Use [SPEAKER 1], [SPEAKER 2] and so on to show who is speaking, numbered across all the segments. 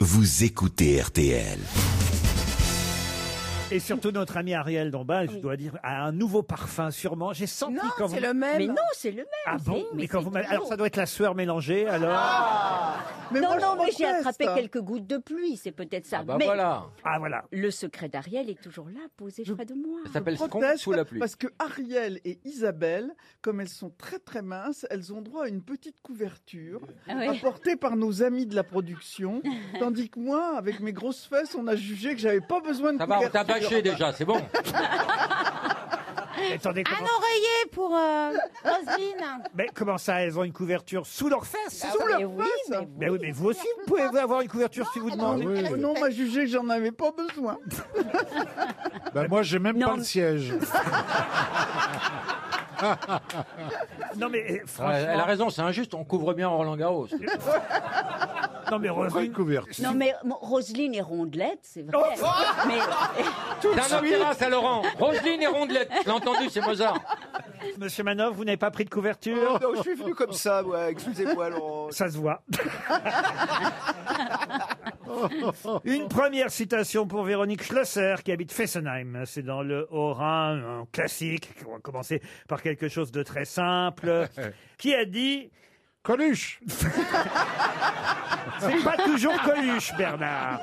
[SPEAKER 1] Vous écoutez RTL.
[SPEAKER 2] Et surtout notre ami Ariel Dombal, je dois dire, a un nouveau parfum sûrement. J'ai senti
[SPEAKER 3] Non,
[SPEAKER 2] quand
[SPEAKER 3] c'est
[SPEAKER 2] vous-
[SPEAKER 3] le même.
[SPEAKER 4] Mais non, c'est le même.
[SPEAKER 2] Ah bon
[SPEAKER 4] c'est-
[SPEAKER 2] Mais quand
[SPEAKER 4] c'est
[SPEAKER 2] vous m'avez-
[SPEAKER 4] toujours-
[SPEAKER 2] alors ça doit être la sueur mélangée
[SPEAKER 3] Ah.
[SPEAKER 2] alors.
[SPEAKER 5] Ah,
[SPEAKER 3] Mais
[SPEAKER 4] non,
[SPEAKER 3] moi, je
[SPEAKER 4] non, moi j'ai
[SPEAKER 3] proteste.
[SPEAKER 4] attrapé quelques gouttes de pluie, c'est peut-être ça.
[SPEAKER 5] Ah bah
[SPEAKER 4] mais
[SPEAKER 5] voilà.
[SPEAKER 2] Ah voilà.
[SPEAKER 4] le secret d'Ariel est toujours là, posé près de moi.
[SPEAKER 5] Ça s'appelle Scombe
[SPEAKER 3] Proteste
[SPEAKER 5] sous la pluie.
[SPEAKER 3] parce que Ariel et Isabelle, comme elles sont très très minces, elles ont droit à une petite couverture
[SPEAKER 4] Ah ouais.
[SPEAKER 3] apportée par nos amis de la production, tandis que moi, avec mes grosses fesses, on a jugé que j'avais pas besoin de
[SPEAKER 5] Ça va, on
[SPEAKER 3] couverture. Ah,
[SPEAKER 5] t'a bâché déjà, c'est bon.
[SPEAKER 2] Attendez,
[SPEAKER 6] Un
[SPEAKER 4] Ah
[SPEAKER 2] comment...
[SPEAKER 6] oreiller pour euh, Roselyne.
[SPEAKER 2] mais comment ça Elles ont une couverture sous leurs fesses
[SPEAKER 3] Sous
[SPEAKER 4] Mais
[SPEAKER 3] leur
[SPEAKER 4] Ah bah oui,
[SPEAKER 3] face.
[SPEAKER 4] mais
[SPEAKER 2] Mais oui, mais vous aussi, vous pouvez avoir une couverture si vous
[SPEAKER 4] Ah,
[SPEAKER 2] demandez.
[SPEAKER 5] Ah
[SPEAKER 3] Oh Non, on m'a jugé que j'en avais pas besoin.
[SPEAKER 7] Bah, moi, j'ai même
[SPEAKER 4] Non,
[SPEAKER 7] pas
[SPEAKER 4] mais-
[SPEAKER 7] le siège.
[SPEAKER 2] Ah. Non mais eh, franchement,
[SPEAKER 5] Ouais, Ah, elle a raison, c'est injuste, on couvre bien Roland Garros.
[SPEAKER 2] non
[SPEAKER 7] Pas
[SPEAKER 2] mais
[SPEAKER 7] une
[SPEAKER 2] Roselyne,
[SPEAKER 7] couverture.
[SPEAKER 4] Non, mais mon- Roselyne est rondelette, c'est vrai.
[SPEAKER 2] Oh,
[SPEAKER 4] mais
[SPEAKER 5] C'est un opéra, ça, Laurent. Roselyne et Rondelette, je l'ai entendu, c'est Mozart.
[SPEAKER 2] Monsieur Manov, vous n'avez pas pris de couverture
[SPEAKER 8] Oh, Non, je suis venu comme ça, ouais, excusez-moi, Laurent.
[SPEAKER 2] Ça se voit. Une première citation pour Véronique Schlosser qui habite Fessenheim. C'est dans le Haut-Rhin, un classique. On va commencer par quelque chose de très simple. Qui a dit
[SPEAKER 7] Coluche.
[SPEAKER 2] C'est pas toujours Coluche, Bernard.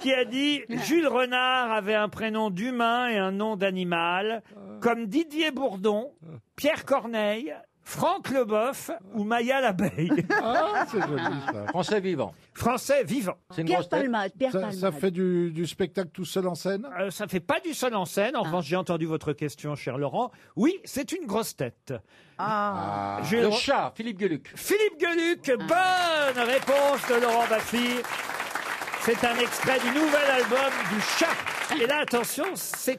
[SPEAKER 2] Qui a dit Jules Renard avait un prénom d'humain et un nom d'animal, comme Didier Bourdon, Pierre Corneille, Franck Leboeuf ou Maya l'abeille.
[SPEAKER 7] Ah, c'est joli, ça.
[SPEAKER 5] Français vivant.
[SPEAKER 2] Français vivant.
[SPEAKER 5] C'est une
[SPEAKER 4] Pierre
[SPEAKER 5] grosse tête.
[SPEAKER 4] Palmade, Pierre
[SPEAKER 7] Ça,
[SPEAKER 4] Palmade.
[SPEAKER 7] ça fait du, du spectacle tout seul en scène
[SPEAKER 2] Euh, ça fait pas du seul en scène.
[SPEAKER 4] Ah.
[SPEAKER 2] En revanche, j'ai entendu votre question, cher Laurent. Oui, c'est une grosse tête.
[SPEAKER 3] Ah,
[SPEAKER 2] J'ai
[SPEAKER 5] Le
[SPEAKER 2] le-
[SPEAKER 5] chat, Philippe Gueluc.
[SPEAKER 2] Philippe Gueluc, bonne réponse de Laurent Baffy. C'est un extrait du nouvel album du chat. Et là, attention, c'est,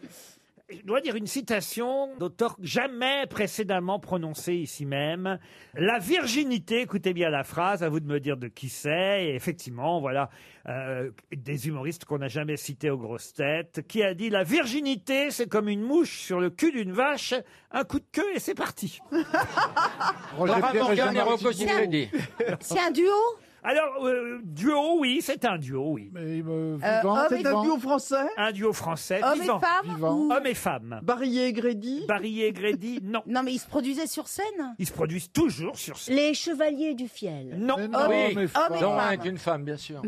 [SPEAKER 2] je dois dire, une citation d'auteur jamais précédemment prononcée ici même. La virginité, écoutez bien la phrase, à vous de me dire de qui c'est. Et effectivement, voilà, euh, des humoristes qu'on n'a jamais cités aux grosses têtes, qui a dit La virginité, c'est comme une mouche sur le cul d'une vache, un coup de queue et c'est parti.
[SPEAKER 7] Roger
[SPEAKER 5] Clara
[SPEAKER 7] Pierre et
[SPEAKER 5] Morgan et
[SPEAKER 7] Jean-Marc
[SPEAKER 5] Rocco Siffredi.
[SPEAKER 6] C'est un duo
[SPEAKER 2] Alors, euh, duo, oui, c'est un duo, oui.
[SPEAKER 7] Mais il me-
[SPEAKER 3] Euh,
[SPEAKER 7] vivant,
[SPEAKER 3] homme et
[SPEAKER 7] vivant.
[SPEAKER 3] duo français
[SPEAKER 2] Un duo français,
[SPEAKER 6] Homme
[SPEAKER 2] vivant.
[SPEAKER 6] et femme
[SPEAKER 7] Vivant.
[SPEAKER 6] ou-
[SPEAKER 2] Hommes et femmes.
[SPEAKER 3] Barrier et Grédy
[SPEAKER 2] Barillé et Grédy, non.
[SPEAKER 6] Non, mais ils se produisaient sur scène.
[SPEAKER 2] Ils se produisent toujours sur scène.
[SPEAKER 4] Les Chevaliers du Fiel.
[SPEAKER 2] Non.
[SPEAKER 7] Mais non,
[SPEAKER 6] Homme-
[SPEAKER 7] mais
[SPEAKER 5] homme et
[SPEAKER 7] femme.
[SPEAKER 6] femme.
[SPEAKER 5] Non, avec une femme, bien sûr.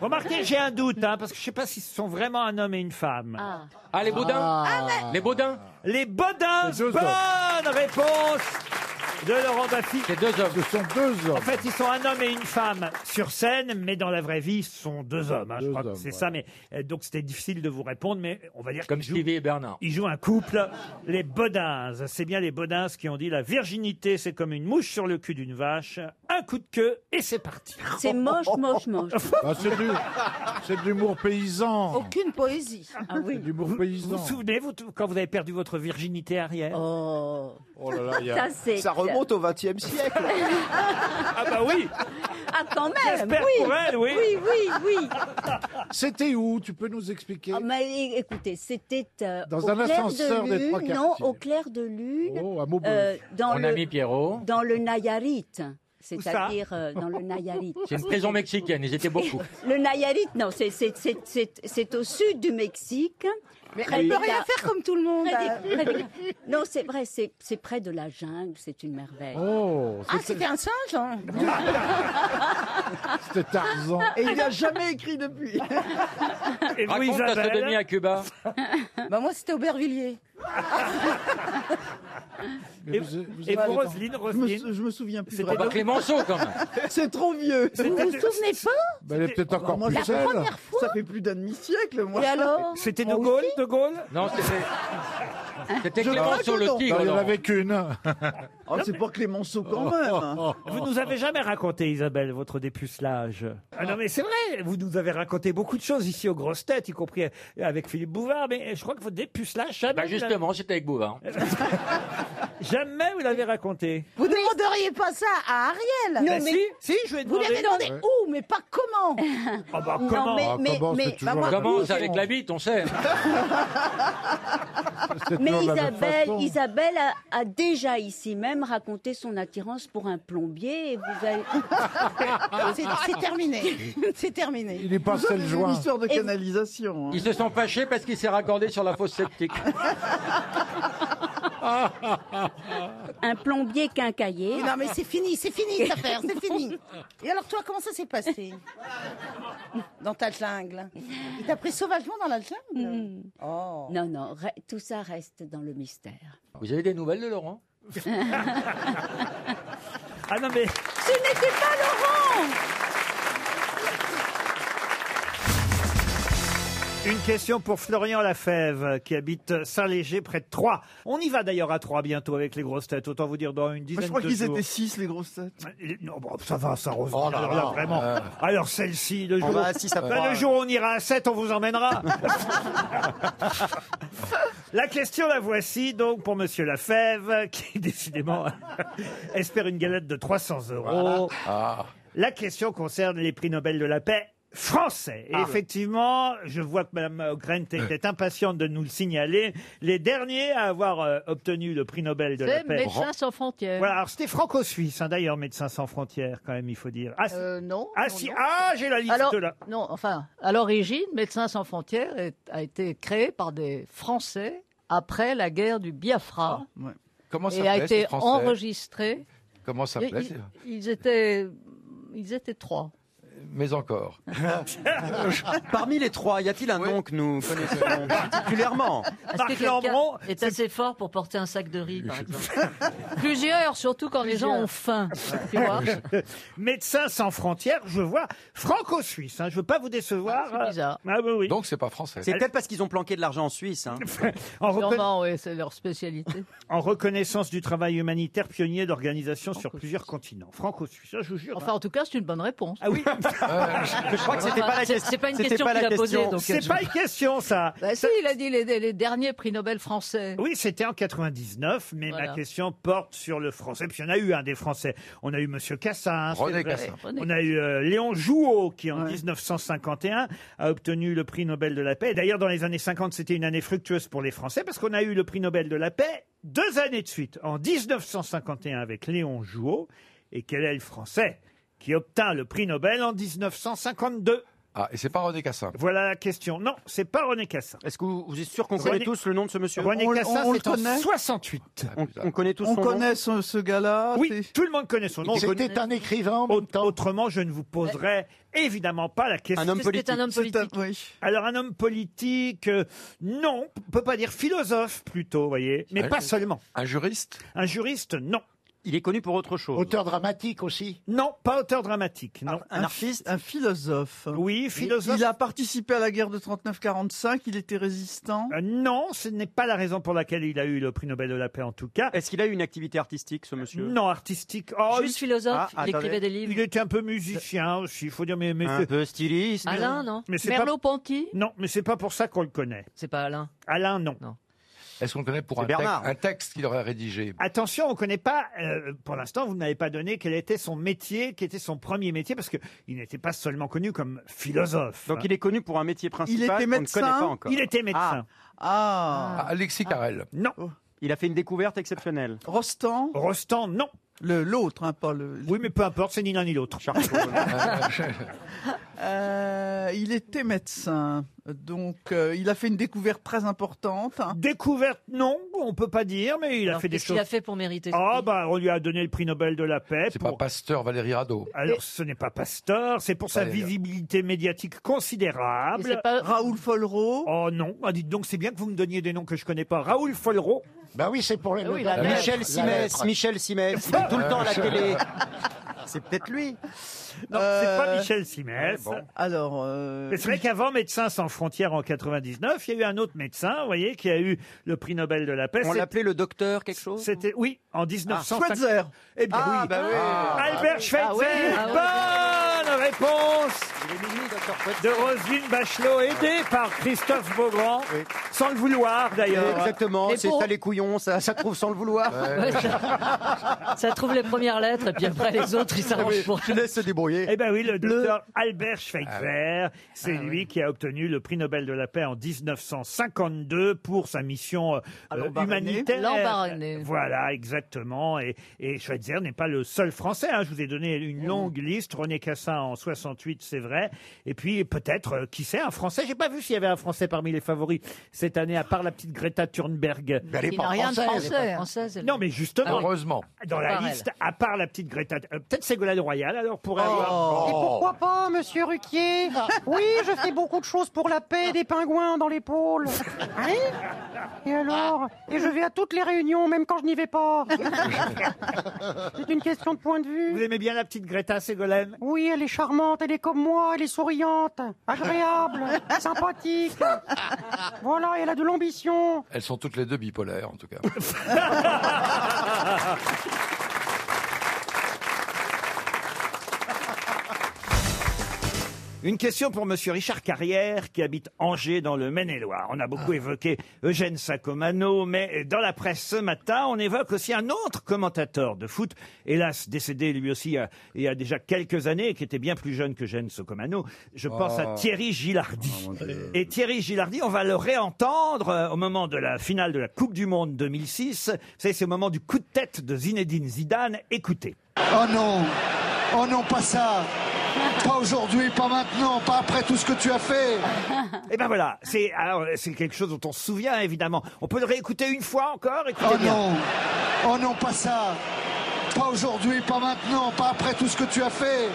[SPEAKER 2] Remarquez, j'ai un doute, hein, parce que je sais pas si ce sont vraiment un homme et une femme.
[SPEAKER 4] Ah,
[SPEAKER 5] Ah, les Baudins Les Baudins
[SPEAKER 2] Les Bodins,
[SPEAKER 7] C'est deux
[SPEAKER 2] bonne réponse de Laurent Baffy.
[SPEAKER 5] C'est deux hommes.
[SPEAKER 7] Ce sont deux
[SPEAKER 2] En
[SPEAKER 7] hommes.
[SPEAKER 2] fait, ils sont un homme et une femme sur scène, mais dans la vraie vie, ce sont deux hommes. hein, je
[SPEAKER 7] Deux
[SPEAKER 2] crois que
[SPEAKER 7] hommes,
[SPEAKER 2] c'est
[SPEAKER 7] ouais.
[SPEAKER 2] ça, mais euh, donc c'était difficile de vous répondre, mais on va dire
[SPEAKER 5] Comme
[SPEAKER 2] qu'ils jouent-
[SPEAKER 5] Stevie et Bernard.
[SPEAKER 2] Ils jouent un couple, les Bodins. C'est bien les Bodins qui ont dit la virginité, c'est comme une mouche sur le cul d'une vache. Un coup de queue et c'est parti.
[SPEAKER 4] c'est moche, moche, moche.
[SPEAKER 7] Bah, c'est du, c'est de l'humour paysan.
[SPEAKER 6] Aucune poésie.
[SPEAKER 4] Ah
[SPEAKER 7] C'est
[SPEAKER 4] oui.
[SPEAKER 7] de l'humour
[SPEAKER 2] Vous vous
[SPEAKER 7] paysan.
[SPEAKER 2] souvenez, vous, quand vous avez perdu votre virginité arrière
[SPEAKER 4] Oh,
[SPEAKER 7] Oh là là, il y a...
[SPEAKER 4] ça c'est.
[SPEAKER 8] Ça remonte au XXe siècle.
[SPEAKER 2] Ah bah oui
[SPEAKER 4] Ah, quand même.
[SPEAKER 2] J'espère
[SPEAKER 4] Oui.
[SPEAKER 2] pour elle, oui.
[SPEAKER 4] Oui, oui, oui.
[SPEAKER 7] C'était où Tu peux nous expliquer
[SPEAKER 4] Ah, mais é- écoutez, c'était euh,
[SPEAKER 7] Dans
[SPEAKER 4] au
[SPEAKER 7] un
[SPEAKER 4] clair
[SPEAKER 7] ascenseur
[SPEAKER 4] de
[SPEAKER 7] des
[SPEAKER 4] lune,
[SPEAKER 7] trois
[SPEAKER 4] non,
[SPEAKER 7] quartiers.
[SPEAKER 4] au clair de lune,
[SPEAKER 7] Oh, à Maubeuge.
[SPEAKER 4] euh, dans
[SPEAKER 5] Mon
[SPEAKER 4] le
[SPEAKER 5] ami Pierrot.
[SPEAKER 4] dans le Nayarit,
[SPEAKER 2] ça
[SPEAKER 4] c'est-à-dire euh, dans le Nayarit.
[SPEAKER 5] C'est une prison mexicaine, ils étaient beaucoup.
[SPEAKER 4] Le Nayarit, non, c'est c'est- c'est- c'est- c'est au sud du Mexique. Mais
[SPEAKER 6] Elle peut rien faire comme tout le monde.
[SPEAKER 4] Non, c'est vrai, c'est c'est près de la jungle, c'est une merveille.
[SPEAKER 7] Oh,
[SPEAKER 6] Ah,
[SPEAKER 7] c'était
[SPEAKER 6] c'était un singe hein
[SPEAKER 7] c'était Tarzan.
[SPEAKER 3] Et il n'a jamais écrit depuis.
[SPEAKER 2] Et vous,
[SPEAKER 5] Raconte ta sodomie
[SPEAKER 2] Isabelle
[SPEAKER 5] à Cuba.
[SPEAKER 6] Bah moi, c'était Aubervilliers.
[SPEAKER 7] Mais
[SPEAKER 2] Et-
[SPEAKER 7] vous- vous
[SPEAKER 2] Et
[SPEAKER 7] avez
[SPEAKER 2] vous,
[SPEAKER 7] le temps.
[SPEAKER 2] Roselyne,
[SPEAKER 3] Je me, sou-
[SPEAKER 2] Roselyne
[SPEAKER 3] je me souviens plus.
[SPEAKER 2] C'est
[SPEAKER 5] Ah
[SPEAKER 3] vraiment.
[SPEAKER 5] bah Clémenceau, quand même.
[SPEAKER 3] C'est trop vieux.
[SPEAKER 4] Vous vous souvenez pas
[SPEAKER 7] Bah, Elle est peut-être encore
[SPEAKER 3] Moi,
[SPEAKER 7] plus
[SPEAKER 3] la
[SPEAKER 7] seule.
[SPEAKER 3] Ça fait plus d'un demi-siècle, moi.
[SPEAKER 6] Et alors
[SPEAKER 2] C'était De Gaulle De Gaulle
[SPEAKER 5] Non, c'était.
[SPEAKER 4] Hein
[SPEAKER 5] C'était
[SPEAKER 3] Je crois
[SPEAKER 5] Clémenceau
[SPEAKER 3] que non.
[SPEAKER 5] le
[SPEAKER 7] Bah, il n'y
[SPEAKER 5] tigre.
[SPEAKER 7] en
[SPEAKER 5] Laurent.
[SPEAKER 7] avait qu'une.
[SPEAKER 3] Oh, c'est pas Clémenceau quand même.
[SPEAKER 8] hein.
[SPEAKER 3] hein.
[SPEAKER 2] Vous nous avez jamais raconté, Isabelle, votre dépucelage. Ah non, mais c'est vrai, vous nous avez raconté beaucoup de choses ici aux grosses têtes, y compris avec Philippe Bouvard, mais je crois que votre dépucelage, jamais,
[SPEAKER 5] Bah
[SPEAKER 2] vous l'avez-
[SPEAKER 5] justement, c'était avec Bouvard.
[SPEAKER 2] jamais vous l'avez raconté.
[SPEAKER 6] Vous ne demanderiez pas ça à Ariel
[SPEAKER 2] Ah, si, si, je vais
[SPEAKER 6] Vous lui
[SPEAKER 2] demander-
[SPEAKER 6] avez demandé où, mais pas comment non
[SPEAKER 2] Ah bah,
[SPEAKER 4] Non,
[SPEAKER 2] comment
[SPEAKER 4] mais-
[SPEAKER 7] Ah, Comment c'est toujours
[SPEAKER 6] bah, moi-
[SPEAKER 7] la même-
[SPEAKER 5] Commence avec la bite, on sait.
[SPEAKER 7] c'est toujours
[SPEAKER 4] Mais
[SPEAKER 7] la même
[SPEAKER 4] Isabelle,
[SPEAKER 7] façon.
[SPEAKER 4] Isabelle a, a déjà ici même raconté son attirance pour un plombier. Et vous allez...
[SPEAKER 6] C'est c'est terminé. C'est terminé.
[SPEAKER 7] Il est pas
[SPEAKER 3] C'est
[SPEAKER 7] celle
[SPEAKER 3] une
[SPEAKER 7] joint.
[SPEAKER 3] histoire de
[SPEAKER 4] Et-
[SPEAKER 3] canalisation. hein.
[SPEAKER 5] Ils se sont fâchés parce qu'il s'est raccordé sur la fosse septique.
[SPEAKER 4] Un plombier quincaillé.
[SPEAKER 6] Non, mais c'est fini, c'est fini cette affaire, c'est fini. Et alors, toi, comment ça s'est passé Dans ta jungle hein. Il t'a pris sauvagement dans la jungle Oh.
[SPEAKER 4] Mm. Non, non, re- tout ça reste dans le mystère.
[SPEAKER 5] Vous avez des nouvelles de Laurent
[SPEAKER 2] Ah non, mais
[SPEAKER 4] Ce n'était pas Laurent
[SPEAKER 2] une question pour Florian Lafèvre, qui habite Saint-Léger, près de Troyes. On y va d'ailleurs à Troyes bientôt avec les grosses têtes. Autant vous dire dans une
[SPEAKER 3] Moi,
[SPEAKER 2] dizaine
[SPEAKER 3] je crois
[SPEAKER 2] de
[SPEAKER 3] qu'ils
[SPEAKER 2] jours.
[SPEAKER 3] étaient six, les grosses têtes.
[SPEAKER 2] Non, bon, ça va, ça rose.
[SPEAKER 7] Oh là
[SPEAKER 2] Alors
[SPEAKER 7] là,
[SPEAKER 2] vraiment.
[SPEAKER 7] euh.
[SPEAKER 2] Alors celle-ci, le jour,
[SPEAKER 8] On va à six à
[SPEAKER 2] Ben,
[SPEAKER 8] Troyes.
[SPEAKER 2] le jour où on ira à 7, on vous emmènera. la question, la voici donc pour Monsieur Lafèvre, qui décidément espère une galette de 300 euros.
[SPEAKER 7] Ah.
[SPEAKER 2] La question concerne les prix Nobel de la paix français.
[SPEAKER 7] Ah.
[SPEAKER 2] Et effectivement, je vois que Mme Grant était
[SPEAKER 7] Euh.
[SPEAKER 2] impatiente de nous le signaler. Les derniers à avoir euh, obtenu le prix Nobel de la
[SPEAKER 9] C'est
[SPEAKER 2] paix.
[SPEAKER 9] Médecins sans frontières.
[SPEAKER 2] Voilà, alors c'était franco-suisse, hein, d'ailleurs, Médecins sans frontières, quand même, il faut dire. Ah, si,
[SPEAKER 9] Euh, non.
[SPEAKER 2] ah,
[SPEAKER 9] non,
[SPEAKER 2] si-
[SPEAKER 9] non.
[SPEAKER 2] ah, j'ai la liste
[SPEAKER 9] Alors,
[SPEAKER 2] là.
[SPEAKER 9] non, enfin, à l'origine, Médecins sans frontières est- a été créé par des Français après la guerre du Biafra
[SPEAKER 7] Ah, Comment
[SPEAKER 9] et a été enregistré.
[SPEAKER 7] Comment ça
[SPEAKER 9] Et ils, ils étaient, ils étaient trois.
[SPEAKER 7] Mais encore.
[SPEAKER 8] Parmi les trois, y a-t-il un nom que nous connaissons particulièrement
[SPEAKER 9] Est-ce
[SPEAKER 2] Marc
[SPEAKER 9] que
[SPEAKER 2] Lambron,
[SPEAKER 9] quelqu'un est assez fort pour porter un sac de riz, par exemple Plusieurs, surtout quand les gens ont faim. Tu vois
[SPEAKER 2] Médecins sans frontières, je vois franco-suisse. hein, je veux pas vous décevoir.
[SPEAKER 9] C'est bizarre.
[SPEAKER 2] Ah oui, oui.
[SPEAKER 7] Donc c'est pas français.
[SPEAKER 8] C'est peut-être parce qu'ils ont planqué de l'argent en Suisse. hein.
[SPEAKER 2] en, reconna-
[SPEAKER 9] Sûrement, oui, c'est leur spécialité.
[SPEAKER 2] en reconnaissance du travail humanitaire pionnier d'organisations sur
[SPEAKER 9] Franco-suisse.
[SPEAKER 2] plusieurs continents. Franco-suisse, ah, je vous jure.
[SPEAKER 9] Enfin, en tout cas, c'est une bonne réponse.
[SPEAKER 2] hein. ah oui,
[SPEAKER 8] Je crois que c'était
[SPEAKER 9] Enfin,
[SPEAKER 8] pas la
[SPEAKER 9] c'est-
[SPEAKER 8] question.
[SPEAKER 9] c'est pas une
[SPEAKER 8] c'était
[SPEAKER 9] question
[SPEAKER 8] pas la
[SPEAKER 9] qu'il a posée,
[SPEAKER 8] question.
[SPEAKER 9] donc euh,
[SPEAKER 2] c'est pas une question ça.
[SPEAKER 9] Bah si, il a dit les, les derniers prix Nobel français.
[SPEAKER 2] Oui, c'était en 99, mais ma
[SPEAKER 9] Voilà.
[SPEAKER 2] question porte sur le français. Puis il y en a eu un des français. On a eu Monsieur Cassin. hein, c'est
[SPEAKER 7] René
[SPEAKER 2] vrai.
[SPEAKER 7] Cassin.
[SPEAKER 9] René.
[SPEAKER 2] On a eu euh, Léon Jouot, qui en 1951 a obtenu le prix Nobel de la paix. Et D'ailleurs, dans les années 50, c'était une année fructueuse pour les Français parce qu'on a eu le prix Nobel de la paix deux années de suite. En 1951 avec Léon Jouot. Et quel est le Français qui obtint le prix Nobel en 1952
[SPEAKER 7] Ah, et c'est pas René Cassin.
[SPEAKER 2] Voilà la question. Non, c'est pas René Cassin.
[SPEAKER 8] Est-ce que vous, vous êtes sûr qu'on
[SPEAKER 2] René-
[SPEAKER 8] connaît tous le nom de ce monsieur
[SPEAKER 2] René
[SPEAKER 3] on-
[SPEAKER 2] Cassin,
[SPEAKER 3] on le
[SPEAKER 2] c'est en
[SPEAKER 3] connaît
[SPEAKER 2] 68.
[SPEAKER 7] Ah,
[SPEAKER 8] on,
[SPEAKER 7] putain.
[SPEAKER 8] on connaît tous
[SPEAKER 3] On
[SPEAKER 8] son nom
[SPEAKER 3] connaît ce, ce gars-là.
[SPEAKER 2] Oui,
[SPEAKER 3] c'est-
[SPEAKER 2] tout le monde connaît son nom.
[SPEAKER 7] C'était un écrivain en même
[SPEAKER 2] Aut-
[SPEAKER 7] temps.
[SPEAKER 2] Autrement, je ne vous poserai évidemment pas la question.
[SPEAKER 8] Un homme
[SPEAKER 9] Est-ce que
[SPEAKER 8] politique.
[SPEAKER 9] c'est un homme
[SPEAKER 3] c'est
[SPEAKER 9] politique.
[SPEAKER 3] un- oui.
[SPEAKER 2] Alors un homme politique, euh, non, on peut pas dire philosophe plutôt, vous voyez, mais
[SPEAKER 7] Ouais.
[SPEAKER 2] pas seulement.
[SPEAKER 7] Un juriste.
[SPEAKER 2] Un juriste, non.
[SPEAKER 8] Il est connu pour autre chose.
[SPEAKER 7] Auteur dramatique aussi.
[SPEAKER 2] Non, pas auteur dramatique, non.
[SPEAKER 8] Un artiste.
[SPEAKER 3] Un philosophe.
[SPEAKER 2] Oui, philosophe.
[SPEAKER 3] Il a participé à la guerre de 39-45, il était résistant.
[SPEAKER 2] euh, non, ce n'est pas la raison pour laquelle il a eu le prix Nobel de la paix en tout cas.
[SPEAKER 8] Est-ce qu'il a eu une activité artistique, ce monsieur
[SPEAKER 2] Non, artistique. Oh,
[SPEAKER 9] Juste philosophe,
[SPEAKER 8] Ah,
[SPEAKER 9] il écrivait
[SPEAKER 8] attendez.
[SPEAKER 9] des
[SPEAKER 2] il, il
[SPEAKER 9] livres.
[SPEAKER 2] était un peu musicien aussi, il faut dire mais, mais
[SPEAKER 8] Un
[SPEAKER 2] c'est-
[SPEAKER 8] peu styliste.
[SPEAKER 9] Alain, non
[SPEAKER 2] Mais c'est pas-
[SPEAKER 9] Merleau-Ponty
[SPEAKER 2] non, mais c'est pas pour ça qu'on le connaît.
[SPEAKER 9] C'est pas Alain.
[SPEAKER 2] Alain, non.
[SPEAKER 7] Est-ce qu'on le connaît pour
[SPEAKER 8] C'est
[SPEAKER 7] un texte,
[SPEAKER 8] Bernard.
[SPEAKER 7] un texte qu'il aurait rédigé
[SPEAKER 2] Attention, on ne connaît pas, euh, pour l'instant, vous n'avez pas donné quel était son métier, qui était son premier métier, parce qu'il n'était pas seulement connu comme philosophe.
[SPEAKER 8] Donc il est connu pour un métier principal
[SPEAKER 3] était
[SPEAKER 8] qu'on ne
[SPEAKER 3] médecin.
[SPEAKER 8] connaît pas encore.
[SPEAKER 2] Il était médecin.
[SPEAKER 3] Ah,
[SPEAKER 7] Ah, Alexis Carrel.
[SPEAKER 2] Non.
[SPEAKER 8] Oh. Il a fait une découverte exceptionnelle.
[SPEAKER 3] Rostand,
[SPEAKER 2] Rostand, non.
[SPEAKER 3] le l'autre, hein, pas le.
[SPEAKER 2] Oui, mais peu importe, c'est ni l'un ni l'autre.
[SPEAKER 3] Euh, il était médecin, donc euh, il a fait une découverte très importante. hein.
[SPEAKER 2] Découverte, non, on peut pas dire, mais il a
[SPEAKER 9] Alors,
[SPEAKER 2] fait des
[SPEAKER 9] qu'est-ce qu'il
[SPEAKER 2] choses.
[SPEAKER 9] a fait pour mériter ce
[SPEAKER 2] Ah,
[SPEAKER 9] prix
[SPEAKER 2] bah, on lui a donné le prix Nobel de la paix.
[SPEAKER 7] C'est
[SPEAKER 2] pour-
[SPEAKER 7] pas Pasteur Valérie Rado.
[SPEAKER 2] Alors, ce n'est pas Pasteur, c'est pour sa
[SPEAKER 7] Allez, là.
[SPEAKER 2] visibilité médiatique
[SPEAKER 9] Et c'est
[SPEAKER 2] considérable.
[SPEAKER 9] pas-
[SPEAKER 3] Raoul Follereau,
[SPEAKER 2] Oh non, ah, dites donc, c'est bien que vous me donniez des noms que je connais pas. Raoul Follereau,
[SPEAKER 8] Bah
[SPEAKER 7] Ben oui, c'est pour les.
[SPEAKER 9] Ah oui, la lettre.
[SPEAKER 8] Michel Simès, Michel Simès, il est tout le temps à la télé. C'est peut-être lui.
[SPEAKER 2] non, Euh, c'est
[SPEAKER 3] Euh,
[SPEAKER 2] pas Michel Simès.
[SPEAKER 3] alors euh,
[SPEAKER 2] Mais C'est vrai qu'avant Médecins sans frontières en 99, il y a eu un autre médecin, vous voyez, qui a eu le prix Nobel de la paix.
[SPEAKER 8] On
[SPEAKER 2] C'est-
[SPEAKER 8] l'appelait le docteur quelque chose
[SPEAKER 2] C'était oui, en 1950.
[SPEAKER 3] Schweitzer,
[SPEAKER 2] Eh bien,
[SPEAKER 8] Ah,
[SPEAKER 2] oui.
[SPEAKER 8] bah oui.
[SPEAKER 2] Albert Schweitzer.
[SPEAKER 9] Ah ouais, ah ouais.
[SPEAKER 2] Bonne réponse
[SPEAKER 8] Il est minuit, docteur
[SPEAKER 2] de Roselyne Bachelot, aidée par Christophe Beaugrand, sans le vouloir d'ailleurs.
[SPEAKER 8] Exactement,
[SPEAKER 9] Mais
[SPEAKER 8] c'est
[SPEAKER 9] pour-
[SPEAKER 8] ça les couillons, ça, ça trouve sans le vouloir.
[SPEAKER 10] Ça trouve les premières lettres et puis après les autres, ils s'arrangent pour.
[SPEAKER 8] Tu laisses se débrouiller.
[SPEAKER 2] Eh ben oui, le docteur Albert
[SPEAKER 7] Ah
[SPEAKER 2] Schweitzer, c'est lui qui a obtenu le prix Nobel de la paix en 1952 pour sa mission euh, humanitaire.
[SPEAKER 9] Lambaréné.
[SPEAKER 2] Voilà, exactement. Et, et Schweitzer n'est pas le seul Français. hein. Je vous ai donné une longue liste. René Cassin en 68, c'est vrai. Et puis peut-être, euh, qui sait, un Français. J'ai pas vu s'il y avait un Français parmi les favoris cette année, à part la petite Greta Thunberg.
[SPEAKER 7] Mais elle est
[SPEAKER 9] Il
[SPEAKER 7] pas
[SPEAKER 9] n'a rien de
[SPEAKER 7] française.
[SPEAKER 9] français. hein. Française, elle-
[SPEAKER 2] Non, mais justement,
[SPEAKER 7] Heureusement.
[SPEAKER 2] dans la
[SPEAKER 9] Par elle.
[SPEAKER 2] liste, à part la petite Greta, euh, peut-être Ségolène Royal, alors pourrait avoir...
[SPEAKER 7] Oh.
[SPEAKER 10] pas, monsieur Ruquier Oui, je fais beaucoup de choses pour la paix, des pingouins dans l'épaule. Oui Et alors Et je vais à toutes les réunions, même quand je n'y vais pas. C'est une question de point de
[SPEAKER 2] Vous
[SPEAKER 10] vue.
[SPEAKER 2] aimez bien la petite Greta Ségolène
[SPEAKER 10] Oui, elle est charmante, elle est comme moi, elle est souriante, agréable, sympathique. Voilà, elle a de l'ambition.
[SPEAKER 7] Elles sont toutes les deux bipolaires, en tout cas.
[SPEAKER 2] Une question pour Monsieur Richard Carrière, qui habite Angers, dans le Maine-et-Loire. On a
[SPEAKER 7] Ah.
[SPEAKER 2] beaucoup évoqué Eugène Sacomano, mais euh, dans la presse ce matin, on évoque aussi un autre commentateur de foot, hélas décédé lui aussi euh, il y a déjà quelques années, qui était bien plus jeune que Eugène Sacomano. Je pense
[SPEAKER 7] Oh.
[SPEAKER 2] à Thierry Gilardi. Et Thierry Gilardi, on va le réentendre euh, au moment de la finale de la Coupe du Monde 2006. C'est ce moment du coup de tête de Zinedine Zidane. Écoutez.
[SPEAKER 11] Oh non Oh non, pas ça Pas aujourd'hui, pas maintenant, pas après tout ce que tu as fait
[SPEAKER 2] Et ben voilà, c'est alors, c'est quelque chose dont on se souvient évidemment. On peut le réécouter une fois encore. Écoutez
[SPEAKER 11] Oh
[SPEAKER 2] bien.
[SPEAKER 11] non Oh non, pas ça Pas aujourd'hui, pas maintenant, pas après tout ce que tu as fait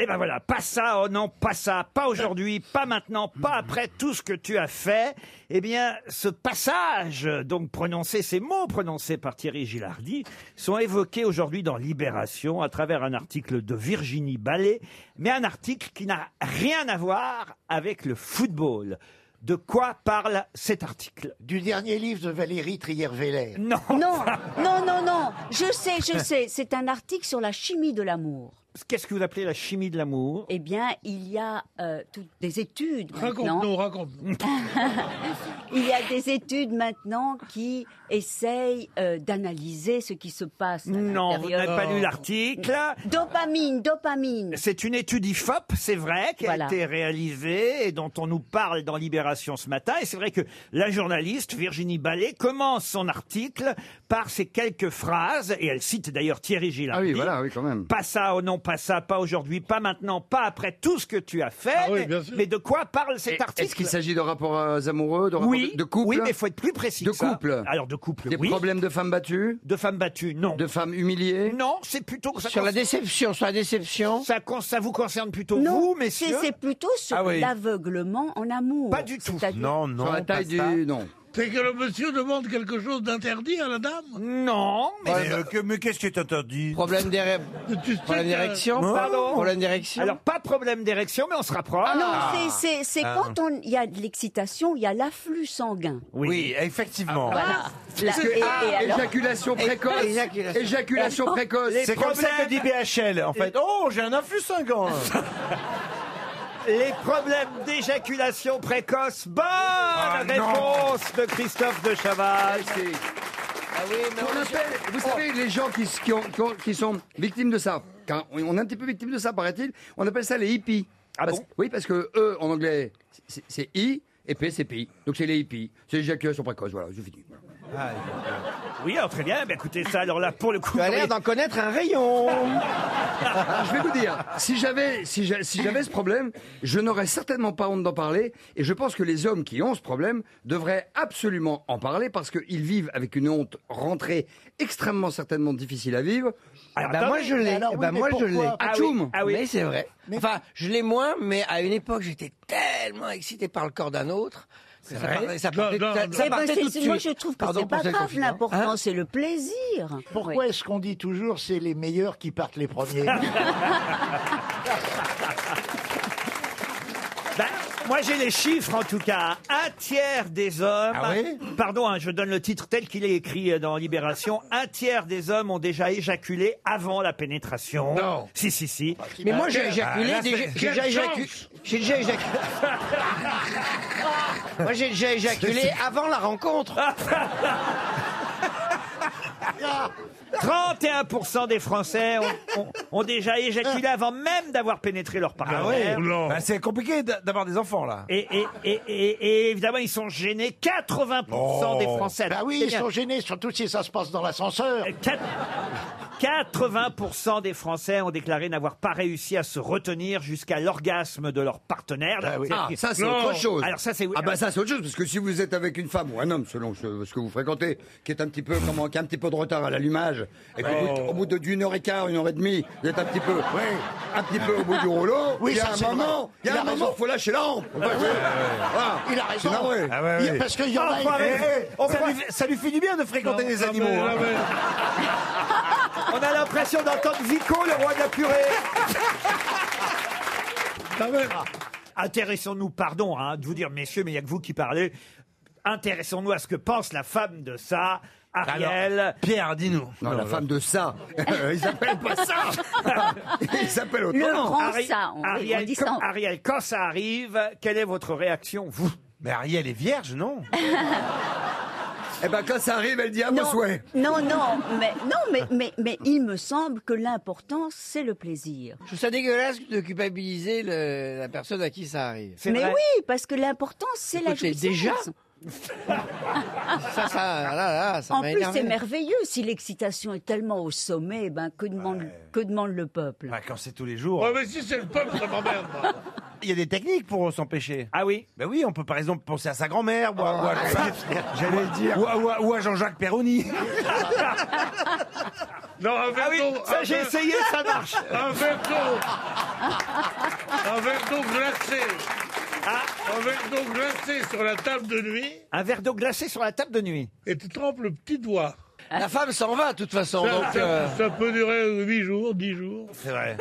[SPEAKER 2] Et ben voilà, pas ça, oh non, pas ça, pas aujourd'hui, pas maintenant, pas après tout ce que tu as fait. Eh bien, ce passage, donc prononcé, ces mots prononcés par Thierry Gilardi, sont évoqués aujourd'hui dans Libération à travers un article de Virginie Ballet, mais un article qui n'a rien à voir avec le football. De quoi parle cet article
[SPEAKER 11] Du dernier livre de Valérie Trier-Veller.
[SPEAKER 2] Non,
[SPEAKER 4] Non, non, non, non. Je sais, je sais. C'est un article sur la chimie de l'amour.
[SPEAKER 2] Qu'est-ce que vous appelez la chimie de l'amour
[SPEAKER 4] Eh bien, il y a euh, toutes des études maintenant.
[SPEAKER 5] Raconte-nous, raconte-nous.
[SPEAKER 4] Il y a des études maintenant qui essayent euh, d'analyser ce qui se passe. à
[SPEAKER 2] Non, vous n'avez
[SPEAKER 4] l'intérieur.
[SPEAKER 2] pas lu l'article.
[SPEAKER 4] Dopamine, dopamine.
[SPEAKER 2] C'est une étude IFOP, c'est vrai, qui a
[SPEAKER 4] Voilà.
[SPEAKER 2] été réalisée et dont on nous parle dans Libération ce matin. Et c'est vrai que la journaliste Virginie Ballet commence son article par ces quelques phrases, et elle cite d'ailleurs Thierry Gilardi.
[SPEAKER 8] Ah oui, quand même.
[SPEAKER 2] Pas ça, oh non, pas ça, pas aujourd'hui, pas maintenant, pas après tout ce que tu as fait.
[SPEAKER 5] Ah oui,
[SPEAKER 2] mais,
[SPEAKER 5] bien sûr.
[SPEAKER 2] mais de quoi parle cet article
[SPEAKER 8] Est-ce qu'il s'agit de rapports euh, amoureux, de, rapports
[SPEAKER 2] Oui,
[SPEAKER 8] de couple,
[SPEAKER 2] oui, mais faut être plus précis.
[SPEAKER 8] De
[SPEAKER 2] que ça.
[SPEAKER 8] couple
[SPEAKER 2] Alors de couple,
[SPEAKER 8] des
[SPEAKER 2] oui.
[SPEAKER 8] problèmes de femmes battues,
[SPEAKER 2] De femmes battues, non.
[SPEAKER 8] de femmes humiliées
[SPEAKER 2] Non, c'est plutôt que ça.
[SPEAKER 11] Sur la
[SPEAKER 2] concerne-
[SPEAKER 11] déception, sur la déception.
[SPEAKER 2] ça, con- ça vous concerne plutôt
[SPEAKER 4] Non,
[SPEAKER 2] vous,
[SPEAKER 4] c'est
[SPEAKER 2] messieurs
[SPEAKER 4] c'est plutôt sur
[SPEAKER 2] Ah oui.
[SPEAKER 4] l'aveuglement en amour.
[SPEAKER 2] Pas du tout.
[SPEAKER 4] C'est-à-dire-
[SPEAKER 8] Sur la taille du... Non.
[SPEAKER 5] C'est que le monsieur demande quelque chose d'interdit à la dame.
[SPEAKER 2] Non, mais
[SPEAKER 1] mais qu'est-ce qui est interdit
[SPEAKER 11] Problème d'éré-
[SPEAKER 5] Tu sais
[SPEAKER 11] problème
[SPEAKER 5] que-
[SPEAKER 11] d'érection
[SPEAKER 2] Pardon
[SPEAKER 11] Problème d'érection
[SPEAKER 2] Alors, pas problème d'érection, mais on se rapproche.
[SPEAKER 4] Ah Non, c'est- c'est c'est
[SPEAKER 2] Ah.
[SPEAKER 4] quand on- il y a de l'excitation, il y a l'afflux sanguin.
[SPEAKER 1] Oui, effectivement.
[SPEAKER 4] Voilà. Ah, La- et- et
[SPEAKER 2] ah,
[SPEAKER 4] alors-
[SPEAKER 8] Éjaculation précoce.
[SPEAKER 11] Éjaculation.
[SPEAKER 8] Éjaculation précoce.
[SPEAKER 2] Les
[SPEAKER 1] Oh, C'est comme ça
[SPEAKER 2] problèmes-
[SPEAKER 1] que dit BHL, en fait. Oh, j'ai un influx sanglant
[SPEAKER 2] Les problèmes d'éjaculation précoce. Bonne Ah,
[SPEAKER 1] non.
[SPEAKER 2] réponse de Christophe de
[SPEAKER 4] Ah
[SPEAKER 2] Chaval.
[SPEAKER 8] On appelle- vous savez, les gens qui, s- qui ont- qui ont- qui sont victimes de ça, car on on est un petit peu victime de ça, paraît-il, on appelle ça les hippies.
[SPEAKER 2] Ah
[SPEAKER 8] Parce-
[SPEAKER 2] bon
[SPEAKER 8] Oui, parce que E en anglais, c'est- c'est I, et P, c'est pi. Donc c'est les hippies. C'est l'éjaculation précoce, voilà, je finis. Voilà.
[SPEAKER 2] Oui, alors, très bien. Ben, écoutez ça, alors là, pour le coup.
[SPEAKER 11] Tu as l'air
[SPEAKER 2] oui.
[SPEAKER 11] d'en connaître un rayon
[SPEAKER 8] Alors, je vais vous dire, si j'avais si j'a- si j'avais ce problème, je n'aurais certainement pas honte d'en parler, et je pense que les hommes qui ont ce problème devraient absolument en parler, parce qu'ils vivent avec une honte rentrée extrêmement certainement difficile à vivre. Ah,
[SPEAKER 2] Alors,
[SPEAKER 11] Bah,
[SPEAKER 2] attendez.
[SPEAKER 11] moi je l'ai,
[SPEAKER 6] Alors,
[SPEAKER 11] Eh
[SPEAKER 6] oui,
[SPEAKER 11] ben,
[SPEAKER 6] mais
[SPEAKER 11] moi je
[SPEAKER 6] pourquoi
[SPEAKER 11] l'ai.
[SPEAKER 2] Ah
[SPEAKER 8] Atchoum.
[SPEAKER 2] oui, ah oui.
[SPEAKER 11] Mais c'est vrai.
[SPEAKER 6] Mais-
[SPEAKER 11] Enfin, je l'ai moins, mais à une époque, j'étais tellement excité par le corps d'un autre. C'est vrai. ça partait,
[SPEAKER 5] Non, non,
[SPEAKER 11] ça-
[SPEAKER 5] non.
[SPEAKER 11] ça
[SPEAKER 4] Eh ben,
[SPEAKER 11] partait
[SPEAKER 4] c'est-
[SPEAKER 11] tout de suite.
[SPEAKER 4] moi, je trouve que
[SPEAKER 8] Pardon
[SPEAKER 4] c'est
[SPEAKER 8] pour
[SPEAKER 4] pas
[SPEAKER 8] cette
[SPEAKER 4] grave.
[SPEAKER 8] confidence.
[SPEAKER 4] L'important,
[SPEAKER 11] Hein
[SPEAKER 4] c'est le plaisir.
[SPEAKER 11] Pourquoi est-ce qu'on dit toujours c'est les meilleurs qui partent les premiers
[SPEAKER 2] Ben, Moi, j'ai les chiffres, en tout cas. Un tiers des hommes... Pardon, hein, je donne le titre tel qu'il est écrit euh, dans Libération. Un tiers des hommes ont déjà éjaculé avant la pénétration.
[SPEAKER 12] Non.
[SPEAKER 2] Si, si, si.
[SPEAKER 12] Mais moi, j'ai éjaculé,
[SPEAKER 2] Ah, là,
[SPEAKER 12] déjà-
[SPEAKER 2] c'est-
[SPEAKER 12] j'ai déjà
[SPEAKER 2] Quelle
[SPEAKER 12] éjaculé.
[SPEAKER 2] chance
[SPEAKER 12] J'ai déjà éjaculé. moi, j'ai déjà éjaculé avant la rencontre.
[SPEAKER 2] 31% des Français ont, ont- ont déjà éjaculé avant même d'avoir pénétré leur partenaire.
[SPEAKER 8] Bah,
[SPEAKER 7] Ben, c'est compliqué d'a- d'avoir des enfants là.
[SPEAKER 2] Et, et- et- et- et évidemment, ils sont gênés. 80% des
[SPEAKER 8] Oh.
[SPEAKER 2] Français. Euh,
[SPEAKER 13] Bah oui,
[SPEAKER 2] C'est
[SPEAKER 13] ils
[SPEAKER 2] bien.
[SPEAKER 13] sont gênés, surtout si ça se passe dans l'ascenseur.
[SPEAKER 2] 80% des Français ont déclaré n'avoir pas réussi à se retenir jusqu'à l'orgasme de leur partenaire.
[SPEAKER 13] Bah
[SPEAKER 8] Ah,
[SPEAKER 2] C'est-à-dire
[SPEAKER 8] ça
[SPEAKER 2] que-
[SPEAKER 8] c'est autre chose.
[SPEAKER 2] Alors ça c'est
[SPEAKER 8] ah bah ça c'est autre chose parce que si vous êtes avec une femme ou un homme selon ce, ce que vous fréquentez, qui est un petit peu comment, qui a un petit peu de retard à l'allumage, et puis
[SPEAKER 13] Ouais.
[SPEAKER 8] au bout- au bout de- d'une heure et quart, une heure et demie, vous êtes un petit peu, un petit peu au bout du rouleau.
[SPEAKER 13] Oui,
[SPEAKER 8] il y a
[SPEAKER 13] ça,
[SPEAKER 8] un
[SPEAKER 13] c'est
[SPEAKER 8] moment,
[SPEAKER 13] vrai.
[SPEAKER 8] il y
[SPEAKER 13] Il
[SPEAKER 8] a
[SPEAKER 13] a
[SPEAKER 8] un moment,
[SPEAKER 13] raison.
[SPEAKER 8] faut lâcher la rampe.
[SPEAKER 13] Ouais, ouais, ouais.
[SPEAKER 8] Voilà.
[SPEAKER 13] Il a raison.
[SPEAKER 8] C'est normal.
[SPEAKER 13] Ah ouais, Il- ouais. parce qu'il y en a-
[SPEAKER 7] Enfin,
[SPEAKER 13] Eh,
[SPEAKER 7] eh,
[SPEAKER 13] eh,
[SPEAKER 7] on ça, lui, ça lui fait du bien de fréquenter
[SPEAKER 2] Non,
[SPEAKER 7] les
[SPEAKER 2] non,
[SPEAKER 7] animaux.
[SPEAKER 2] mais-
[SPEAKER 7] hein.
[SPEAKER 2] non, On a l'impression d'entendre Vico, le roi de la purée. Intéressons-nous, pardon, hein, de vous dire, messieurs, mais il n'y a que vous qui parlez. Intéressons-nous à ce que pense la femme de ça, Ariel.
[SPEAKER 7] Pierre, dis-nous.
[SPEAKER 8] Non, la femme de ça. Ils s'appellent pas ça. Ils s'appellent autrement.
[SPEAKER 2] Le grand
[SPEAKER 8] Harry-
[SPEAKER 2] ça,
[SPEAKER 4] on-
[SPEAKER 2] Ariel,
[SPEAKER 4] on dit
[SPEAKER 2] quand,
[SPEAKER 4] ça.
[SPEAKER 2] Ariel, quand ça arrive, quelle est votre réaction, vous
[SPEAKER 7] Mais Ariel est vierge, non
[SPEAKER 8] Eh ben quand ça arrive, elle
[SPEAKER 12] ah,
[SPEAKER 8] dit à vos
[SPEAKER 4] non,
[SPEAKER 8] souhaits.
[SPEAKER 4] non, non, mais, non mais, mais, mais il me semble que l'important, c'est le plaisir.
[SPEAKER 12] Je trouve ça dégueulasse de culpabiliser le- la personne à qui ça arrive.
[SPEAKER 4] Mais oui, parce que l'important, c'est la
[SPEAKER 12] Écoutez,
[SPEAKER 4] jouissance.
[SPEAKER 12] déjà Ça, ça, là, là, ça
[SPEAKER 4] en
[SPEAKER 12] m'a
[SPEAKER 4] plus,
[SPEAKER 12] énervé.
[SPEAKER 4] c'est merveilleux si l'excitation est tellement au sommet. Ben, que, demande, que demande le peuple
[SPEAKER 2] Bah,
[SPEAKER 7] Quand c'est tous les jours.
[SPEAKER 13] Ouais, Ah, mais si c'est le peuple, ça m'emmerde. moi.
[SPEAKER 7] Il y a des techniques pour s'empêcher.
[SPEAKER 2] Ah oui
[SPEAKER 7] Ben oui, on peut par exemple penser à sa grand-mère ou à, ou à-
[SPEAKER 12] Oh,
[SPEAKER 7] j'allais le dire, ou à- ou à- ou à Jean-Jacques Perroni.
[SPEAKER 13] Non, un verre
[SPEAKER 2] Ah oui,
[SPEAKER 13] d'eau,
[SPEAKER 2] ça,
[SPEAKER 13] un
[SPEAKER 2] j'ai
[SPEAKER 13] verre-
[SPEAKER 2] essayé, ça marche.
[SPEAKER 13] Un verre d'eau. Un verre d'eau glacée. Un verre d'eau glacée sur la table de nuit.
[SPEAKER 2] Un verre d'eau glacée sur la table de nuit.
[SPEAKER 13] Et tu trempes le petit doigt.
[SPEAKER 12] La femme s'en va, de toute façon.
[SPEAKER 13] Ça,
[SPEAKER 12] donc,
[SPEAKER 13] ça-
[SPEAKER 12] euh,
[SPEAKER 13] ça peut durer 8 jours, 10 jours.
[SPEAKER 7] C'est vrai.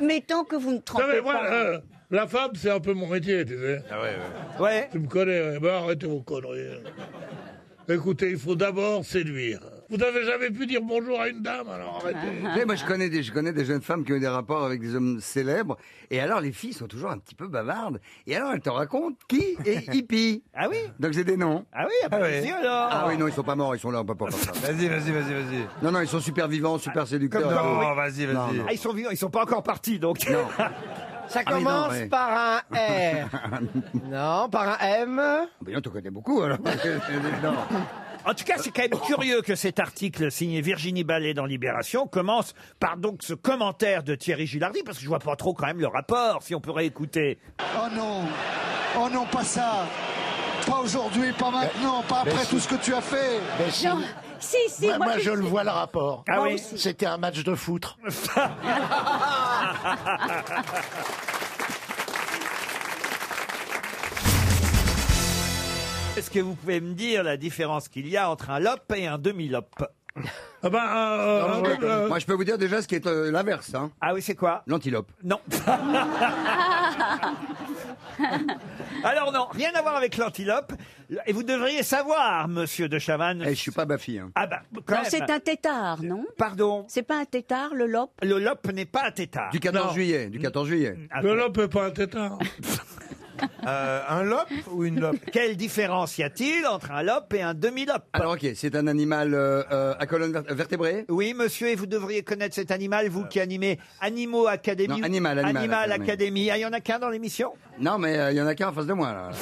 [SPEAKER 4] Mais tant que vous ne trempez
[SPEAKER 13] Non, mais moi,
[SPEAKER 4] pas.
[SPEAKER 13] euh, la femme, c'est un peu mon métier, tu sais.
[SPEAKER 7] Ah ouais,
[SPEAKER 2] ouais.
[SPEAKER 13] Tu me connais, ouais. Ben, arrêtez vos conneries. hein. Écoutez, il faut d'abord séduire. Vous n'avez jamais pu dire bonjour à une dame, alors
[SPEAKER 8] Vous
[SPEAKER 2] Ah.
[SPEAKER 13] arrêtez.
[SPEAKER 8] savez, Ah. moi, je connais, des, je connais des jeunes femmes qui ont eu des rapports avec des hommes célèbres, et alors les filles sont toujours un petit peu bavardes, et alors elles te racontent qui est hippie.
[SPEAKER 2] Ah oui
[SPEAKER 8] Donc j'ai des noms.
[SPEAKER 2] Ah oui, ah
[SPEAKER 7] ouais. alors.
[SPEAKER 8] Ah oui, non, ils sont pas morts, ils sont là, on peut pas faire ça.
[SPEAKER 7] Vas-y, vas-y, vas-y, vas-y.
[SPEAKER 8] Non, non, ils sont super vivants, super séducteurs.
[SPEAKER 7] comme dans-
[SPEAKER 8] Ah oui.
[SPEAKER 7] Oh, vas-y, vas-y.
[SPEAKER 8] Non, non.
[SPEAKER 2] Ah, ils sont vivants, ils sont pas encore partis, donc.
[SPEAKER 12] ça
[SPEAKER 8] Ah, mais non,
[SPEAKER 12] commence
[SPEAKER 8] ouais.
[SPEAKER 12] par un R.
[SPEAKER 2] Eh.
[SPEAKER 12] non, par un M.
[SPEAKER 8] Mais on te connaît beaucoup, alors. non.
[SPEAKER 2] En tout cas, c'est quand même curieux que cet article signé Virginie Ballet dans Libération commence par donc ce commentaire de Thierry Gilardi, parce que je vois pas trop quand même le rapport, si on peut réécouter.
[SPEAKER 14] Oh non, oh non, pas ça. Pas aujourd'hui, pas maintenant, pas
[SPEAKER 13] mais
[SPEAKER 14] après
[SPEAKER 13] si.
[SPEAKER 14] tout ce que tu as fait.
[SPEAKER 13] Mais si.
[SPEAKER 4] Non, si, si,
[SPEAKER 13] Moi,
[SPEAKER 4] moi,
[SPEAKER 13] moi,
[SPEAKER 4] je-
[SPEAKER 13] je le vois le rapport.
[SPEAKER 2] Ah Moi oui. aussi.
[SPEAKER 13] C'était un match de foutre.
[SPEAKER 2] Est-ce que vous pouvez me dire la différence qu'il y a entre un lop et un demi-lop
[SPEAKER 13] Ah ben, euh,
[SPEAKER 8] Non, non, non. Moi, je peux vous dire déjà ce qui est euh, l'inverse. Hein.
[SPEAKER 2] Ah oui, c'est quoi
[SPEAKER 8] L'antilope.
[SPEAKER 2] Non. Alors non, rien à voir avec l'antilope. Et vous devriez savoir, monsieur de Chavannes.
[SPEAKER 8] Je suis pas ma fille. Hein.
[SPEAKER 2] Ah bah, quand
[SPEAKER 4] Non,
[SPEAKER 2] même.
[SPEAKER 4] c'est un tétard, non
[SPEAKER 2] Pardon
[SPEAKER 4] C'est pas un tétard, le lop
[SPEAKER 2] Le lop n'est pas un tétard.
[SPEAKER 8] Du 14
[SPEAKER 13] Non.
[SPEAKER 8] juillet, du 14 juillet.
[SPEAKER 2] Mm,
[SPEAKER 13] Le lope est pas un tétard.
[SPEAKER 8] Euh,
[SPEAKER 7] un lop ou une lope
[SPEAKER 2] Quelle différence y a-t-il entre un lop et un demi-lop
[SPEAKER 8] Alors, Ah, ok, c'est un animal euh, euh, à colonne vert- vertébrée. Euh.
[SPEAKER 2] Oui, monsieur, et vous devriez connaître cet animal, vous qui animez Animaux Académie.
[SPEAKER 8] Non, Animal, Animal Academy.
[SPEAKER 2] Académie. Ah, il y en a qu'un dans l'émission
[SPEAKER 8] Non, mais euh, il y en a qu'un en face de moi, là.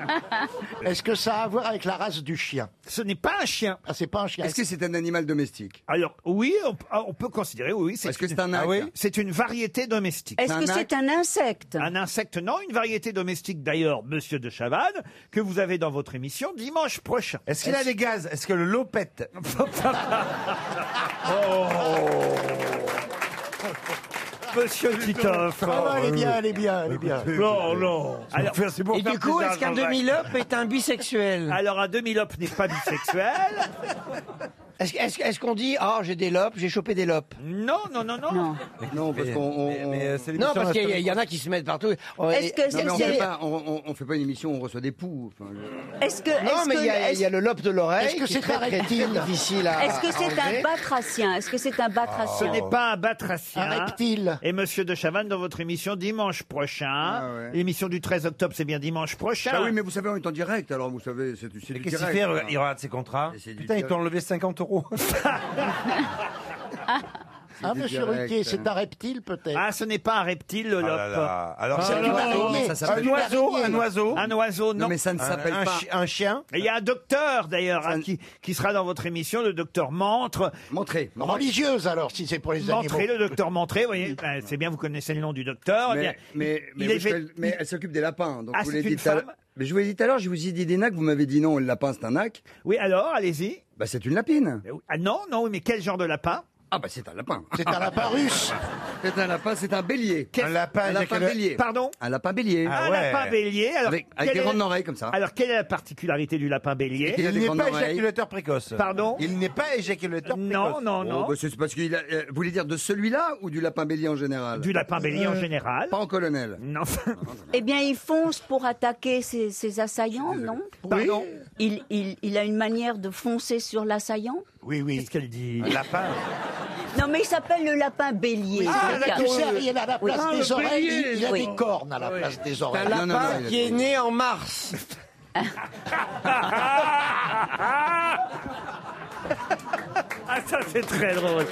[SPEAKER 8] Ah.
[SPEAKER 13] Est-ce que ça a à voir avec la race du chien
[SPEAKER 2] Ce n'est pas un chien.
[SPEAKER 13] Ah, c'est pas un chien.
[SPEAKER 8] Est-ce que c'est un animal domestique
[SPEAKER 2] Alors, oui, on, ah, on peut considérer, oui, c'est
[SPEAKER 8] Est-ce que
[SPEAKER 2] une-
[SPEAKER 8] c'est un
[SPEAKER 7] Ah
[SPEAKER 8] ac-
[SPEAKER 7] oui
[SPEAKER 2] c'est une variété domestique.
[SPEAKER 4] Est-ce
[SPEAKER 8] Un
[SPEAKER 4] que c'est un insecte
[SPEAKER 2] Un insecte, non, une variété domestique d'ailleurs, monsieur de Chavannes, que vous avez dans votre émission dimanche prochain.
[SPEAKER 7] Est-ce qu'il a des gaz Est-ce que le lopette
[SPEAKER 2] Oh. Monsieur Titoff.
[SPEAKER 13] Ah bah, elle est bien, elle est bien, elle est bien. Non, non.
[SPEAKER 2] Alors,
[SPEAKER 12] Et du coup, est-ce qu'un demi-lope est un bisexuel
[SPEAKER 2] alors un demi-lope n'est pas bisexuel
[SPEAKER 15] Est-ce est-ce- est-ce qu'on dit Ah, j'ai des lopes, j'ai chopé des lopes
[SPEAKER 2] Non, non, non, non.
[SPEAKER 15] Non,
[SPEAKER 8] Non, parce qu'on. on-
[SPEAKER 2] euh,
[SPEAKER 15] non parce qu'il y, a- il y en a qui se mettent partout.
[SPEAKER 8] Euh,
[SPEAKER 15] On-
[SPEAKER 4] Est-ce que
[SPEAKER 15] Non,
[SPEAKER 4] c'est-
[SPEAKER 15] mais on
[SPEAKER 8] On fait
[SPEAKER 15] fait
[SPEAKER 8] pas- on- on- on fait pas une émission, on reçoit des poux. enfin, je-
[SPEAKER 4] Est-ce que,
[SPEAKER 15] Non,
[SPEAKER 4] est-ce
[SPEAKER 15] mais il y, a-
[SPEAKER 4] que,
[SPEAKER 15] il y a le lobe de l'oreille.
[SPEAKER 8] Est-ce que
[SPEAKER 15] qui
[SPEAKER 8] c'est
[SPEAKER 15] est très,
[SPEAKER 8] très-
[SPEAKER 15] très difficile à.
[SPEAKER 4] est-ce que c'est un batracien Est-ce que c'est un
[SPEAKER 2] Ce
[SPEAKER 8] Oh.
[SPEAKER 4] batracien
[SPEAKER 2] n'est pas un batracien.
[SPEAKER 4] Un
[SPEAKER 2] reptile. Et Monsieur de Chavannes, dans votre émission dimanche prochain, l'émission du 13 octobre, c'est bien dimanche prochain.
[SPEAKER 8] Bah Ah oui, mais vous savez, on est en direct, alors vous savez, c'est du
[SPEAKER 1] Et qu'est-ce qu'il fait
[SPEAKER 2] hein.
[SPEAKER 1] euh, Il regarde ses contrats. Putain, il t'a enlevé 50 euros.
[SPEAKER 16] Ah,
[SPEAKER 2] du
[SPEAKER 16] monsieur
[SPEAKER 2] direct,
[SPEAKER 16] Ruquier, c'est
[SPEAKER 2] hein.
[SPEAKER 16] un reptile peut-être.
[SPEAKER 2] Ah, ce n'est pas un reptile, le
[SPEAKER 1] Ah
[SPEAKER 2] lope.
[SPEAKER 1] là là. Alors,
[SPEAKER 16] c'est une araignée.
[SPEAKER 1] Un oiseau, un oiseau.
[SPEAKER 2] Un oiseau, non.
[SPEAKER 1] Non, mais ça ne Un- s'appelle un pas. chi- un
[SPEAKER 2] chien. Et il y a un docteur, d'ailleurs, hein, qui, qui sera dans votre émission, le docteur Mentre.
[SPEAKER 8] Montré.
[SPEAKER 16] Religieuse alors, si c'est pour les animaux.
[SPEAKER 2] Mentré, le docteur Mentré, vous voyez, ben, c'est bien, vous connaissez le nom du docteur. Eh bien,
[SPEAKER 8] Mais, mais,
[SPEAKER 2] il-
[SPEAKER 8] mais
[SPEAKER 2] il
[SPEAKER 8] oui,
[SPEAKER 2] est fait-
[SPEAKER 8] parce qu'elle- mais elle s'occupe des lapins. Donc
[SPEAKER 2] Ah,
[SPEAKER 8] vous
[SPEAKER 2] c'est
[SPEAKER 8] l'avez dit
[SPEAKER 2] une
[SPEAKER 8] tout à l'heure-
[SPEAKER 2] femme
[SPEAKER 8] Mais je vous l'ai dit tout à l'heure, je vous ai dit des nacs, vous m'avez dit non, le lapin c'est un nac.
[SPEAKER 2] Oui, alors, allez-y.
[SPEAKER 8] Bah c'est une lapine.
[SPEAKER 2] Ah non, non, mais quel genre de lapin
[SPEAKER 8] Ah bah c'est un lapin.
[SPEAKER 16] C'est un lapin russe.
[SPEAKER 8] C'est un lapin, c'est un bélier.
[SPEAKER 2] Qu'est- Un lapin
[SPEAKER 8] un
[SPEAKER 2] avec
[SPEAKER 8] lapin
[SPEAKER 2] le-
[SPEAKER 8] bélier.
[SPEAKER 2] Pardon
[SPEAKER 8] Un lapin bélier.
[SPEAKER 2] un lapin bélier. Alors,
[SPEAKER 8] avec avec
[SPEAKER 2] quelle
[SPEAKER 8] des
[SPEAKER 2] est la-
[SPEAKER 8] grandes oreilles comme ça.
[SPEAKER 2] Alors, quelle est la particularité du lapin bélier
[SPEAKER 8] Il Il a des n'est grandes pas oreilles. éjaculateur
[SPEAKER 2] précoce. Pardon
[SPEAKER 1] Il n'est pas éjaculateur
[SPEAKER 2] Non, non, non.
[SPEAKER 8] Oh, bah, c'est c'est parce qu'il a- euh, vous voulez dire de celui-là ou du lapin bélier en général
[SPEAKER 2] Du lapin bélier
[SPEAKER 15] Euh,
[SPEAKER 2] en général.
[SPEAKER 8] Pas en colonel.
[SPEAKER 2] Non.
[SPEAKER 4] Eh bien, il fonce pour attaquer ses, ses assaillants, non
[SPEAKER 2] Pardon
[SPEAKER 4] il, il- il a une manière de foncer sur l'assaillant
[SPEAKER 2] Oui, oui. Qu'est-ce qu'elle dit Ah,
[SPEAKER 1] Un lapin.
[SPEAKER 4] Non, mais il s'appelle le lapin bélier.
[SPEAKER 16] Ah,
[SPEAKER 4] c'est le
[SPEAKER 16] d'accord,
[SPEAKER 4] cas.
[SPEAKER 16] tu sais, Ariel, à la
[SPEAKER 4] Oui.
[SPEAKER 8] Ah,
[SPEAKER 16] place des oreilles, il- il a des cornes à la place des
[SPEAKER 15] Un
[SPEAKER 16] oreilles.
[SPEAKER 15] lapin
[SPEAKER 16] Non, non, non,
[SPEAKER 15] qui est né en mars.
[SPEAKER 2] Ah, ça, c'est très drôle.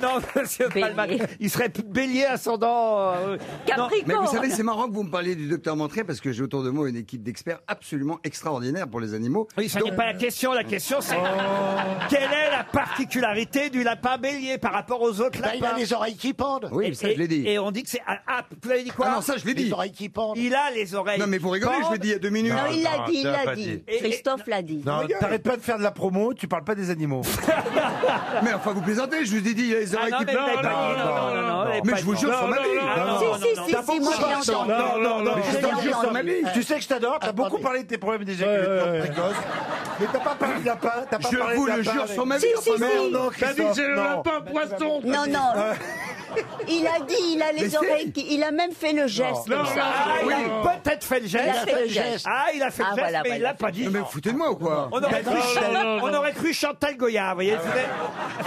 [SPEAKER 2] Non, monsieur Palman, il serait p- bélier ascendant. euh, non.
[SPEAKER 8] Mais vous savez, c'est marrant que vous me parliez du docteur Montré parce que j'ai autour de moi une équipe d'experts absolument extraordinaire pour les animaux.
[SPEAKER 2] Oui, ça n'est pas la question. La question, c'est
[SPEAKER 15] Oh.
[SPEAKER 2] quelle est la particularité du lapin bélier par rapport aux autres
[SPEAKER 15] Eh
[SPEAKER 16] Bah,
[SPEAKER 15] ben,
[SPEAKER 2] lapins
[SPEAKER 16] il a les oreilles qui pendent.
[SPEAKER 2] Et- et- Et on dit que c'est. Ah, ah, vous l'avez dit quoi
[SPEAKER 8] Ah non, ça, je l'ai dit.
[SPEAKER 16] Les oreilles qui pendent.
[SPEAKER 2] Il a les oreilles.
[SPEAKER 8] Non, mais vous rigolez, je l'ai dit il y a deux minutes. Ah,
[SPEAKER 4] Non, il l'a
[SPEAKER 1] Non,
[SPEAKER 4] dit, il
[SPEAKER 1] t'as
[SPEAKER 4] l'a
[SPEAKER 1] pas
[SPEAKER 4] dit.
[SPEAKER 1] dit.
[SPEAKER 4] Christophe l'a dit.
[SPEAKER 1] Non, t'arrêtes pas de faire de la promo, tu parles pas des animaux.
[SPEAKER 8] Mais enfin, vous plaisantez, je vous ai dit, il y a les oreilles
[SPEAKER 2] non,
[SPEAKER 8] qui
[SPEAKER 2] mais elle
[SPEAKER 8] pendent.
[SPEAKER 2] l'a dit, non, non, non, non, elle est
[SPEAKER 8] Mais
[SPEAKER 2] pas
[SPEAKER 8] je vous
[SPEAKER 2] dit.
[SPEAKER 8] jure
[SPEAKER 2] Non,
[SPEAKER 8] sur ma
[SPEAKER 2] non,
[SPEAKER 8] vie.
[SPEAKER 2] non, non, non,
[SPEAKER 4] Si, si,
[SPEAKER 2] non,
[SPEAKER 4] si,
[SPEAKER 2] non.
[SPEAKER 4] si, moi je l'ai entendu.
[SPEAKER 1] Non, non, non,
[SPEAKER 4] Je
[SPEAKER 1] je
[SPEAKER 4] l'ai
[SPEAKER 1] t'en jure sur ma vie.
[SPEAKER 4] entendu.
[SPEAKER 1] Tu sais que je t'adore,
[SPEAKER 14] Ah,
[SPEAKER 1] t'as beaucoup parlé de tes problèmes d'éjaculateur précoce. Mais t'as pas parlé de lapin, t'as pas
[SPEAKER 8] Je
[SPEAKER 1] parlé
[SPEAKER 8] vous
[SPEAKER 1] de
[SPEAKER 8] le
[SPEAKER 1] lapin,
[SPEAKER 8] jure
[SPEAKER 1] mais-
[SPEAKER 8] sur ma vie,
[SPEAKER 4] Si,
[SPEAKER 8] enfin,
[SPEAKER 4] si,
[SPEAKER 8] merde,
[SPEAKER 4] si.
[SPEAKER 8] non,
[SPEAKER 17] T'as dit
[SPEAKER 8] Christophe,
[SPEAKER 17] c'est le
[SPEAKER 8] non.
[SPEAKER 17] lapin poisson. t'as
[SPEAKER 4] Non,
[SPEAKER 17] dit.
[SPEAKER 4] non. Il a dit, il a
[SPEAKER 8] Mais
[SPEAKER 4] les
[SPEAKER 8] si.
[SPEAKER 4] oreilles qui. Il a même fait le geste.
[SPEAKER 17] Non,
[SPEAKER 4] comme ça.
[SPEAKER 17] non,
[SPEAKER 2] Ah, il
[SPEAKER 17] Oui.
[SPEAKER 2] a peut-être fait le
[SPEAKER 4] Il a
[SPEAKER 2] geste.
[SPEAKER 4] fait le geste.
[SPEAKER 2] Ah, il a fait le
[SPEAKER 4] Ah,
[SPEAKER 2] geste,
[SPEAKER 4] voilà,
[SPEAKER 2] mais il
[SPEAKER 4] voilà.
[SPEAKER 2] l'a pas dit.
[SPEAKER 8] Mais vous foutez de moi ou quoi
[SPEAKER 2] On aurait, cru
[SPEAKER 17] non,
[SPEAKER 2] Chan-
[SPEAKER 17] non, non.
[SPEAKER 2] on aurait cru Chantal Goya, vous voyez. c'était-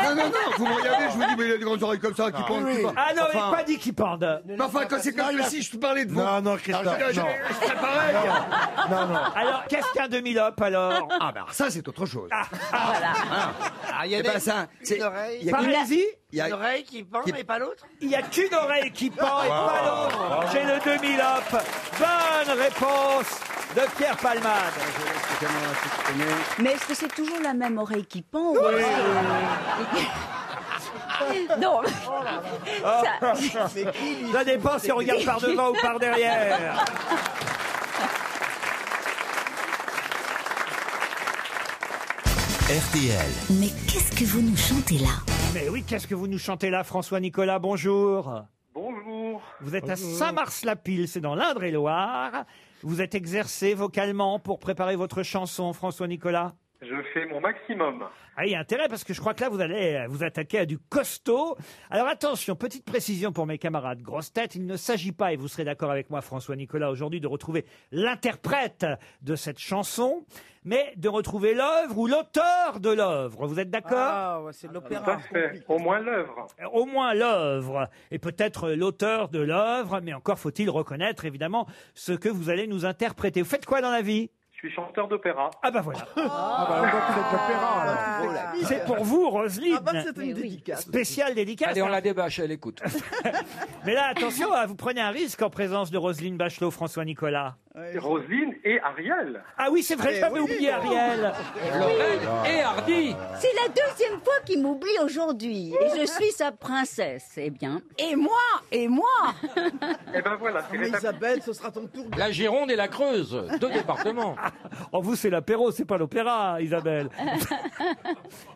[SPEAKER 8] Non, non, non, vous me regardez, je vous dis, mais il a des grandes oreilles comme ça qui pendent. qui pendent.
[SPEAKER 2] Ah non, il n'a
[SPEAKER 8] Enfin,
[SPEAKER 2] pas dit qu'il pende.
[SPEAKER 8] mais enfin, quand c'est comme ça, si je te parlais de vous.
[SPEAKER 1] Non, non, Christophe,
[SPEAKER 8] Je- je-
[SPEAKER 1] non.
[SPEAKER 8] je serais pareil.
[SPEAKER 1] Non, non.
[SPEAKER 2] Alors, qu'est-ce qu'un demi-lope alors
[SPEAKER 8] Ah, bah, alors, ça, c'est autre chose.
[SPEAKER 15] Ah, il y
[SPEAKER 8] Eh
[SPEAKER 15] en a
[SPEAKER 8] ben, ça, c'est-
[SPEAKER 15] une oreille.
[SPEAKER 8] il y a-
[SPEAKER 2] Parlez-y.
[SPEAKER 8] il y a-
[SPEAKER 15] Une oreille qui pend
[SPEAKER 8] qui-
[SPEAKER 15] et pas l'autre
[SPEAKER 2] Il n'y a qu'une oreille qui pend et pas l'autre. J'ai le demi-lope. Bonne réponse de Pierre Palmade.
[SPEAKER 4] Mais est-ce que c'est toujours la même oreille qui pend ou est-ce que- Non.
[SPEAKER 2] Ah,
[SPEAKER 4] Ça-
[SPEAKER 2] Ça dépend si on regarde par devant ou par derrière.
[SPEAKER 18] RTL. Mais qu'est-ce que
[SPEAKER 9] hein.
[SPEAKER 18] vous nous chantez là
[SPEAKER 2] Mais oui, qu'est-ce que vous nous chantez là, François-Nicolas Bonjour.
[SPEAKER 19] Bonjour.
[SPEAKER 2] Vous êtes à Saint-Mars-la-Pile, c'est dans l'Indre-et-Loire. Vous êtes exercé vocalement pour préparer votre chanson, François-Nicolas
[SPEAKER 19] Je fais mon maximum.
[SPEAKER 2] ah, il y a intérêt parce que je crois que là, vous allez euh, vous attaquer à du costaud. Alors attention, petite précision pour mes camarades grosses têtes, il ne s'agit pas, et vous serez d'accord avec moi François-Nicolas aujourd'hui, de retrouver l'interprète de cette chanson, mais de retrouver l'œuvre ou l'auteur de l'œuvre. Vous êtes d'accord
[SPEAKER 6] Ah, ouais, c'est de
[SPEAKER 19] Tout à
[SPEAKER 6] l'opéra.
[SPEAKER 19] fait. Au moins l'œuvre.
[SPEAKER 2] Euh, Au moins l'œuvre, et peut-être l'auteur de l'œuvre, mais encore faut-il reconnaître évidemment ce que vous allez nous interpréter. Vous faites quoi dans la vie
[SPEAKER 19] Je suis chanteur d'opéra.
[SPEAKER 2] Ah bah voilà,
[SPEAKER 3] Ah,
[SPEAKER 2] c'est pour vous Roselyne.
[SPEAKER 3] Ah, bah, c'est une dédicace.
[SPEAKER 2] Spécial délicat.
[SPEAKER 5] Allez, on la débâche, elle écoute.
[SPEAKER 2] Mais là, attention, hein, vous prenez un risque en présence de Roselyne Bachelot, François Nicolas.
[SPEAKER 19] Roselyne et Ariel.
[SPEAKER 2] Ah oui, c'est
[SPEAKER 3] Eh
[SPEAKER 2] vrai, j'avais oublié Ariel.
[SPEAKER 5] Et Hardy
[SPEAKER 4] C'est la deuxième fois qu'il m'oublie aujourd'hui. Et je suis sa princesse, eh bien.
[SPEAKER 6] Et moi, et moi.
[SPEAKER 19] Et ben voilà,
[SPEAKER 5] Ah,
[SPEAKER 19] c'est
[SPEAKER 3] Mais
[SPEAKER 19] rétabli.
[SPEAKER 3] Isabelle, ce sera ton tour.
[SPEAKER 5] La Gironde et la Creuse, deux départements.
[SPEAKER 2] Oh, vous, c'est l'apéro, c'est pas l'opéra, Isabelle.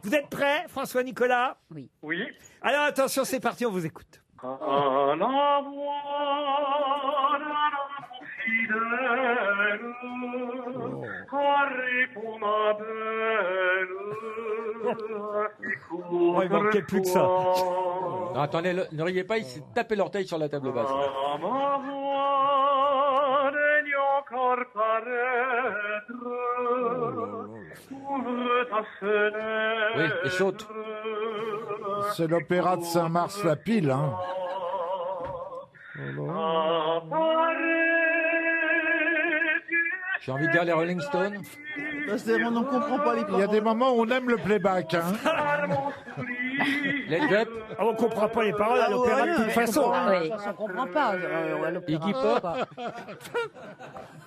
[SPEAKER 2] vous êtes prêts, François Nicolas
[SPEAKER 19] Oui. Ah,
[SPEAKER 2] Alors attention, c'est parti, on vous écoute.
[SPEAKER 19] Un amour, un amour fidèle, un répondant
[SPEAKER 2] Oh, il manquait plus que ça.
[SPEAKER 5] Non, attendez, le- ne riez pas, ils se tapaient l'orteil sur la table basse.
[SPEAKER 19] Amore di ocor paretre, ouvre ta fenêtre.
[SPEAKER 5] Oui, et chante.
[SPEAKER 14] C'est l'opéra de Saint-Mars-la-Pile. Hein.
[SPEAKER 5] J'ai envie de dire les Rolling Stones.
[SPEAKER 14] Bah, on n'en comprend pas les Il y a des moments où on aime le playback. Hein.
[SPEAKER 5] Led Zepp.
[SPEAKER 2] Ah, on comprend pas les
[SPEAKER 14] Ah,
[SPEAKER 2] paroles Oh, à l'opéra
[SPEAKER 3] Oh,
[SPEAKER 2] de toute façon.
[SPEAKER 6] On Ah, comprend pas. euh, à l'opéra,
[SPEAKER 2] Iggy
[SPEAKER 6] on
[SPEAKER 2] Pop.
[SPEAKER 6] comprend pas.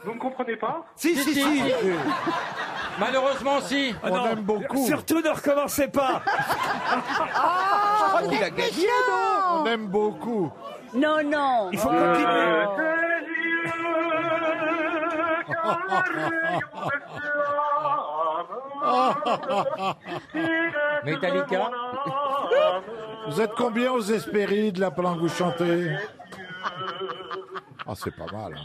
[SPEAKER 19] Vous ne comprenez pas
[SPEAKER 2] Si, si, si.
[SPEAKER 5] Ah, Malheureusement, si.
[SPEAKER 2] Ah non, Surtout ne recommencez pas.
[SPEAKER 4] Ah,
[SPEAKER 14] vous êtes méchant. On aime beaucoup.
[SPEAKER 4] Non, non.
[SPEAKER 14] Il faut continuer.
[SPEAKER 5] Metallica.
[SPEAKER 14] Vous êtes combien aux Hespérides là pendant que vous chantez
[SPEAKER 17] Euh.
[SPEAKER 14] Ah, c'est pas mal. hein.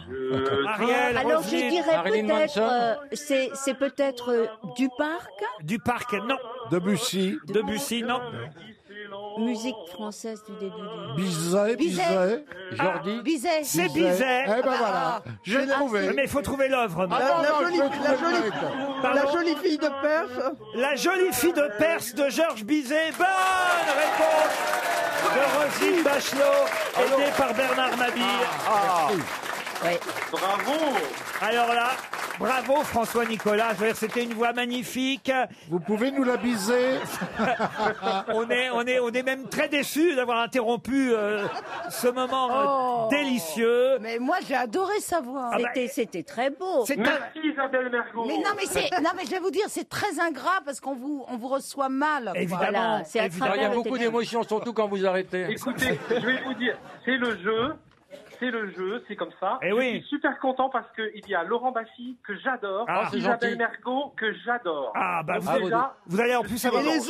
[SPEAKER 4] Alors je dirais
[SPEAKER 14] Marilyn
[SPEAKER 4] peut-être,
[SPEAKER 14] Manson.
[SPEAKER 4] euh, c'est c'est peut-être euh, du parc,
[SPEAKER 2] Du parc, non.
[SPEAKER 14] Debussy.
[SPEAKER 2] Debussy, non.
[SPEAKER 4] musique française du début. du-
[SPEAKER 14] Bizet, Bizet.
[SPEAKER 5] Jordi.
[SPEAKER 6] Bizet.
[SPEAKER 2] C'est
[SPEAKER 14] Bizet.
[SPEAKER 2] Bizet.
[SPEAKER 14] Eh ben voilà, je l'ai trouvé.
[SPEAKER 2] Mais il faut trouver l'œuvre.
[SPEAKER 14] Ah non, La- la non, je jolie- peux trouver la jolie- l'œuvre. la
[SPEAKER 2] jolie fille de Perse. La jolie fille de Perse de Georges Bizet. Bonne réponse de Roselyne Bachelot, aidée par Bernard Mabille.
[SPEAKER 14] Ah,
[SPEAKER 19] Bravo.
[SPEAKER 2] Alors là, bravo François Nicolas. Je veux dire, C'était une voix magnifique.
[SPEAKER 14] Vous pouvez nous la biser
[SPEAKER 2] on est, on est, on est même très déçus d'avoir interrompu euh, ce moment euh, délicieux.
[SPEAKER 6] Mais moi, j'ai adoré sa voix.
[SPEAKER 2] Ah bah, C'était-
[SPEAKER 6] c'était très beau.
[SPEAKER 2] C'est Merci,
[SPEAKER 19] Isabelle Mergo.
[SPEAKER 4] Oh.
[SPEAKER 6] Mais non, mais c'est, non, mais je vais vous dire, c'est très ingrat parce qu'on vous, on vous reçoit mal. Voilà, c'est à
[SPEAKER 5] Évidemment. Il y
[SPEAKER 6] travers le
[SPEAKER 5] a beaucoup
[SPEAKER 6] téléphone.
[SPEAKER 5] d'émotions, surtout quand vous arrêtez.
[SPEAKER 19] Écoutez, je vais vous dire, c'est le jeu. C'est le jeu, c'est comme ça.
[SPEAKER 2] Eh
[SPEAKER 19] Et oui. Je suis super content parce qu'il y a Laurent Baffy que j'adore,
[SPEAKER 2] Ah, c'est
[SPEAKER 19] Isabelle
[SPEAKER 2] gentil.
[SPEAKER 19] Mergo que j'adore.
[SPEAKER 2] Ah bah
[SPEAKER 19] Donc
[SPEAKER 2] vous,
[SPEAKER 19] déjà,
[SPEAKER 2] vous allez en plus avoir.
[SPEAKER 14] Merci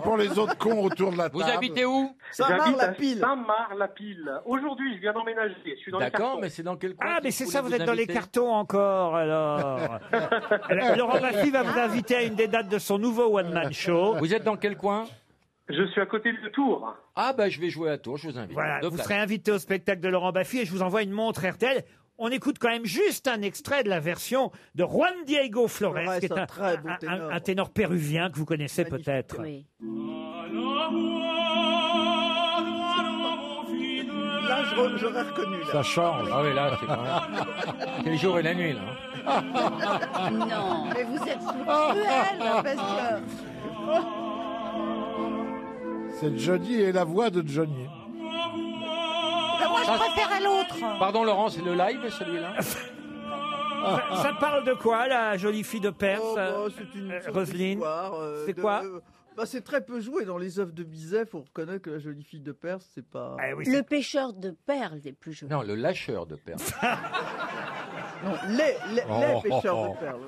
[SPEAKER 14] pour les autres cons autour de la table.
[SPEAKER 5] où
[SPEAKER 19] Saint-Marc-la-Pile. Saint-Marc-la-Pile. Aujourd'hui, je viens d'emménager. Je suis dans les
[SPEAKER 5] D'accord,
[SPEAKER 19] cartons.
[SPEAKER 5] mais c'est dans quel coin
[SPEAKER 2] Ah, mais
[SPEAKER 5] que
[SPEAKER 2] c'est
[SPEAKER 5] vous
[SPEAKER 2] ça, vous
[SPEAKER 5] voulez
[SPEAKER 2] êtes dans les
[SPEAKER 5] inviter
[SPEAKER 2] cartons encore, alors. Alors, Laurent Baffy va vous inviter à une des dates de son nouveau one-man show.
[SPEAKER 5] Vous êtes dans quel coin
[SPEAKER 19] Je suis à côté de Tours.
[SPEAKER 5] Ah, bah, je vais jouer à Tours, je Ah, vous invite.
[SPEAKER 2] Voilà,
[SPEAKER 5] De
[SPEAKER 2] vous
[SPEAKER 5] place.
[SPEAKER 2] serez invité au spectacle de Laurent Baffy et je vous envoie une montre RTL. On écoute quand même juste un extrait de la version de Juan Diego Flores,
[SPEAKER 3] Flores,
[SPEAKER 2] qui est
[SPEAKER 3] un
[SPEAKER 2] un,
[SPEAKER 3] très bon
[SPEAKER 2] un- un-
[SPEAKER 3] ténor.
[SPEAKER 2] un ténor péruvien que vous connaissez peut-être.
[SPEAKER 3] Là, je re- j'aurais reconnu. là.
[SPEAKER 14] Ça change.
[SPEAKER 5] Ah oui, là, c'est quand même- C'est le jour et la nuit, là. hein.
[SPEAKER 6] Non, mais vous êtes cruel parce que.
[SPEAKER 14] C'est Johnny et la voix de Johnny.
[SPEAKER 6] Mais moi, je préférais l'autre.
[SPEAKER 5] Pardon, Laurent, c'est le live, celui-là
[SPEAKER 2] Ça, ça parle de quoi, la jolie fille de Perse
[SPEAKER 3] Oh, bah,
[SPEAKER 2] euh,
[SPEAKER 3] c'est une
[SPEAKER 2] euh,
[SPEAKER 3] sorte
[SPEAKER 2] Roselyne
[SPEAKER 3] d'histoire, euh,
[SPEAKER 2] C'est
[SPEAKER 3] de-
[SPEAKER 2] quoi
[SPEAKER 3] euh, bah, C'est très peu joué dans les œuvres de Bizet. Faut reconnaître que la jolie fille de Perse, c'est pas.
[SPEAKER 2] Ah
[SPEAKER 4] le pêcheur de perles des plus jeunes.
[SPEAKER 5] Non, le lâcheur de perles.
[SPEAKER 3] Non, les, les, les
[SPEAKER 5] Oh,
[SPEAKER 3] pêcheurs
[SPEAKER 5] oh,
[SPEAKER 3] de
[SPEAKER 5] oh.
[SPEAKER 3] perles.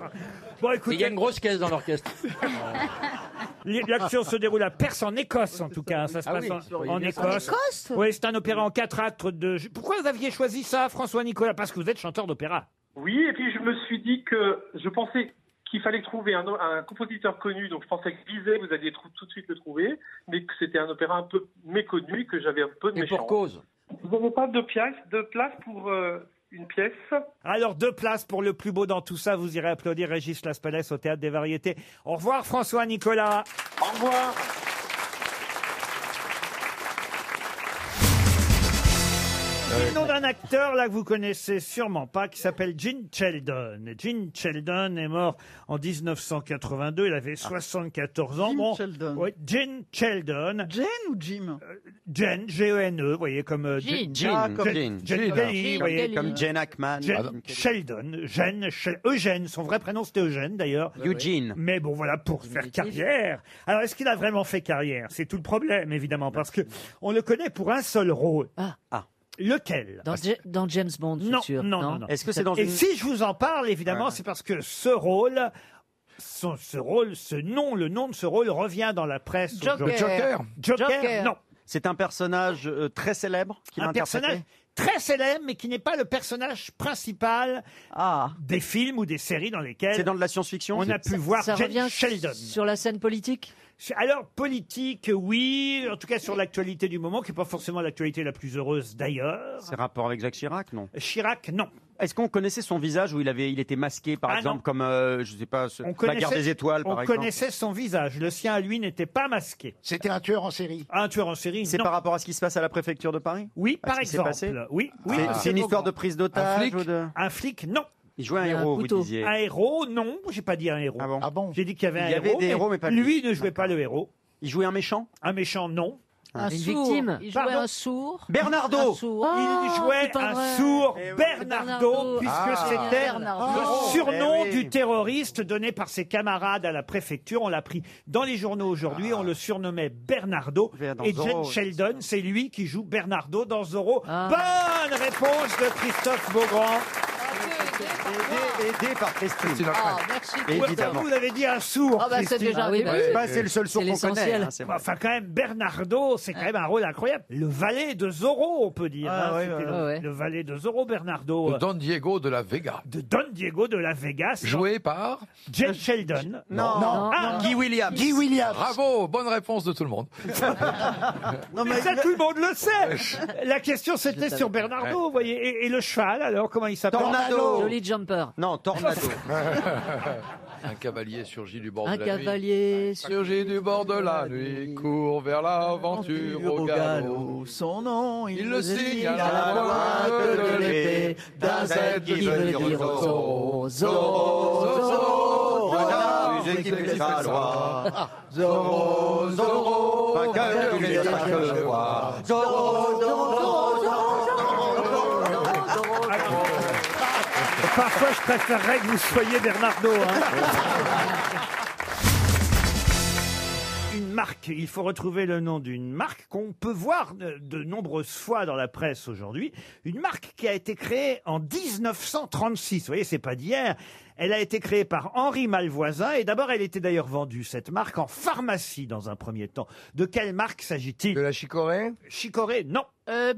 [SPEAKER 2] Bon,
[SPEAKER 5] Il y a une grosse caisse dans l'orchestre.
[SPEAKER 2] L'action se déroule à Perse, en Écosse en tout cas. Ça se
[SPEAKER 5] Ah
[SPEAKER 2] passe
[SPEAKER 5] oui,
[SPEAKER 2] en,
[SPEAKER 5] soyez
[SPEAKER 2] en
[SPEAKER 5] bien
[SPEAKER 2] Écosse.
[SPEAKER 5] sûr. En Écosse
[SPEAKER 2] Oui, c'est un opéra en quatre actes de. Pourquoi vous aviez choisi ça, François Nicolas Parce que vous êtes chanteur d'opéra.
[SPEAKER 19] Oui, et puis je me suis dit que je pensais qu'il fallait trouver un, un compositeur connu, donc je pensais que Bizet, vous alliez trou- tout de suite le trouver, mais que c'était un opéra un peu méconnu, que j'avais un peu de
[SPEAKER 5] Et pour cause.
[SPEAKER 19] Vous n'avez pas de pièce, de place pour euh, une pièce
[SPEAKER 2] Alors, deux places pour le plus beau dans tout ça. Vous irez applaudir Régis Laspalès au Théâtre des Variétés. Au revoir, François Nicolas.
[SPEAKER 19] Au revoir.
[SPEAKER 2] Le nom d'un acteur là que vous connaissez sûrement pas qui s'appelle Gene Sheldon. Et Gene Sheldon est mort en 1982, il avait 74 ans.
[SPEAKER 3] Jim
[SPEAKER 2] Bon,
[SPEAKER 3] Sheldon.
[SPEAKER 2] ouais, Gene Sheldon. Jen ou Jim Jen, G E N E, vous voyez comme euh,
[SPEAKER 3] Gene.
[SPEAKER 2] Jen-
[SPEAKER 3] Ah, comme
[SPEAKER 2] Jen-
[SPEAKER 3] Gene.
[SPEAKER 2] Jen
[SPEAKER 3] Gene.
[SPEAKER 2] Kelly, vous
[SPEAKER 3] Comme-
[SPEAKER 2] voyez.
[SPEAKER 3] comme Gene Hackman.
[SPEAKER 2] Gene
[SPEAKER 3] Pardon.
[SPEAKER 2] Sheldon, Gene, Shel- Eugène, son vrai prénom c'était Eugène d'ailleurs.
[SPEAKER 20] Eugene.
[SPEAKER 2] Mais bon voilà pour faire carrière. Alors est-ce qu'il a vraiment fait carrière C'est tout le problème évidemment parce que on le connaît pour un seul rôle. Lequel
[SPEAKER 20] Ah. Dans, Ja- dans James Bond
[SPEAKER 2] non,
[SPEAKER 20] futur
[SPEAKER 2] non, non, non.
[SPEAKER 20] Est-ce que c'est dans
[SPEAKER 2] Et
[SPEAKER 20] une...
[SPEAKER 2] si je vous en parle, évidemment, c'est parce que ce rôle, son- ce rôle, ce nom, le nom de ce rôle revient dans la presse.
[SPEAKER 20] Joker.
[SPEAKER 2] aujourd'hui.
[SPEAKER 20] Joker.
[SPEAKER 2] Joker.
[SPEAKER 20] Joker.
[SPEAKER 2] Non.
[SPEAKER 20] C'est un personnage euh, très célèbre
[SPEAKER 2] Un personnage très célèbre, mais qui n'est pas le personnage principal des films ou des séries dans lesquelles.
[SPEAKER 20] C'est dans de la science-fiction
[SPEAKER 2] On a pu
[SPEAKER 20] Ça-
[SPEAKER 2] voir
[SPEAKER 20] ça
[SPEAKER 2] Jane
[SPEAKER 20] revient
[SPEAKER 2] Sheldon. Sur la scène politique alors, politique, oui, en tout cas sur l'actualité du moment, qui n'est pas forcément l'actualité la plus heureuse d'ailleurs.
[SPEAKER 20] C'est rapport avec Jacques Chirac, non
[SPEAKER 2] Chirac, non.
[SPEAKER 20] Est-ce qu'on connaissait son visage où il avait, il était masqué, par
[SPEAKER 2] Ah,
[SPEAKER 20] exemple,
[SPEAKER 2] non.
[SPEAKER 20] comme euh, je sais pas, ce- la guerre des étoiles,
[SPEAKER 2] on
[SPEAKER 20] par exemple.
[SPEAKER 2] connaissait son visage. Le sien à lui n'était pas masqué. C'était un tueur en série. Un tueur en série.
[SPEAKER 20] C'est par rapport à ce qui se passe à la préfecture de Paris
[SPEAKER 2] Oui,
[SPEAKER 20] À ce
[SPEAKER 2] par
[SPEAKER 20] qui s'est
[SPEAKER 2] exemple.
[SPEAKER 20] passé
[SPEAKER 2] Oui, oui.
[SPEAKER 20] C'est-
[SPEAKER 2] Ah.
[SPEAKER 20] C'est une histoire de prise
[SPEAKER 2] Un
[SPEAKER 20] d'otage
[SPEAKER 2] flic
[SPEAKER 20] ou de-
[SPEAKER 2] Un flic, non.
[SPEAKER 20] Il jouait un héros, vous disiez.
[SPEAKER 2] Un héros, non. J'ai pas dit un héros. Ah bon, J'ai dit qu'il y avait
[SPEAKER 20] Il
[SPEAKER 2] un
[SPEAKER 20] y avait
[SPEAKER 2] héros.
[SPEAKER 20] des héros, mais pas lui.
[SPEAKER 2] lui. ne jouait pas le héros.
[SPEAKER 20] Il jouait un méchant
[SPEAKER 2] Un méchant, non.
[SPEAKER 9] Un sourd. Il jouait
[SPEAKER 2] Pardon
[SPEAKER 9] un sourd.
[SPEAKER 2] Bernardo.
[SPEAKER 9] Un sourd. Oh,
[SPEAKER 2] Il jouait
[SPEAKER 9] c'est pas
[SPEAKER 2] un
[SPEAKER 9] vrai.
[SPEAKER 2] sourd
[SPEAKER 9] Eh oui.
[SPEAKER 2] Bernardo, puisque
[SPEAKER 9] Ah.
[SPEAKER 2] c'était
[SPEAKER 9] Bernardo.
[SPEAKER 2] le
[SPEAKER 9] Oh.
[SPEAKER 2] surnom
[SPEAKER 9] Eh oui.
[SPEAKER 2] du terroriste donné par ses camarades à la préfecture. On l'a pris dans les journaux aujourd'hui. On le surnommait Bernardo.
[SPEAKER 20] dans
[SPEAKER 2] Et
[SPEAKER 20] Zorro,
[SPEAKER 2] Jen
[SPEAKER 20] oui.
[SPEAKER 2] Sheldon, c'est lui qui joue Bernardo dans Zorro.
[SPEAKER 9] Ah.
[SPEAKER 2] Bonne réponse de Christophe Beaugrand.
[SPEAKER 20] Aidé par Christine.
[SPEAKER 2] Ah,
[SPEAKER 9] merci.
[SPEAKER 20] Évidemment.
[SPEAKER 2] Vous avez dit un sourd.
[SPEAKER 9] Ah, bah, c'est
[SPEAKER 2] Christine.
[SPEAKER 9] déjà Ah oui, bah, arrivé.
[SPEAKER 20] bah, c'est le seul sourd C'est qu'on connaît, l'essentiel. hein, c'est vrai.
[SPEAKER 2] enfin, quand même, Bernardo, c'est quand même un rôle incroyable. Le valet de Zorro, on peut dire.
[SPEAKER 14] Ah,
[SPEAKER 2] hein.
[SPEAKER 14] ouais,
[SPEAKER 2] C'était
[SPEAKER 14] ouais,
[SPEAKER 2] le,
[SPEAKER 14] ouais.
[SPEAKER 2] le valet de Zorro, Bernardo.
[SPEAKER 14] De Don Diego de la Vega.
[SPEAKER 2] De Don Diego de la Vegas.
[SPEAKER 14] Joué par
[SPEAKER 2] Jen Sheldon.
[SPEAKER 14] Non, non,
[SPEAKER 2] Ah,
[SPEAKER 14] non. Guy Williams.
[SPEAKER 7] Bravo, bonne réponse de tout le monde.
[SPEAKER 2] Non, mais, ça, tout le monde le sait. La question, c'était sur Bernardo, vous voyez. Et, et le cheval, alors, comment il s'appelle
[SPEAKER 20] Tornado.
[SPEAKER 9] Joli jumper.
[SPEAKER 20] Non, Tornado.
[SPEAKER 7] Un cavalier surgit du bord
[SPEAKER 9] Un
[SPEAKER 7] de la nuit.
[SPEAKER 9] cavalier
[SPEAKER 7] Surgit du bord de la nuit, court vers l'aventure au galop.
[SPEAKER 3] Son nom,
[SPEAKER 7] Il le signe à
[SPEAKER 3] à
[SPEAKER 7] la pointe de l'épée d'un Z qui veut dire Zorro. Zorro, Zorro, voilà la musique qui fait Ah, sa loi. Zorro, Zorro,
[SPEAKER 8] Oh, bah,
[SPEAKER 7] vainqueur du miracle de roi. Zorro, Zorro, Zorro,
[SPEAKER 2] Parfois, je préférerais que vous soyez Bernardo. hein. Une marque, il faut retrouver le nom d'une marque qu'on peut voir de, de nombreuses fois dans la presse aujourd'hui. Une marque qui a été créée en 1936. Vous voyez, c'est pas d'hier. Elle a été créée par Henri Malvoisin et d'abord elle était d'ailleurs vendue cette marque en pharmacie dans un premier temps. De quelle marque s'agit-il De la Chicorée Chicorée, non.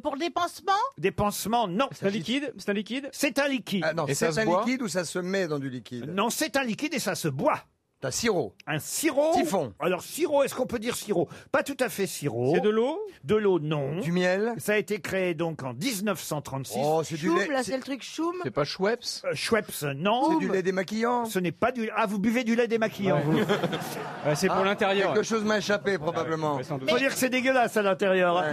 [SPEAKER 2] pour des pansements Des pansements, non. C'est un liquide C'est un liquide C'est un liquide.
[SPEAKER 8] Ah non, c'est un liquide ou ça se met dans du liquide
[SPEAKER 2] Non, c'est un liquide et ça se boit.
[SPEAKER 8] Un sirop.
[SPEAKER 2] Un sirop
[SPEAKER 8] Typhon.
[SPEAKER 2] Alors sirop, est-ce qu'on peut dire sirop Pas tout à fait sirop. C'est de l'eau De l'eau, non. Du miel Ça a été créé donc en 1936.
[SPEAKER 8] Oh, c'est du Choum, lait- là, c'est c'est-
[SPEAKER 2] le truc choum
[SPEAKER 8] C'est pas Schweppes
[SPEAKER 2] Euh, Schweppes, non.
[SPEAKER 8] C'est du lait démaquillant
[SPEAKER 2] Ce n'est pas du... Ah, vous buvez du lait démaquillant,
[SPEAKER 8] Ouais.
[SPEAKER 2] vous
[SPEAKER 8] Ah, Quelque chose m'a échappé probablement.
[SPEAKER 2] Faut dire que c'est dégueulasse à l'intérieur. hein.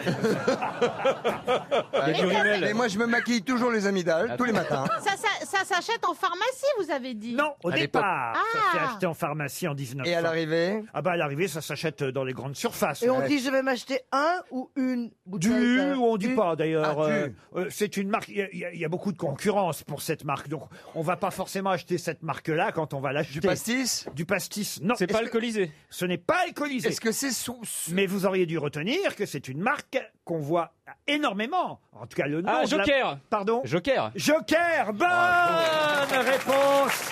[SPEAKER 8] Et moi je me maquille toujours les amygdales, tous les matins.
[SPEAKER 21] Ça, ça, ça s'achète en pharmacie, vous avez dit
[SPEAKER 2] Non, Au départ, ça s'est
[SPEAKER 21] Ah
[SPEAKER 2] acheté en pharmacie en 1900.
[SPEAKER 8] Et à l'arrivée
[SPEAKER 2] Ah bah à l'arrivée, ça s'achète dans les grandes surfaces.
[SPEAKER 12] Et on dit
[SPEAKER 2] Ouais.
[SPEAKER 12] je vais m'acheter un ou une bouteille.
[SPEAKER 2] Ah, Du
[SPEAKER 12] d'un-
[SPEAKER 2] ou on dit
[SPEAKER 12] du-
[SPEAKER 2] pas d'ailleurs.
[SPEAKER 12] Ah, du.
[SPEAKER 2] euh, euh, c'est une marque. Il y a- il y, a- il y a beaucoup de concurrence pour cette marque, donc on va pas forcément acheter cette marque-là quand on va l'acheter. Du pastis. Du pastis. Non.
[SPEAKER 20] C'est pas
[SPEAKER 2] Est-ce que-
[SPEAKER 20] alcoolisé.
[SPEAKER 2] Ce n'est pas alcoolisé. Est-ce
[SPEAKER 8] que c'est sous
[SPEAKER 2] Mais vous auriez dû retenir que c'est une marque qu'on voit énormément. En tout cas, le nom.
[SPEAKER 5] Ah,
[SPEAKER 2] de la-
[SPEAKER 5] Joker.
[SPEAKER 2] Pardon.
[SPEAKER 5] Joker.
[SPEAKER 2] Joker. Bonne réponse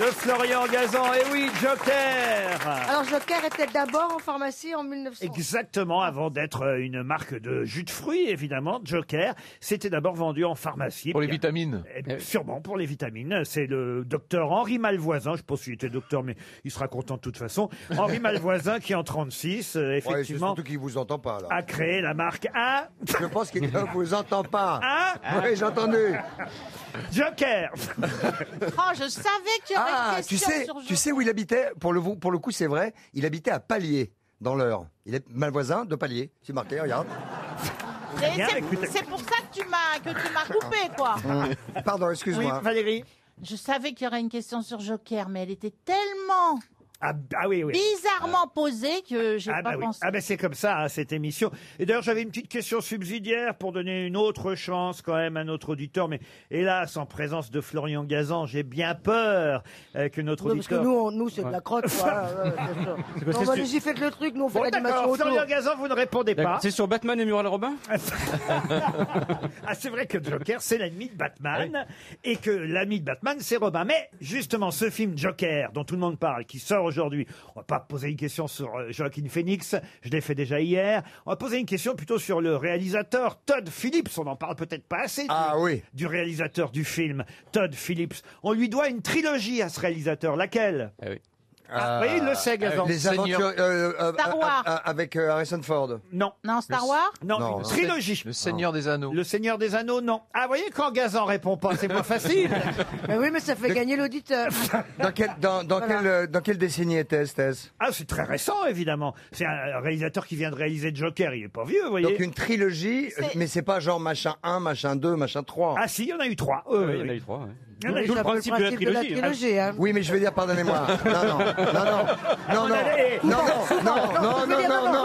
[SPEAKER 2] de Florian Gazan. Et oui, Joker.
[SPEAKER 12] Alors Joker était d'abord en pharmacie en 1900.
[SPEAKER 2] Exactement, avant d'être euh, une marque de jus de fruits, évidemment, Joker. C'était d'abord vendu en pharmacie. Pour les vitamines Sûrement pour les vitamines. C'est le docteur Henri Malvoisin, je pense qu'il était docteur, mais il sera content de toute façon. Henri Malvoisin qui, en 36, euh,
[SPEAKER 8] Ouais, c'est
[SPEAKER 2] effectivement, Ah.
[SPEAKER 8] surtout qu'il vous entend pas là.
[SPEAKER 2] a créé la marque A.
[SPEAKER 8] Je pense qu'il ne vous entend pas.
[SPEAKER 2] Ah
[SPEAKER 8] Oui, j'ai entendu.
[SPEAKER 2] Joker
[SPEAKER 21] Oh, je savais qu'il y aurait
[SPEAKER 8] Ah,
[SPEAKER 21] une
[SPEAKER 8] tu
[SPEAKER 21] question
[SPEAKER 8] sais,
[SPEAKER 21] sur
[SPEAKER 8] tu sais où il habitait pour le, pour le coup, c'est vrai, il habitait à Palier, dans l'heure. Il est malvoisin de Palier. C'est marqué, regarde.
[SPEAKER 21] Mais
[SPEAKER 8] Bien,
[SPEAKER 21] c'est-
[SPEAKER 8] écoutez.
[SPEAKER 21] C'est pour ça que tu m'as que tu m'as coupé, quoi.
[SPEAKER 8] Pardon, excuse-moi.
[SPEAKER 2] Valérie
[SPEAKER 21] Je savais qu'il y aurait une question sur Joker, mais elle était tellement
[SPEAKER 2] Ah, ah oui, oui.
[SPEAKER 21] bizarrement posée que j'ai
[SPEAKER 2] Ah
[SPEAKER 21] pas
[SPEAKER 2] bah oui.
[SPEAKER 21] pensé.
[SPEAKER 2] Ah bah c'est comme ça, hein, cette émission. Et d'ailleurs, j'avais une petite question subsidiaire pour donner une autre chance quand même à notre auditeur. Mais hélas, en présence de Florian Gazan, j'ai bien peur euh, que notre
[SPEAKER 12] Non, parce que
[SPEAKER 2] auditeur...
[SPEAKER 12] nous, on- nous c'est de la crotte. quoi. Ouais, ouais, bien sûr. Non, on va nous y faire le truc, nous on fait l'animation autour.
[SPEAKER 2] Florian Gazan, vous ne répondez pas.
[SPEAKER 20] D'accord. C'est sur Batman et Muriel Robin
[SPEAKER 2] Ah, c'est vrai que Joker, c'est l'ennemi de Batman et que l'ami de Batman, c'est Robin. Mais justement, ce film Joker, dont tout le monde parle, qui sort aujourd'hui. On va pas poser une question sur euh, Joaquin Phoenix, je l'ai fait déjà hier. On va poser une question plutôt sur le réalisateur Todd Phillips, on en parle peut-être pas assez. Ah oui. Du réalisateur du film Todd Phillips. On lui doit une trilogie à ce réalisateur, laquelle Ah oui. Ah, oui, il le sait, Gazan.
[SPEAKER 8] Les aventures euh, euh,
[SPEAKER 2] Star
[SPEAKER 8] euh,
[SPEAKER 2] Wars.
[SPEAKER 8] euh, avec euh, Harrison Ford.
[SPEAKER 2] Non.
[SPEAKER 21] Non, Star
[SPEAKER 2] Le-
[SPEAKER 21] Wars
[SPEAKER 2] Non,
[SPEAKER 8] Non.
[SPEAKER 2] une trilogie. Le Seigneur des Anneaux. Le Seigneur des Anneaux, non. Ah, vous voyez, quand Gazan répond pas, c'est moins facile.
[SPEAKER 12] Mais oui, mais ça fait gagner l'auditeur.
[SPEAKER 8] Dans quel, dans, dans
[SPEAKER 12] Voilà.
[SPEAKER 8] quel, euh, dans quelle décennie était-ce Thèse
[SPEAKER 2] Ah, c'est très récent, évidemment. C'est un réalisateur qui vient de réaliser Joker, il est pas vieux, vous voyez.
[SPEAKER 8] Donc une trilogie, euh, mais c'est pas genre machin 1, machin 2, machin 3.
[SPEAKER 2] Ah si, il y en a eu 3.
[SPEAKER 8] il y en a eu 3,
[SPEAKER 2] Il y en a eu trois.
[SPEAKER 21] hein.
[SPEAKER 8] Oui, mais je veux dire, pardonnez-moi. Non, non, non, non.
[SPEAKER 19] Ah
[SPEAKER 8] Non, non. Non, non, non, non, non, non, non.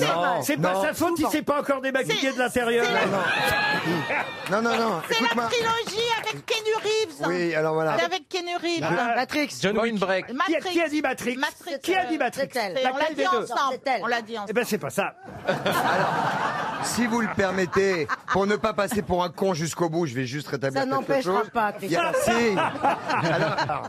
[SPEAKER 8] Non,
[SPEAKER 2] C'est pas
[SPEAKER 8] non.
[SPEAKER 2] sa faute, il s'est pas encore démaquillé de l'intérieur.
[SPEAKER 8] Non, non, non.
[SPEAKER 21] C'est la
[SPEAKER 8] Écoute-moi.
[SPEAKER 21] trilogie avec Kenny Reeves.
[SPEAKER 8] Oui, alors voilà.
[SPEAKER 21] C'est avec Kenny Reeves.
[SPEAKER 8] John Wayne
[SPEAKER 2] Qui a, qui a dit Matrix, Qui a dit Matrix
[SPEAKER 21] C'est- On l'a dit
[SPEAKER 2] Laquelle des deux
[SPEAKER 21] ensemble. On l'a dit
[SPEAKER 2] Eh
[SPEAKER 21] ensemble.
[SPEAKER 2] ben c'est pas ça.
[SPEAKER 8] Si vous le permettez, pour ne pas passer pour un con jusqu'au bout, je vais juste rétablir
[SPEAKER 12] Ça
[SPEAKER 8] quelque
[SPEAKER 12] n'empêchera
[SPEAKER 8] chose.
[SPEAKER 12] pas,
[SPEAKER 8] Il y a-
[SPEAKER 12] Christophe.
[SPEAKER 8] Si. Alors,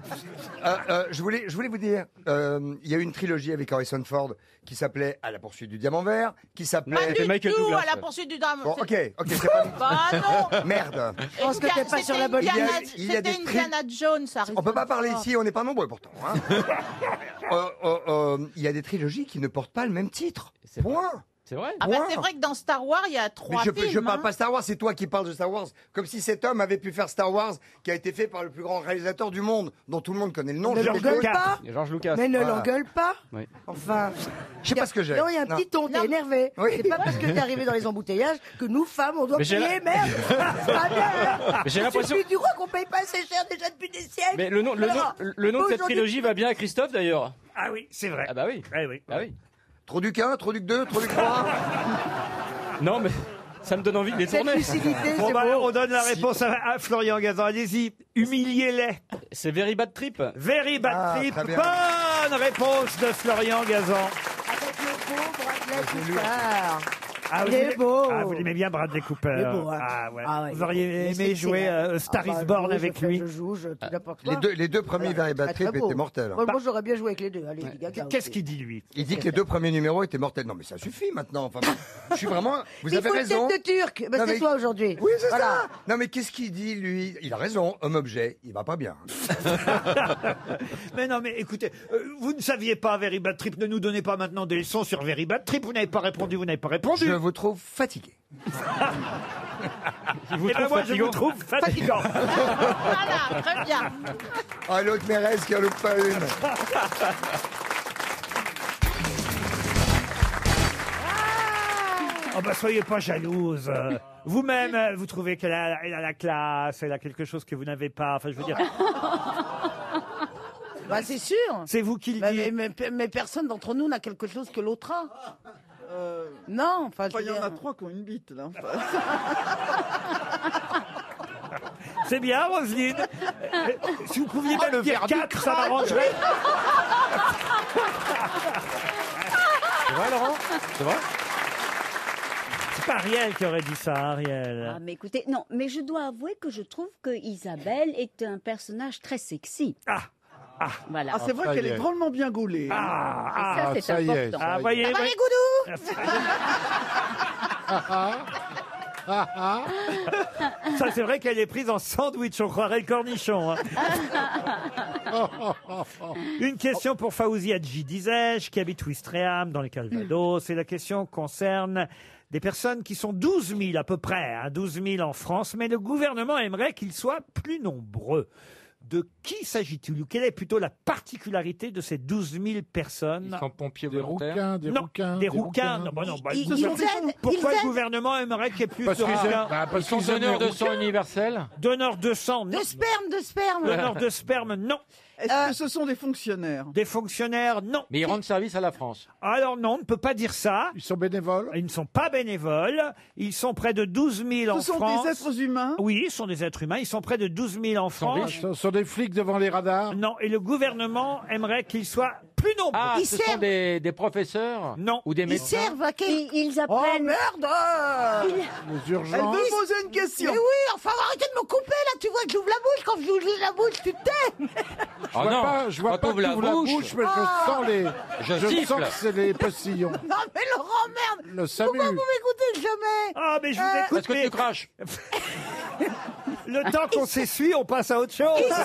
[SPEAKER 8] euh, euh, je voulais, je voulais vous dire, euh, il y a eu une trilogie avec Harrison Ford qui s'appelait À la poursuite du diamant vert, qui s'appelait
[SPEAKER 21] Pas du tout Ah, à la poursuite du drame.
[SPEAKER 8] Bon, ok, ok, c'est pas.
[SPEAKER 21] Bah non.
[SPEAKER 8] Merde.
[SPEAKER 21] Je pense que t'es pas sur la bonne liste. C'était Indiana Jones,
[SPEAKER 8] On peut pas parler ici, on n'est pas nombreux pourtant. hein. Euh, euh, euh, Il y a des trilogies qui ne portent pas le même titre. Point. C'est vrai.
[SPEAKER 21] Ah bah c'est vrai que dans Star Wars, il y a
[SPEAKER 8] Mais
[SPEAKER 21] trois
[SPEAKER 8] je,
[SPEAKER 21] films.
[SPEAKER 8] je parle
[SPEAKER 21] hein.
[SPEAKER 8] pas Star Wars, c'est toi qui parles de Star Wars. Comme si cet homme avait pu faire Star Wars, qui a été fait par le plus grand réalisateur du monde, dont tout le monde connaît le nom.
[SPEAKER 12] Ne
[SPEAKER 8] je vais
[SPEAKER 12] l'engueule
[SPEAKER 8] le-
[SPEAKER 12] pas. Mais ne
[SPEAKER 8] Voilà.
[SPEAKER 12] l'engueule pas.
[SPEAKER 8] Oui.
[SPEAKER 12] Enfin.
[SPEAKER 8] Je sais pas ce que j'ai.
[SPEAKER 12] Non, il y a un petit ton, t'es énervé. C'est pas parce que t'es arrivé dans les embouteillages que nous, femmes, on doit
[SPEAKER 20] Mais j'ai
[SPEAKER 12] payer,
[SPEAKER 20] la-
[SPEAKER 12] merde C'est
[SPEAKER 2] Ah,
[SPEAKER 12] pas bien hein.
[SPEAKER 20] Mais j'ai
[SPEAKER 12] C'est
[SPEAKER 20] l'impression-
[SPEAKER 12] plus du roi qu'on paye pas assez cher déjà depuis des siècles
[SPEAKER 20] Mais le nom, le nom,
[SPEAKER 12] Alors,
[SPEAKER 20] le nom de cette
[SPEAKER 12] aujourd'hui-
[SPEAKER 20] trilogie va bien à Christophe d'ailleurs.
[SPEAKER 2] Ah oui, c'est vrai.
[SPEAKER 20] Ah bah oui.
[SPEAKER 2] Ah oui.
[SPEAKER 20] Ah oui.
[SPEAKER 8] Trop du 1, trop du 2, trop du 3.
[SPEAKER 20] non mais ça me donne envie de les tourner.
[SPEAKER 2] Bon, bah, alors, on donne la réponse à, à Florian Gazan. Allez-y, humiliez-les.
[SPEAKER 20] C'est Very Bad Trip.
[SPEAKER 2] Very Bad
[SPEAKER 20] Ah,
[SPEAKER 2] Trip.
[SPEAKER 20] très bien.
[SPEAKER 2] Bonne réponse de Florian Gazan.
[SPEAKER 12] Avec le pauvre Bradley
[SPEAKER 2] Ah
[SPEAKER 12] Cooper. Ah. Il est
[SPEAKER 2] l'aimez-
[SPEAKER 12] beau.
[SPEAKER 2] Ah, vous l'aimez bien Bradley Cooper.
[SPEAKER 12] Il est beau, hein.
[SPEAKER 2] ah, ouais.
[SPEAKER 12] Ah ouais.
[SPEAKER 2] Vous auriez
[SPEAKER 12] Mais
[SPEAKER 2] aimé
[SPEAKER 12] c'est-
[SPEAKER 2] jouer
[SPEAKER 12] c'est-
[SPEAKER 2] euh, Star
[SPEAKER 12] Ah bah,
[SPEAKER 2] is Born
[SPEAKER 12] oui, je
[SPEAKER 2] avec
[SPEAKER 12] fais-
[SPEAKER 2] lui.
[SPEAKER 12] Je joue, je, tout n'importe
[SPEAKER 8] Les
[SPEAKER 12] quoi.
[SPEAKER 8] deux, les deux premiers Very Bad
[SPEAKER 12] Très, très
[SPEAKER 8] Trip
[SPEAKER 12] beau.
[SPEAKER 8] étaient mortels.
[SPEAKER 12] Moi, moi, j'aurais bien joué avec les deux. Allez, les gars,
[SPEAKER 2] Qu'est-ce qu'il dit, lui
[SPEAKER 8] Il dit que les deux premiers numéros étaient mortels. Non, mais ça suffit maintenant. Enfin, je suis vraiment. Vous
[SPEAKER 12] Il
[SPEAKER 8] avez
[SPEAKER 12] faut une
[SPEAKER 8] raison.
[SPEAKER 12] tête de Turc. Bah,
[SPEAKER 8] Non,
[SPEAKER 12] c'est
[SPEAKER 8] mais-
[SPEAKER 12] toi aujourd'hui.
[SPEAKER 8] Oui, c'est
[SPEAKER 12] Voilà.
[SPEAKER 8] ça. Non, mais qu'est-ce qu'il dit, lui Il a raison. Homme objet, il va pas bien.
[SPEAKER 2] Mais non, mais écoutez, euh, vous ne saviez pas Very Bad Trip. Ne nous donnez pas maintenant des leçons sur Very Bad Trip. Vous n'avez pas répondu, vous n'avez pas répondu. Je
[SPEAKER 8] vous trouve fatigué.
[SPEAKER 2] je
[SPEAKER 8] trouve
[SPEAKER 2] vous, Eh ben, moi, je
[SPEAKER 8] fatigant.
[SPEAKER 2] vous trouve fatigant.
[SPEAKER 21] Voilà, très bien.
[SPEAKER 8] Ah, l'autre mérez qui en loupe pas une.
[SPEAKER 2] Ah, Oh bah soyez pas jalouse. Euh, Vous-même, euh, vous trouvez qu'elle a, elle a la classe, elle a quelque chose que vous n'avez pas. Enfin, je veux dire.
[SPEAKER 6] Bah, c'est sûr.
[SPEAKER 2] C'est vous qui le
[SPEAKER 12] Bah,
[SPEAKER 6] dites. Mais, mais- mais personne d'entre nous n'a quelque chose que l'autre a. Non, enfin, je
[SPEAKER 3] Enfin, il y
[SPEAKER 6] veux
[SPEAKER 3] en a
[SPEAKER 6] dire-
[SPEAKER 3] trois qui ont une bite, là.
[SPEAKER 2] C'est bien, Roselyne. Euh, Si vous pouviez
[SPEAKER 7] Ah,
[SPEAKER 2] pas
[SPEAKER 7] le
[SPEAKER 2] le dire
[SPEAKER 7] verbe
[SPEAKER 2] quatre, ça
[SPEAKER 7] craque.
[SPEAKER 2] m'arrangerait.
[SPEAKER 20] C'est vrai, Laurent C'est vrai
[SPEAKER 2] C'est pas Ariel qui aurait dit ça, Ariel.
[SPEAKER 4] Ah, mais écoutez, non, mais je dois avouer que je trouve que Isabelle est un personnage très sexy.
[SPEAKER 2] Ah,
[SPEAKER 4] voilà.
[SPEAKER 3] Ah, c'est vrai qu'elle est drôlement bien gaulée. hein.
[SPEAKER 4] Ah, Et ça, c'est important.
[SPEAKER 3] ça y
[SPEAKER 4] Ah,
[SPEAKER 3] est.
[SPEAKER 4] voyez, Ça va, voyez.
[SPEAKER 2] Ça, c'est vrai qu'elle est prise en sandwich, on croirait le cornichon. hein. Une question pour Faouzia Dji Dizej, qui habite Ouistreham, dans le Calvados. Et la question concerne des personnes qui sont 12 000 à peu près, hein, 12 000 en France, mais le gouvernement aimerait qu'ils soient plus nombreux. De qui s'agit-il ou quelle est plutôt la particularité de ces 12 000 personnes Ils
[SPEAKER 20] sont pompiers volontaires
[SPEAKER 14] rouquins, des
[SPEAKER 2] non,
[SPEAKER 14] rouquins,
[SPEAKER 2] Des
[SPEAKER 14] des
[SPEAKER 2] rouquins,
[SPEAKER 14] rouquins.
[SPEAKER 2] non, bah non, bah,
[SPEAKER 14] Ils-
[SPEAKER 2] le
[SPEAKER 14] ils
[SPEAKER 2] gouvernement-
[SPEAKER 14] aident,
[SPEAKER 2] Pourquoi
[SPEAKER 14] ils
[SPEAKER 2] le
[SPEAKER 14] aident.
[SPEAKER 2] gouvernement aimerait qu'il y ait plus
[SPEAKER 14] Parce
[SPEAKER 2] de
[SPEAKER 14] qu'ils
[SPEAKER 2] rouquins
[SPEAKER 14] aiment- bah, parce Ils sont qu'ils aiment les
[SPEAKER 20] donneurs de rouquins. sang universel
[SPEAKER 2] Donneurs de sang, non.
[SPEAKER 6] De sperme, de sperme.
[SPEAKER 2] Donneurs de sperme, non.
[SPEAKER 3] Est-ce que ce sont des fonctionnaires
[SPEAKER 2] Des fonctionnaires, non.
[SPEAKER 20] Mais ils rendent service à la France.
[SPEAKER 2] Alors non, on ne peut pas dire ça. Ils
[SPEAKER 14] sont bénévoles
[SPEAKER 2] Ils ne sont pas bénévoles. Ils sont près de 12 000 en
[SPEAKER 3] Ce sont
[SPEAKER 2] France.
[SPEAKER 3] des êtres humains Ah,
[SPEAKER 2] Oui, ils sont des êtres humains. Ils sont près de 12 000 en France.
[SPEAKER 14] Ce sont des flics devant les radars
[SPEAKER 2] Non, et le gouvernement aimerait qu'ils soient plus nombreux.
[SPEAKER 20] Ah,
[SPEAKER 2] Ils
[SPEAKER 20] ce sont
[SPEAKER 2] servent.
[SPEAKER 20] des, des professeurs
[SPEAKER 2] Non.
[SPEAKER 20] Ou des
[SPEAKER 2] Ils
[SPEAKER 20] médecins
[SPEAKER 2] servent.
[SPEAKER 6] Bah, qu'est-
[SPEAKER 4] Ils
[SPEAKER 6] Oh
[SPEAKER 4] apprennent.
[SPEAKER 6] merde
[SPEAKER 14] Les
[SPEAKER 6] Elle veut
[SPEAKER 14] urgences.
[SPEAKER 6] poser une question. Mais oui, enfin arrêtez de me couper là, tu vois que j'ouvre la bouche, quand j'ouvre la bouche, tu te tais
[SPEAKER 14] Je vois
[SPEAKER 5] Ah non.
[SPEAKER 14] pas, je vois
[SPEAKER 5] Quand
[SPEAKER 14] pas
[SPEAKER 5] t'ouvres
[SPEAKER 14] que
[SPEAKER 5] la
[SPEAKER 14] t'ouvres la
[SPEAKER 5] bouche.
[SPEAKER 14] bouche, mais je sens les,
[SPEAKER 5] Je
[SPEAKER 14] je
[SPEAKER 5] siffle.
[SPEAKER 14] sens que c'est les postillons.
[SPEAKER 6] Non, mais Laurent, merde
[SPEAKER 14] Le SAMU.
[SPEAKER 6] Pourquoi vous m'écoutez jamais
[SPEAKER 2] Ah, mais je vous
[SPEAKER 6] Euh,
[SPEAKER 2] écoute. que tu craches Le temps qu'on s'essuie, on passe à autre chose.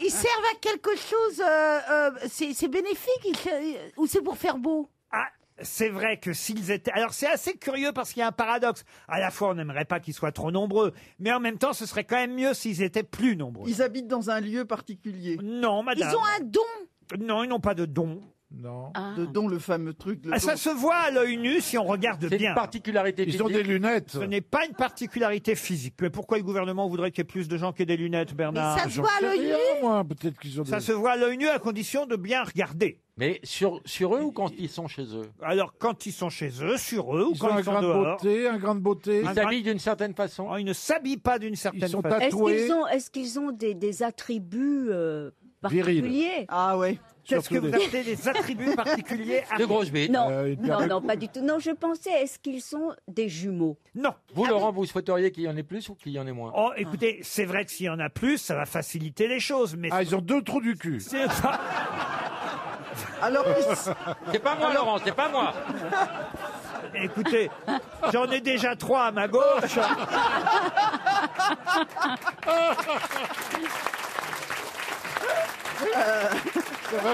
[SPEAKER 6] Ils servent à quelque chose, euh, euh, c'est c'est bénéfique ils se- ou c'est pour faire beau
[SPEAKER 2] Ah, c'est vrai que s'ils étaient... Alors c'est assez curieux parce qu'il y a un paradoxe. À la fois, on n'aimerait pas qu'ils soient trop nombreux, mais en même temps, ce serait quand même mieux s'ils étaient plus nombreux.
[SPEAKER 3] Ils habitent dans un lieu particulier.
[SPEAKER 2] Non, madame.
[SPEAKER 3] Ils ont un
[SPEAKER 6] don.
[SPEAKER 2] Non, ils n'ont pas de don.
[SPEAKER 14] Non.
[SPEAKER 3] De don, le fameux truc. le
[SPEAKER 2] Ah, ça
[SPEAKER 3] don.
[SPEAKER 2] se voit à l'œil nu si on regarde bien. C'est une particularité
[SPEAKER 14] Ils ont physique. des lunettes.
[SPEAKER 2] Ce n'est pas une particularité physique. Mais pourquoi le gouvernement voudrait qu'il y ait plus de gens qui aient des lunettes, Bernard
[SPEAKER 14] J'en sais rien, moi, Ah, peut-être qu'ils ont
[SPEAKER 2] Ça
[SPEAKER 14] des-
[SPEAKER 2] se voit à l'œil nu à condition de bien regarder.
[SPEAKER 5] Mais sur, sur eux ou quand ils sont chez eux
[SPEAKER 2] Alors, quand ils sont chez eux, sur eux, ou
[SPEAKER 5] Ils
[SPEAKER 2] quand
[SPEAKER 5] ont un
[SPEAKER 2] ils sont
[SPEAKER 5] grain de
[SPEAKER 2] dehors.
[SPEAKER 14] beauté, un Oh, grain de beauté.
[SPEAKER 5] Ils s'habillent
[SPEAKER 2] d'une certaine façon. ils ne s'habillent pas d'une certaine façon.
[SPEAKER 4] Est-ce qu'ils ont, est-ce qu'ils ont des, des attributs euh,
[SPEAKER 2] Viril.
[SPEAKER 4] particuliers Ah ouais.
[SPEAKER 2] Qu'est-ce que vous appelez des attributs particuliers
[SPEAKER 5] De grosses bites.
[SPEAKER 4] Non,
[SPEAKER 5] Euh, une paire
[SPEAKER 4] non,
[SPEAKER 5] de
[SPEAKER 4] non,
[SPEAKER 5] cou-
[SPEAKER 4] pas du tout. Non, je pensais, est-ce qu'ils sont des jumeaux
[SPEAKER 2] Non.
[SPEAKER 5] Vous, Laurent, vous souhaiteriez qu'il y en ait plus ou qu'il y en ait moins
[SPEAKER 2] Oh, écoutez, c'est vrai que s'il y en a plus, ça va faciliter les choses. Mais ah, ils
[SPEAKER 14] ont deux trous du cul.
[SPEAKER 2] C'est pas...
[SPEAKER 3] Alors,
[SPEAKER 5] C'est pas moi, Laurent, c'est pas moi.
[SPEAKER 2] écoutez, j'en ai déjà trois à ma gauche.
[SPEAKER 6] Euh,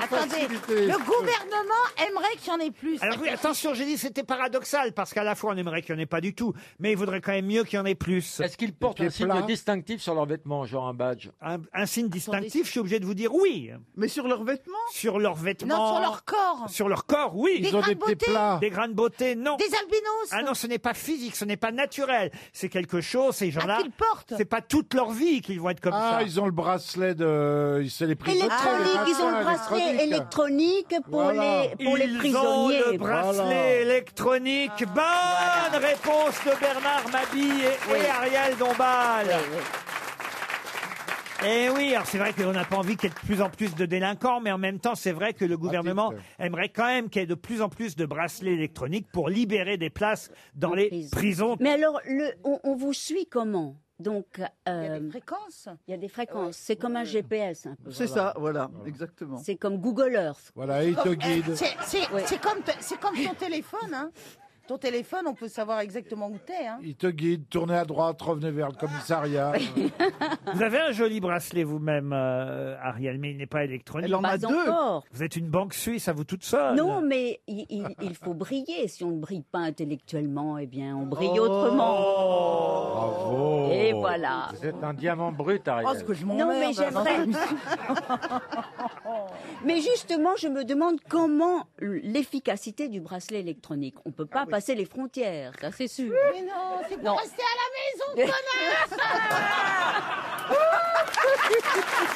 [SPEAKER 6] Attendez, le gouvernement aimerait qu'il y en ait plus.
[SPEAKER 2] Alors oui, attention, j'ai dit c'était paradoxal parce qu'à la fois on aimerait qu'il n'y en ait pas du tout, mais il vaudrait quand même mieux qu'il y en ait plus.
[SPEAKER 5] Est-ce qu'ils portent un signe distinctif sur leurs vêtements, genre un badge
[SPEAKER 2] un, un signe distinctif, je suis obligé de vous dire oui.
[SPEAKER 3] Mais sur leurs vêtements
[SPEAKER 2] Sur leurs vêtements.
[SPEAKER 6] Non, sur leur corps.
[SPEAKER 2] Sur leur corps, oui.
[SPEAKER 6] Des Ils ont grains des de petits beauté. plats.
[SPEAKER 2] Des grains de beauté, non.
[SPEAKER 6] Des albinos.
[SPEAKER 2] Ah non, ce n'est pas physique, ce n'est pas naturel. C'est quelque chose, ces gens-là.
[SPEAKER 6] qu'ils portent.
[SPEAKER 2] C'est pas toute leur vie qu'ils vont être comme
[SPEAKER 14] Ah,
[SPEAKER 2] ça.
[SPEAKER 14] ils ont le bracelet de. C'est les prisonniers.
[SPEAKER 4] Électronique,
[SPEAKER 14] les
[SPEAKER 4] ils ont le
[SPEAKER 14] machins
[SPEAKER 4] bracelet
[SPEAKER 14] électroniques.
[SPEAKER 4] électronique pour
[SPEAKER 14] Voilà.
[SPEAKER 4] les pour les
[SPEAKER 2] Ils
[SPEAKER 4] prisonniers.
[SPEAKER 2] ont le bracelet électronique. Bonne réponse de Bernard Mabille et, et
[SPEAKER 4] Oui.
[SPEAKER 2] Ariel Dombal. Et oui, alors c'est vrai qu'on n'a pas envie qu'il y ait de plus en plus de délinquants, mais en même temps, c'est vrai que le gouvernement
[SPEAKER 4] Ah,
[SPEAKER 2] aimerait quand même qu'il y ait de plus en plus de bracelets électroniques pour libérer des places dans les prisons.
[SPEAKER 4] Mais alors, le, on, on vous suit comment Donc, il y a des
[SPEAKER 6] fréquences.
[SPEAKER 4] Il y a des fréquences. C'est comme un GPS un peu.
[SPEAKER 3] C'est ça, voilà, exactement.
[SPEAKER 4] C'est comme Google Earth.
[SPEAKER 14] Voilà, et il te
[SPEAKER 6] Oh,
[SPEAKER 14] guide.
[SPEAKER 6] eh, C'est c'est-
[SPEAKER 4] Ouais.
[SPEAKER 6] c'est comme, t- c'est comme ton téléphone. Hein. Ton téléphone, on peut savoir exactement où t'es. Hein.
[SPEAKER 14] Il te guide, tournez à droite, revenez vers le commissariat.
[SPEAKER 2] Vous avez un joli bracelet vous-même, euh, Ariel, mais il n'est pas électronique.
[SPEAKER 4] Elle en a Pas deux. encore.
[SPEAKER 2] Vous êtes une banque suisse à vous toute seule.
[SPEAKER 4] Non, mais il, il- il faut briller. Si on ne brille pas intellectuellement, eh bien, on brille
[SPEAKER 2] Oh.
[SPEAKER 4] autrement.
[SPEAKER 5] Bravo
[SPEAKER 4] Et voilà.
[SPEAKER 5] Vous êtes un diamant brut, Ariel.
[SPEAKER 4] Oh, ce que je m'emmerde, Non, mais j'aimerais- hein, dans Mais justement, je me demande comment l'efficacité du bracelet électronique. On ne peut pas passer les frontières, Ah ça c'est sûr.
[SPEAKER 6] Mais non, c'est
[SPEAKER 4] Non.
[SPEAKER 6] pour rester à la maison, connasse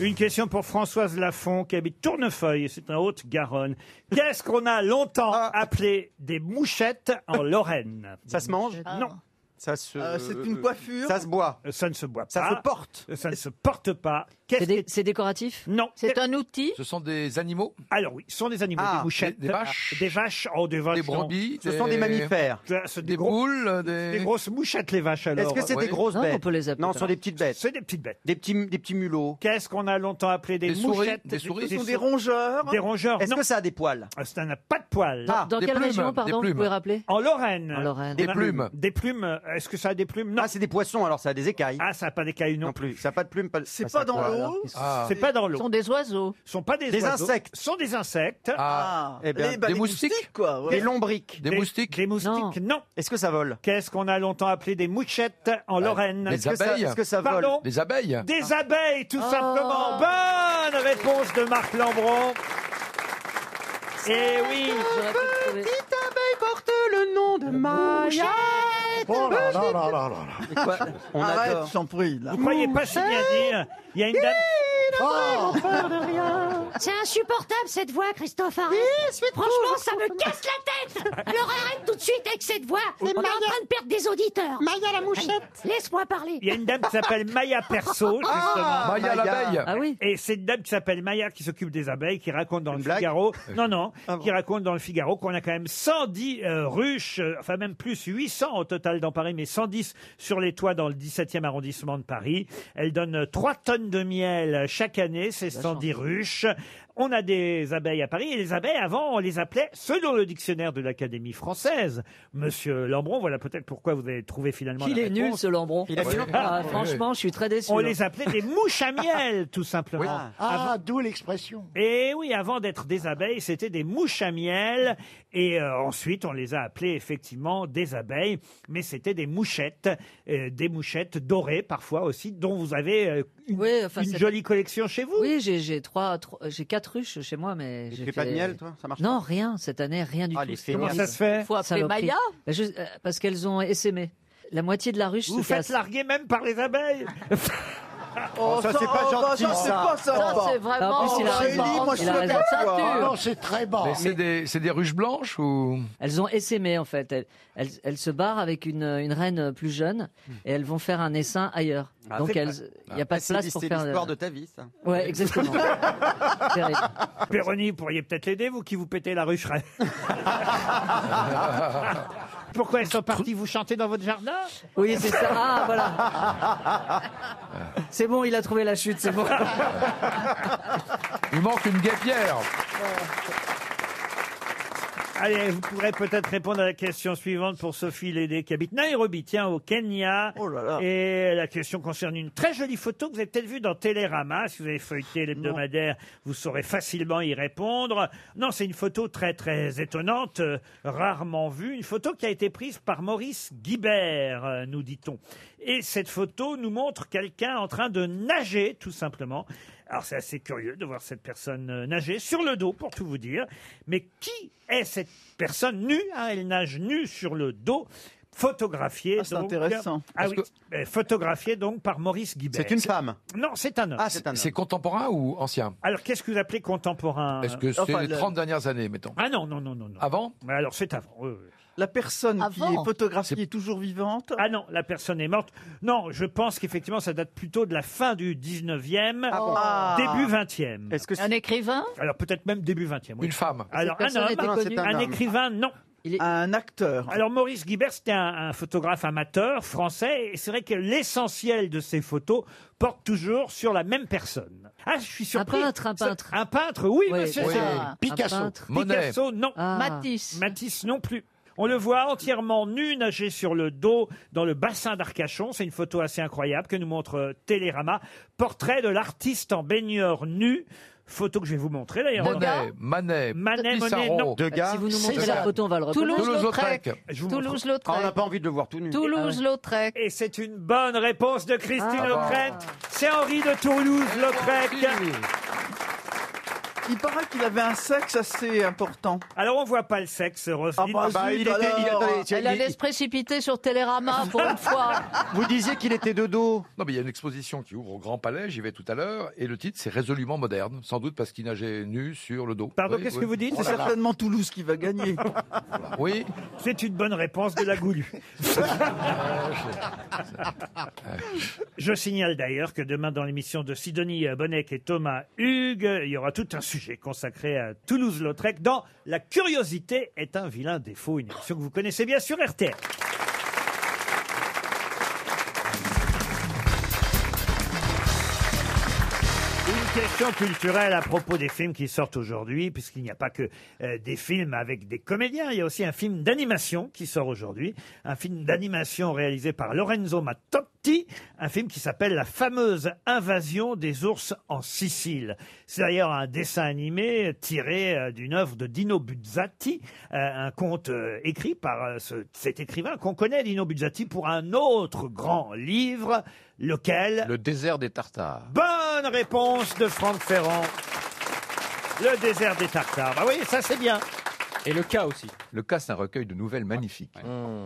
[SPEAKER 2] Une question pour Françoise Lafont qui habite Tournefeuille, c'est en Haute-Garonne. Qu'est-ce qu'on a longtemps appelé des mouchettes en Lorraine Ça se mange Non. Ça se.
[SPEAKER 3] Euh, c'est une coiffure ça se
[SPEAKER 2] boit. Ça ne se boit pas.
[SPEAKER 3] Ça se
[SPEAKER 2] porte. Ça ne se porte pas. C'est décoratif Non.
[SPEAKER 9] C'est un outil
[SPEAKER 2] Ce sont des animaux Alors oui, ce sont des animaux,
[SPEAKER 7] Ah,
[SPEAKER 2] des mouchettes.
[SPEAKER 7] des- des vaches
[SPEAKER 2] Des vaches, oh, des vaches.
[SPEAKER 7] Des
[SPEAKER 2] non.
[SPEAKER 7] brebis, Ce sont des des- mammifères.
[SPEAKER 2] Ça, c'est
[SPEAKER 7] Des boules, des-
[SPEAKER 2] des grosses mouchettes, les vaches, alors.
[SPEAKER 7] Est-ce que c'est des Ouais. grosses Non, on bêtes peut les appeler
[SPEAKER 2] Non,
[SPEAKER 7] Non,
[SPEAKER 2] ce
[SPEAKER 7] ce
[SPEAKER 2] sont
[SPEAKER 7] sont
[SPEAKER 2] des petites bêtes. C'est des petites bêtes. Des petits, des petits mulots. Qu'est-ce qu'on a longtemps appelé des,
[SPEAKER 7] Des souris,
[SPEAKER 2] mouchettes
[SPEAKER 7] des souris.
[SPEAKER 3] Ce sont des
[SPEAKER 2] sou-
[SPEAKER 3] rongeurs.
[SPEAKER 2] Des rongeurs.
[SPEAKER 7] Est-ce
[SPEAKER 2] non.
[SPEAKER 7] que ça a des poils
[SPEAKER 2] Ah, Ça n'a pas de poils.
[SPEAKER 7] Dans- Ah, dans des quelle plumes, région, pardon, des vous plumes. pouvez rappeler
[SPEAKER 2] En Lorraine.
[SPEAKER 7] En Lorraine. Des
[SPEAKER 2] On a-
[SPEAKER 7] plumes.
[SPEAKER 2] Des plumes. euh, Est-ce que ça a des plumes Non. Ah, c'est des poissons, alors ça a des écailles. Ah, ça n'a pas d'écailles non, plus. Ah, Ça n'a pas de plumes.
[SPEAKER 3] C'est pas dans l'eau.
[SPEAKER 2] C'est pas dans l'eau.
[SPEAKER 9] Ce sont des oiseaux.
[SPEAKER 2] Ce sont pas des,
[SPEAKER 9] Des
[SPEAKER 2] oiseaux.
[SPEAKER 9] insectes.
[SPEAKER 2] Ce sont des insectes.
[SPEAKER 7] Ah. Eh ben,
[SPEAKER 2] Eh ben,
[SPEAKER 7] des moustiques,
[SPEAKER 3] quoi.
[SPEAKER 7] Des lombriques. Des moustiques.
[SPEAKER 2] Des moustiques, non.
[SPEAKER 7] Est-ce que ça vole
[SPEAKER 2] Qu'est-ce qu'on a longtemps appelé des mouchettes en Lorraine
[SPEAKER 7] Des abeilles
[SPEAKER 2] Pardon
[SPEAKER 7] Des abeilles Ah.
[SPEAKER 2] Des abeilles, tout simplement. Bonne réponse de Marc Lambron. Eh oui.
[SPEAKER 10] Petite abeille porte le nom de Maya.
[SPEAKER 14] Oh là là là là là là.
[SPEAKER 3] On Arrête, j'en prie. Là.
[SPEAKER 2] Vous croyez pas si bien dire euh, Il y a une dame.
[SPEAKER 12] Oh.
[SPEAKER 10] Une abeille n'en peur de rien.
[SPEAKER 22] C'est insupportable cette voix, Christophe Arès. Franchement, ça me casse la tête. Alors arrête tout de suite avec cette voix. On est en train de perdre des auditeurs. Maya la mouchette. Laisse-moi parler.
[SPEAKER 2] Il y a une dame qui s'appelle Maya Perso, justement.
[SPEAKER 22] Ah, Maya Maya. l'abeille. Ah oui.
[SPEAKER 2] Et c'est une dame qui s'appelle Maya qui s'occupe des abeilles, qui raconte dans le Figaro.
[SPEAKER 22] Euh,
[SPEAKER 2] Non, non,
[SPEAKER 22] Ah
[SPEAKER 2] qui raconte dans le Figaro qu'on a quand même 110 euh, ruches, euh, enfin même plus, 800 au total dans Paris, mais 110 sur les toits dans le 17e arrondissement de Paris. Elle donne euh, 3 tonnes de miel chaque année, ces 110 ruches. On a des abeilles à Paris et les abeilles, avant, on les appelait, selon le dictionnaire de l'Académie française, Monsieur Lambron, voilà peut-être pourquoi vous avez trouvé finalement
[SPEAKER 23] Il
[SPEAKER 2] la
[SPEAKER 23] est nul
[SPEAKER 2] réponse.
[SPEAKER 23] ce Lambron.
[SPEAKER 2] Il est nul.
[SPEAKER 23] Ah, franchement, je suis très déçu. hein.
[SPEAKER 2] On les appelait des mouches à miel, tout simplement.
[SPEAKER 16] Ah, d'où l'expression.
[SPEAKER 2] Et Eh oui, avant d'être des abeilles, c'était des mouches à miel. Et euh, ensuite, on les a appelées effectivement des abeilles, mais c'était des mouchettes, euh, des mouchettes dorées parfois aussi, dont vous avez euh, une,
[SPEAKER 23] enfin,
[SPEAKER 2] une
[SPEAKER 23] c'est-
[SPEAKER 2] jolie collection chez vous.
[SPEAKER 23] Oui, j'ai j'ai trois, trois- euh, j'ai quatre ruches chez moi, mais j'ai
[SPEAKER 2] fais
[SPEAKER 23] fait
[SPEAKER 2] pas Ah, de miel, toi Ça marche
[SPEAKER 23] Non, rien cette année, rien du tout.
[SPEAKER 2] fainéants. Comment ça se fait Faut appeler
[SPEAKER 23] Saloperie.
[SPEAKER 2] Maya
[SPEAKER 23] Ben, je- euh, Parce qu'elles ont essaimé. La moitié de la ruche se
[SPEAKER 2] Vous faites
[SPEAKER 23] casse.
[SPEAKER 2] larguer même par les abeilles.
[SPEAKER 23] Oh, ça, ça, c'est pas oh, bah, gentil, ça, c'est ça. Oh, pas sympa. Ça, c'est vraiment- En plus, il a
[SPEAKER 16] C'est
[SPEAKER 23] raison.
[SPEAKER 16] libre, moi, je
[SPEAKER 23] Il a
[SPEAKER 16] suis
[SPEAKER 23] raison.
[SPEAKER 16] d'accord.
[SPEAKER 23] Ceinture.
[SPEAKER 16] Non, c'est très bas.
[SPEAKER 23] Mais c'est
[SPEAKER 16] Mais-
[SPEAKER 23] des, ruches blanches ou Elles ont essaimé en fait. Elles, elles, elles se barrent avec une, une reine plus jeune et elles vont faire un essaim ailleurs.
[SPEAKER 7] Ah,
[SPEAKER 23] Donc
[SPEAKER 7] c'est
[SPEAKER 23] elles-
[SPEAKER 7] pas- Ah,
[SPEAKER 23] il n'y a pas de
[SPEAKER 7] C'est-
[SPEAKER 23] place pour
[SPEAKER 7] c'est
[SPEAKER 23] faire.
[SPEAKER 7] l'histoire de ta vie, ça.
[SPEAKER 23] Ouais, exactement.
[SPEAKER 2] Péroni, vous pourriez peut-être l'aider, vous qui vous pétez la ruche. Pourquoi elles sont parties vous chanter dans votre jardin
[SPEAKER 23] Oui, c'est ça. Ah, voilà. C'est bon, il a trouvé la chute, c'est bon.
[SPEAKER 7] Il manque une guêpière.
[SPEAKER 2] Allez, vous pourrez peut-être répondre à la question suivante pour Sophie Lédé qui habite Nairobi, tiens, au Kenya. Et la question concerne une très jolie photo que vous avez peut-être vue dans Télérama. Si vous avez feuilleté l'hebdomadaire, vous saurez facilement y répondre. Non, c'est une photo très, très étonnante, euh, rarement vue. Une photo qui a été prise par Maurice Guibert, euh, nous dit-on. Et cette photo nous montre quelqu'un en train de nager, tout simplement. Alors c'est assez curieux de voir cette personne euh, nager sur le dos, pour tout vous dire. Mais qui est cette personne nue hein Elle nage nue sur le dos, photographiée.
[SPEAKER 3] Ah, c'est
[SPEAKER 2] donc-
[SPEAKER 3] intéressant.
[SPEAKER 2] Ah
[SPEAKER 3] Parce
[SPEAKER 2] oui,
[SPEAKER 3] que-
[SPEAKER 2] euh, photographiée donc par Maurice Guibert.
[SPEAKER 7] C'est une femme
[SPEAKER 2] Non, c'est un homme.
[SPEAKER 7] Ah, c'est c'est contemporain ou ancien
[SPEAKER 2] Alors qu'est-ce que vous appelez contemporain
[SPEAKER 7] Est-ce que c'est
[SPEAKER 2] Ah, Enfin,
[SPEAKER 7] les
[SPEAKER 2] le-
[SPEAKER 7] 30 dernières années, mettons
[SPEAKER 2] Ah non, non, non, non.
[SPEAKER 7] Avant
[SPEAKER 2] Alors c'est avant. oui, oui.
[SPEAKER 3] La personne qui
[SPEAKER 2] Avant.
[SPEAKER 3] est photographiée est toujours vivante.
[SPEAKER 2] Ah non, la personne est morte. Non, je pense qu'effectivement, ça date plutôt de la fin du 19e,
[SPEAKER 3] Ah bon Ah.
[SPEAKER 2] début 20e. Est-ce que
[SPEAKER 23] Un écrivain
[SPEAKER 2] Alors peut-être même début 20e. oui.
[SPEAKER 7] Une femme.
[SPEAKER 23] Cette
[SPEAKER 2] Alors un
[SPEAKER 23] personne était
[SPEAKER 2] homme,
[SPEAKER 23] connue.
[SPEAKER 2] un,
[SPEAKER 23] Un homme.
[SPEAKER 2] écrivain, non.
[SPEAKER 3] Un acteur.
[SPEAKER 2] Alors Maurice Guibert, c'était un, un photographe amateur français, et c'est vrai que l'essentiel de ses photos porte toujours sur la même personne. Ah, je suis surpris.
[SPEAKER 23] Un peintre, un peintre.
[SPEAKER 2] Un peintre, oui,
[SPEAKER 23] Oui,
[SPEAKER 2] monsieur.
[SPEAKER 23] oui.
[SPEAKER 2] c'est-
[SPEAKER 23] Ah, un
[SPEAKER 2] Picasso.
[SPEAKER 23] peintre.
[SPEAKER 2] Picasso,
[SPEAKER 23] Monet.
[SPEAKER 2] non.
[SPEAKER 23] Ah. Matisse.
[SPEAKER 2] Matisse, non plus. On le voit entièrement nu, nager sur le dos dans le bassin d'Arcachon. C'est une photo assez incroyable que nous montre euh, Télérama. Portrait de l'artiste en baigneur nu. Photo que je vais vous montrer d'ailleurs.
[SPEAKER 7] Monet, Manet,
[SPEAKER 2] Manet, Monet, non.
[SPEAKER 7] Pissarro,
[SPEAKER 23] Si vous nous montrez la photo, on va le reconnaître.
[SPEAKER 7] Toulouse-Lautrec.
[SPEAKER 2] Je vous montre.
[SPEAKER 8] Ah,
[SPEAKER 23] Toulouse-Lautrec. Ah,
[SPEAKER 7] envie de le voir tout nu.
[SPEAKER 23] Toulouse-Lautrec.
[SPEAKER 2] Et c'est une bonne réponse de Christine
[SPEAKER 23] Ah.
[SPEAKER 2] Lautrec. C'est Henri de Toulouse-Lautrec.
[SPEAKER 3] Il paraît qu'il avait un sexe assez important.
[SPEAKER 2] Alors on voit pas le sexe, Roselyne.
[SPEAKER 3] Ah bah, Ah bah, zut, il était- il alors. attendait,
[SPEAKER 23] Oh, Elle allait se précipiter sur Télérama pour une fois.
[SPEAKER 7] Vous disiez qu'il était de dos. Non, mais il y a une exposition qui ouvre au Grand Palais, j'y vais tout à l'heure, et le titre c'est Résolument moderne, sans doute parce qu'il nageait nu sur le dos. Oui,
[SPEAKER 2] Pardon, Ah, bah, qu'est-ce
[SPEAKER 7] oui.
[SPEAKER 2] que vous dites
[SPEAKER 7] Oh là là.
[SPEAKER 3] Toulouse qui va gagner.
[SPEAKER 7] Oui.
[SPEAKER 2] C'est une bonne réponse de la goulue. Je signale d'ailleurs que demain, dans l'émission de Sidonie Bonnet et Thomas Hugues, il y aura tout un sujet consacré à Toulouse-Lautrec dans La curiosité est un vilain défaut, une émission que vous connaissez bien sur RTL. Une question culturelle à propos des films qui sortent aujourd'hui, puisqu'il n'y a pas que euh, des films avec des comédiens, il y a aussi un film d'animation qui sort aujourd'hui, un film d'animation réalisé par Lorenzo Mattotti, un film qui s'appelle La fameuse invasion des ours en Sicile. C'est d'ailleurs un dessin animé tiré euh, d'une œuvre de Dino Buzzati, euh, un conte euh, écrit par euh, ce- cet écrivain qu'on connaît, Dino Buzzati, pour un autre grand livre, lequel
[SPEAKER 7] Le désert des Tartares.
[SPEAKER 2] Bonne réponse de Franck Ferrand. Le désert des tartares. Ah oui, bah ça c'est bien.
[SPEAKER 11] Et le cas aussi. Le cas, c'est un recueil de nouvelles magnifiques.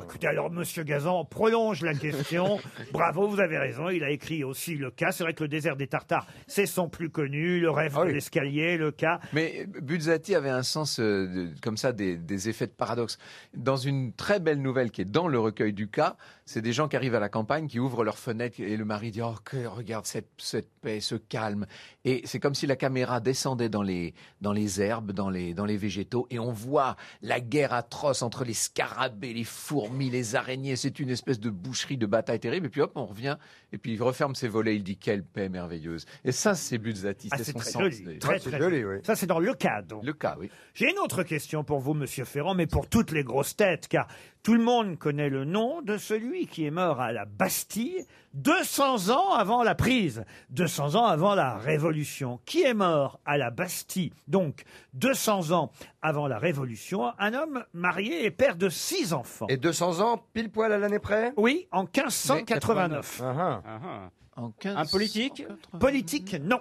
[SPEAKER 2] Écoutez, alors, monsieur Gazan, on prolonge la question. Bravo, vous avez raison. Il a écrit aussi le cas. C'est vrai que le désert des Tartares, c'est son plus connu. Le rêve
[SPEAKER 7] Ah
[SPEAKER 2] de l'escalier, le cas.
[SPEAKER 11] Mais Buzzati avait un sens euh, de- comme ça des, des effets de paradoxe. Dans une très belle nouvelle qui est dans le recueil du cas, c'est des gens qui arrivent à la campagne, qui ouvrent leurs fenêtres et le mari dit Oh, que, regarde cette, cette paix, ce calme. Et c'est comme si la caméra descendait dans les, dans les herbes, dans les, dans les végétaux et on voit la guerre atroce entre les scarabées, les fourmis, les araignées. C'est une espèce de boucherie, de bataille terrible. Et puis hop, on revient et puis il referme ses volets. Il dit Quelle paix merveilleuse. Et ça, c'est Buzzati.
[SPEAKER 2] Ah,
[SPEAKER 11] c'est
[SPEAKER 2] c'est
[SPEAKER 11] son
[SPEAKER 2] très
[SPEAKER 11] sens.
[SPEAKER 2] joli.
[SPEAKER 11] des-
[SPEAKER 2] Très, très joli. Ça, c'est dans le cas, donc.
[SPEAKER 11] Le cas, oui.
[SPEAKER 2] J'ai une autre question pour vous, monsieur Ferrand, mais pour toutes les grosses têtes, car tout le monde connaît le nom de celui qui est mort à la Bastille 200 ans avant la prise, 200 ans avant la Révolution. Qui est mort à la Bastille, donc 200 ans avant la Révolution Un homme marié et père de six enfants.
[SPEAKER 8] Et 200 ans, pile poil à l'année près
[SPEAKER 2] Oui, en 1589.
[SPEAKER 4] Ah,
[SPEAKER 11] Un politique
[SPEAKER 2] Uh-huh. Politique, non.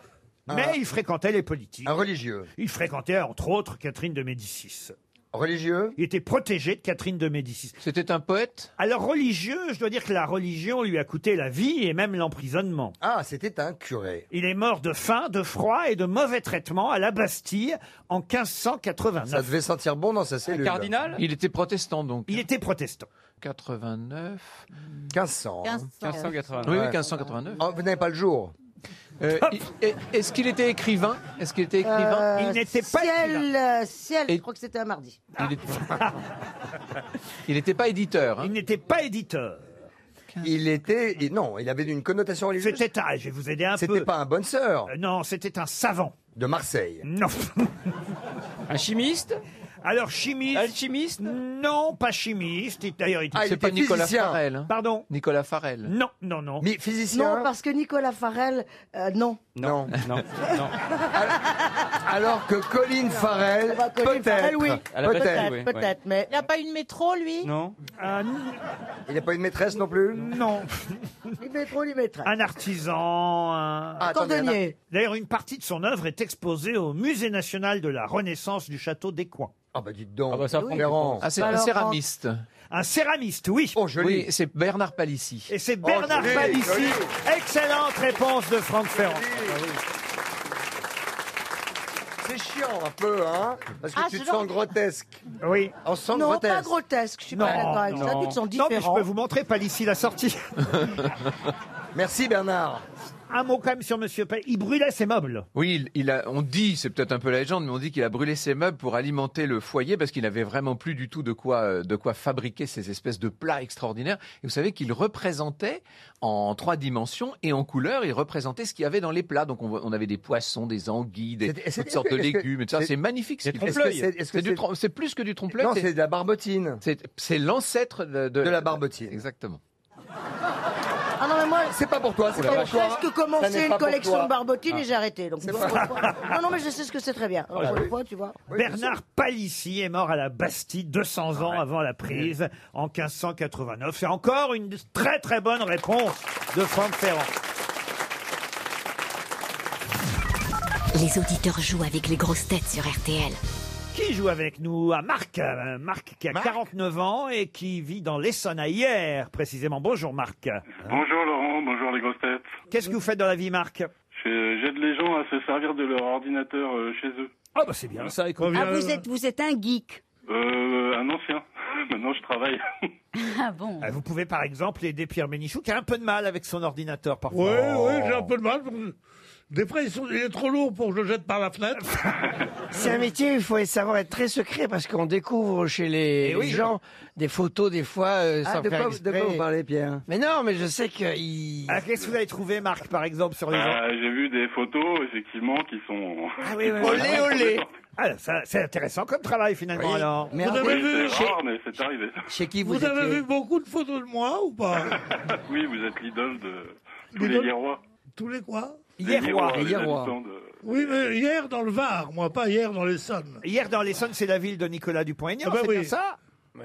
[SPEAKER 2] Mais
[SPEAKER 8] Ah.
[SPEAKER 2] il fréquentait les politiques.
[SPEAKER 8] Un religieux
[SPEAKER 2] Il fréquentait, entre autres, Catherine de Médicis.
[SPEAKER 8] Religieux
[SPEAKER 2] Il était protégé de Catherine de Médicis.
[SPEAKER 11] C'était un poète
[SPEAKER 2] Alors, religieux, je dois dire que la religion lui a coûté la vie et même l'emprisonnement.
[SPEAKER 8] Ah, c'était un curé.
[SPEAKER 2] Il est mort de faim, de froid et de mauvais traitements à la Bastille en 1589.
[SPEAKER 8] Ça devait sentir bon dans sa cellule.
[SPEAKER 11] Il était protestant, donc.
[SPEAKER 2] Il était protestant.
[SPEAKER 11] 89.
[SPEAKER 8] 1500.
[SPEAKER 11] 1589. Oui, oui, 1589.
[SPEAKER 8] Oh, vous n'avez pas le jour.
[SPEAKER 11] Euh, i- e- Est-ce qu'il était écrivain Est-ce qu'il était écrivain
[SPEAKER 12] Euh, Ciel, euh, ciel,
[SPEAKER 11] Et-
[SPEAKER 12] je crois que c'était un mardi.
[SPEAKER 11] Il était- Il n'était pas éditeur.
[SPEAKER 2] Il n'était pas éditeur.
[SPEAKER 8] hein. Il était. il- Non, il avait une connotation religieuse.
[SPEAKER 2] C'était un. Je vais vous aider un Euh,
[SPEAKER 8] peu. C'était pas un bonne sœur.
[SPEAKER 2] non, c'était un savant.
[SPEAKER 8] De Marseille.
[SPEAKER 2] Non. Un chimiste Alors, chimiste. Alchimiste Non, pas chimiste. Il- D'ailleurs, il
[SPEAKER 11] Ah, il C'est était pas Nicolas physicien. Farel, hein.
[SPEAKER 2] Pardon
[SPEAKER 11] Nicolas Farel.
[SPEAKER 2] Non, non, non.
[SPEAKER 8] Mais
[SPEAKER 12] Non, parce que Nicolas Farel, euh, non.
[SPEAKER 8] Non.
[SPEAKER 11] Non. non.
[SPEAKER 8] Alors que Colin Farrell,
[SPEAKER 12] Bah, Colin
[SPEAKER 8] peut-être.
[SPEAKER 12] Farrell, oui.
[SPEAKER 8] Peut-être.
[SPEAKER 12] peut-être, mais.
[SPEAKER 21] Il n'a pas une métro, lui Ah.
[SPEAKER 8] Non.
[SPEAKER 2] Euh,
[SPEAKER 8] Il n'a pas une maîtresse non plus
[SPEAKER 2] Non.
[SPEAKER 12] Il mettra, il mettra.
[SPEAKER 2] bah, Un artisan, un
[SPEAKER 12] Ah, attendez, Cordonnier. un ar-
[SPEAKER 2] D'ailleurs, une partie de son œuvre est exposée au Musée national de la Renaissance du château d'Écouen.
[SPEAKER 8] Ah bah dites donc.
[SPEAKER 11] Ah bah, ça prend du temps. Ah, c'est un Alors, céramiste.
[SPEAKER 2] Un céramiste, oui.
[SPEAKER 8] Oh
[SPEAKER 11] Oui, c'est Bernard Palissy.
[SPEAKER 2] Et c'est Bernard
[SPEAKER 11] joli,
[SPEAKER 2] Palissy.
[SPEAKER 11] joli.
[SPEAKER 2] Excellente réponse de Franck Ferrand.
[SPEAKER 13] Ah
[SPEAKER 8] C'est chiant un peu, hein Parce que
[SPEAKER 12] Ah,
[SPEAKER 8] tu te
[SPEAKER 12] ce genre-
[SPEAKER 8] sens grotesque.
[SPEAKER 2] Oui.
[SPEAKER 8] On se sent
[SPEAKER 12] non,
[SPEAKER 8] grotesque.
[SPEAKER 12] pas grotesque, je suis pas d'accord avec ça, tu te sens
[SPEAKER 2] Non, mais je
[SPEAKER 12] différent.
[SPEAKER 2] peux vous montrer Palissy la sortie.
[SPEAKER 8] Merci Bernard.
[SPEAKER 2] Un mot quand même sur Monsieur Palissy. Il brûlait ses meubles.
[SPEAKER 11] Oui, il, il a, on dit, c'est peut-être un peu la légende, mais on dit qu'il a brûlé ses meubles pour alimenter le foyer parce qu'il n'avait vraiment plus du tout de quoi, euh, de quoi fabriquer ces espèces de plats extraordinaires. Et vous savez qu'il représentait en trois dimensions et en couleur, il représentait ce qu'il y avait dans les plats. Donc on, voit- on avait des poissons, des anguilles, des,
[SPEAKER 8] C'était-
[SPEAKER 11] toutes
[SPEAKER 8] c'était-
[SPEAKER 11] sortes de
[SPEAKER 8] est-ce que-
[SPEAKER 11] légumes. et tout ça.
[SPEAKER 8] c'est-
[SPEAKER 11] C'est magnifique. ce
[SPEAKER 8] Des
[SPEAKER 11] qu'il fait.
[SPEAKER 8] trompe-l'œil. Est-ce que- est-ce que
[SPEAKER 11] C'est du
[SPEAKER 8] c'est-
[SPEAKER 11] trom- c'est plus que du trompe-l'œil.
[SPEAKER 8] Non, c'est de la barbotine.
[SPEAKER 11] C'est l'ancêtre de,
[SPEAKER 8] De la barbotine.
[SPEAKER 11] Exactement.
[SPEAKER 12] Ah non, mais moi,
[SPEAKER 8] c'est pas pour toi, c'est
[SPEAKER 12] j'ai
[SPEAKER 8] pas pour toi.
[SPEAKER 12] Ah, presque
[SPEAKER 8] Ça n'est
[SPEAKER 12] commencé
[SPEAKER 8] pas
[SPEAKER 12] une
[SPEAKER 8] pour
[SPEAKER 12] collection
[SPEAKER 8] toi.
[SPEAKER 12] de barbotines
[SPEAKER 8] Ah.
[SPEAKER 12] et j'ai arrêté. Donc,
[SPEAKER 8] vrai.
[SPEAKER 12] non, non, mais je sais ce que c'est très bien. Alors,
[SPEAKER 2] Ah,
[SPEAKER 12] pour
[SPEAKER 2] oui.
[SPEAKER 12] une fois, tu vois.
[SPEAKER 2] Bernard Palissy est mort à la Bastille 200 ans avant la prise en 1589. C'est encore une très très bonne réponse de Franck Ferrand.
[SPEAKER 18] Les auditeurs jouent avec les grosses têtes sur RTL.
[SPEAKER 2] Qui joue avec nous à Marc euh, Marc qui a 49 ans et qui vit dans l'Essonne à hier précisément. Bonjour Marc. Euh,
[SPEAKER 17] Bonjour Laurent, bonjour les grosses têtes.
[SPEAKER 2] Qu'est-ce que vous faites dans la vie Marc
[SPEAKER 17] Je- J'aide les gens à se servir de leur ordinateur euh, chez eux.
[SPEAKER 2] Ah bah c'est bien ça.
[SPEAKER 4] Ah, vous êtes, vous êtes un geek.
[SPEAKER 17] euh, Un ancien. Maintenant je travaille.
[SPEAKER 4] Ah bon
[SPEAKER 2] Euh, Vous pouvez par exemple aider Pierre Bénichou qui a un peu de mal avec son ordinateur parfois.
[SPEAKER 13] Oui, oui, j'ai un peu de mal. Des fois, ils sont- il est trop lourd pour que je le jette par la fenêtre.
[SPEAKER 15] C'est un métier, il faut savoir être très secret parce qu'on découvre chez les, les gens des photos des fois euh,
[SPEAKER 8] Eh Ah,
[SPEAKER 15] sans
[SPEAKER 8] de
[SPEAKER 15] faire
[SPEAKER 8] quoi, de quoi
[SPEAKER 15] exprès.
[SPEAKER 8] vous parlez, Pierre
[SPEAKER 15] Mais non, mais je sais que il...
[SPEAKER 2] Ah, Qu'est-ce que vous avez trouvé Marc par exemple sur les gens
[SPEAKER 13] Euh,
[SPEAKER 17] Ah, J'ai vu des photos effectivement qui sont.
[SPEAKER 2] Ah oui, oui, oui. Ah, ça, c'est intéressant comme travail finalement
[SPEAKER 17] Oui.
[SPEAKER 2] alors.
[SPEAKER 17] Mais Vous avez vu C'est rare, mais c'est arrivé.
[SPEAKER 13] oh, vous avez vu beaucoup de photos de moi ou
[SPEAKER 2] Oh.
[SPEAKER 13] pas
[SPEAKER 17] Oui, vous êtes l'idole de tous les
[SPEAKER 13] L'idole
[SPEAKER 17] Hierrois.
[SPEAKER 13] Tous les quoi
[SPEAKER 17] Les les habitants de-
[SPEAKER 13] Oui, mais hier dans le Var, moi, pas hier dans l'Essonne.
[SPEAKER 2] Hier dans l'Essonne, c'est la ville de Nicolas Dupont-Aignan,
[SPEAKER 13] Ah bah
[SPEAKER 2] c'est
[SPEAKER 13] oui.
[SPEAKER 2] bien ça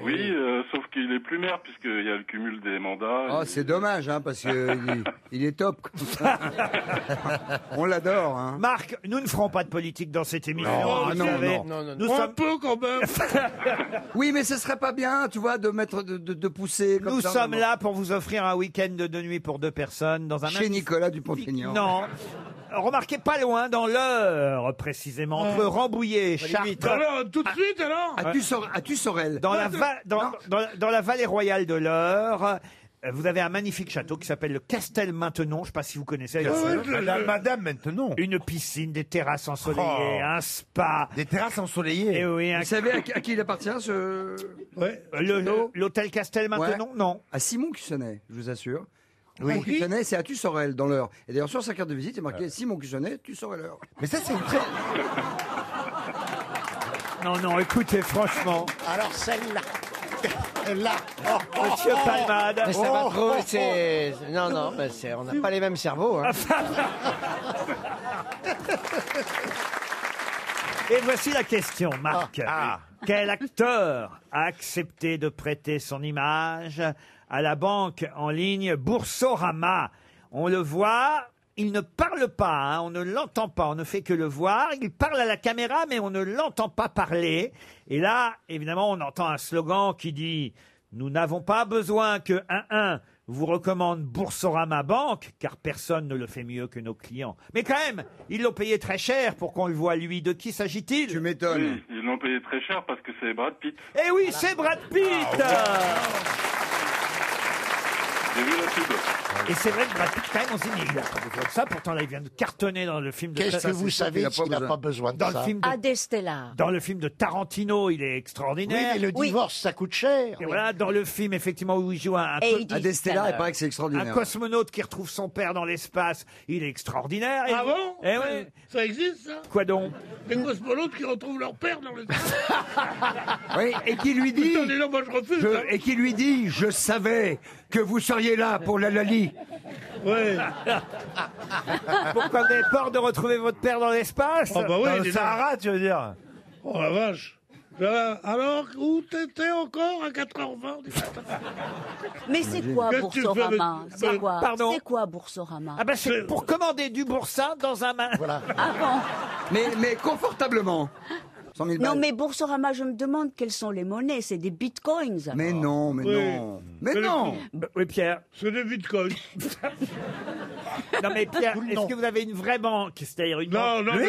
[SPEAKER 17] Oui, euh, sauf qu'il est plus maire puisqu'il y a le cumul des mandats.
[SPEAKER 8] Oh, c'est dommage, hein, parce qu'il il est top. On l'adore. Hein.
[SPEAKER 2] Marc, nous ne ferons pas de politique dans cette émission.
[SPEAKER 8] Non,
[SPEAKER 2] vous
[SPEAKER 8] ah non,
[SPEAKER 2] savez.
[SPEAKER 8] non. Non, non, non.
[SPEAKER 2] Nous
[SPEAKER 8] Un
[SPEAKER 2] sommes... peu quand même.
[SPEAKER 8] Oui, mais ce serait pas bien, tu vois, de mettre, de, de- de pousser comme
[SPEAKER 2] Nous
[SPEAKER 8] ça,
[SPEAKER 2] sommes
[SPEAKER 8] non.
[SPEAKER 2] là pour vous offrir un week-end de nuit pour deux personnes dans un
[SPEAKER 8] Chez Nicolas Dupont-Aignan.
[SPEAKER 2] Non. Remarquez pas loin, dans l'heure précisément, entre
[SPEAKER 8] Ouais.
[SPEAKER 2] Rambouillet et Chartres.
[SPEAKER 8] tout de suite, alors As-tu Sor- as-tu Sorel
[SPEAKER 2] Dans la, va- dans, dans la- dans la vallée royale de l'Eure, euh, vous avez un magnifique château qui s'appelle le Castel Maintenon. Je ne sais pas si vous connaissez.
[SPEAKER 1] Ouais, ouais, je- Madame- je-
[SPEAKER 2] Maintenon. Une piscine, des terrasses ensoleillées, un spa. Des terrasses ensoleillées. Et oui, un-
[SPEAKER 8] Vous savez à, euh, qui- à qui il appartient ce.
[SPEAKER 2] le- L'hôtel Castel Maintenon Non.
[SPEAKER 8] À Simon Cussonnet, je vous assure.
[SPEAKER 1] Oui.
[SPEAKER 8] Simon Cussonnet, c'est à Tussorel dans l'heure. Et d'ailleurs, sur sa carte de visite, il est marqué Simon Cussonnet, Tussorel l'heure.
[SPEAKER 1] Mais ça, c'est une très.
[SPEAKER 2] Non, non, écoutez, franchement.
[SPEAKER 1] Alors celle-là. Là.
[SPEAKER 8] Oh,
[SPEAKER 2] Monsieur Palmade.
[SPEAKER 15] Mais ça va
[SPEAKER 1] Oh,
[SPEAKER 15] trop,
[SPEAKER 1] oh,
[SPEAKER 15] c'est... Non, non, mais c'est... on n'a pas les mêmes cerveaux. hein.
[SPEAKER 2] Et voici la question, Marc.
[SPEAKER 15] Ah,
[SPEAKER 2] Quel acteur a accepté de prêter son image à la banque en ligne Boursorama On le voit, il ne parle pas, hein, on ne l'entend pas, on ne fait que le voir. Il parle à la caméra, mais on ne l'entend pas parler. Et là, évidemment, on entend un slogan qui dit « Nous n'avons pas besoin que 1-1 » vous recommande Boursorama Banque, car personne ne le fait mieux que nos clients. Mais quand même, ils l'ont payé très cher pour qu'on le voit, lui. De qui s'agit-il Tu
[SPEAKER 17] Oui, ils l'ont payé très cher parce que c'est Brad Pitt. Ah
[SPEAKER 2] Eh oui, c'est Brad Pitt
[SPEAKER 17] J'ai vu la pub.
[SPEAKER 2] Et c'est vrai que Brad Pitt, quand même, on se dit, mais il a pas besoin de ça. Pourtant, là, il vient de cartonner dans le film de...
[SPEAKER 1] Qu'est-ce que vous savez s'il n'a pas besoin de
[SPEAKER 2] dans
[SPEAKER 1] ça
[SPEAKER 2] Le film de-
[SPEAKER 22] Des Stella.
[SPEAKER 2] Dans le film de Tarantino, il est
[SPEAKER 1] Oui,
[SPEAKER 2] extraordinaire.
[SPEAKER 1] mais le divorce, ça coûte cher.
[SPEAKER 2] Et voilà, dans le film, effectivement, où il joue un, un
[SPEAKER 1] Et
[SPEAKER 2] co-
[SPEAKER 1] ils disent Ah, Destella, ça. il paraît que c'est extraordinaire.
[SPEAKER 2] Un cosmonaute qui retrouve son père dans l'espace, il est extraordinaire. Ah bon
[SPEAKER 13] Ça existe, ça
[SPEAKER 2] Quoi donc
[SPEAKER 13] Les cosmonautes qui retrouvent leur père dans le.
[SPEAKER 8] Oui, et qui lui dit. Je- et qui lui dit Je savais que vous seriez là pour la Lali.
[SPEAKER 13] Ouais.
[SPEAKER 2] Pourquoi vous avez peur de retrouver votre père dans l'espace
[SPEAKER 13] Ah bah oui, dis donc.
[SPEAKER 2] tu veux dire
[SPEAKER 13] Oh la vache. Là, Alors, où t'étais encore à 4h20 du matin
[SPEAKER 22] Mais c'est quoi
[SPEAKER 13] Qu'est-ce que tu fais avec-
[SPEAKER 22] Boursorama C'est
[SPEAKER 13] Ben,
[SPEAKER 22] quoi
[SPEAKER 2] pardon.
[SPEAKER 22] C'est quoi Boursorama
[SPEAKER 2] Ah bah c'est pour commander du boursin dans un Ah main.
[SPEAKER 1] Voilà.
[SPEAKER 8] Mais, mais confortablement. 100 000
[SPEAKER 4] Non,
[SPEAKER 8] balles.
[SPEAKER 4] mais Boursorama, je me demande quelles sont les monnaies. C'est des bitcoins. alors.
[SPEAKER 8] Mais non, mais
[SPEAKER 4] Oui.
[SPEAKER 8] non. Mais non
[SPEAKER 2] Euh, Oui, Pierre.
[SPEAKER 13] C'est des bitcoins.
[SPEAKER 2] Non mais Pierre, est-ce que vous avez une vraie banque C'est-à-dire une
[SPEAKER 13] Non,
[SPEAKER 2] banque
[SPEAKER 13] non, non.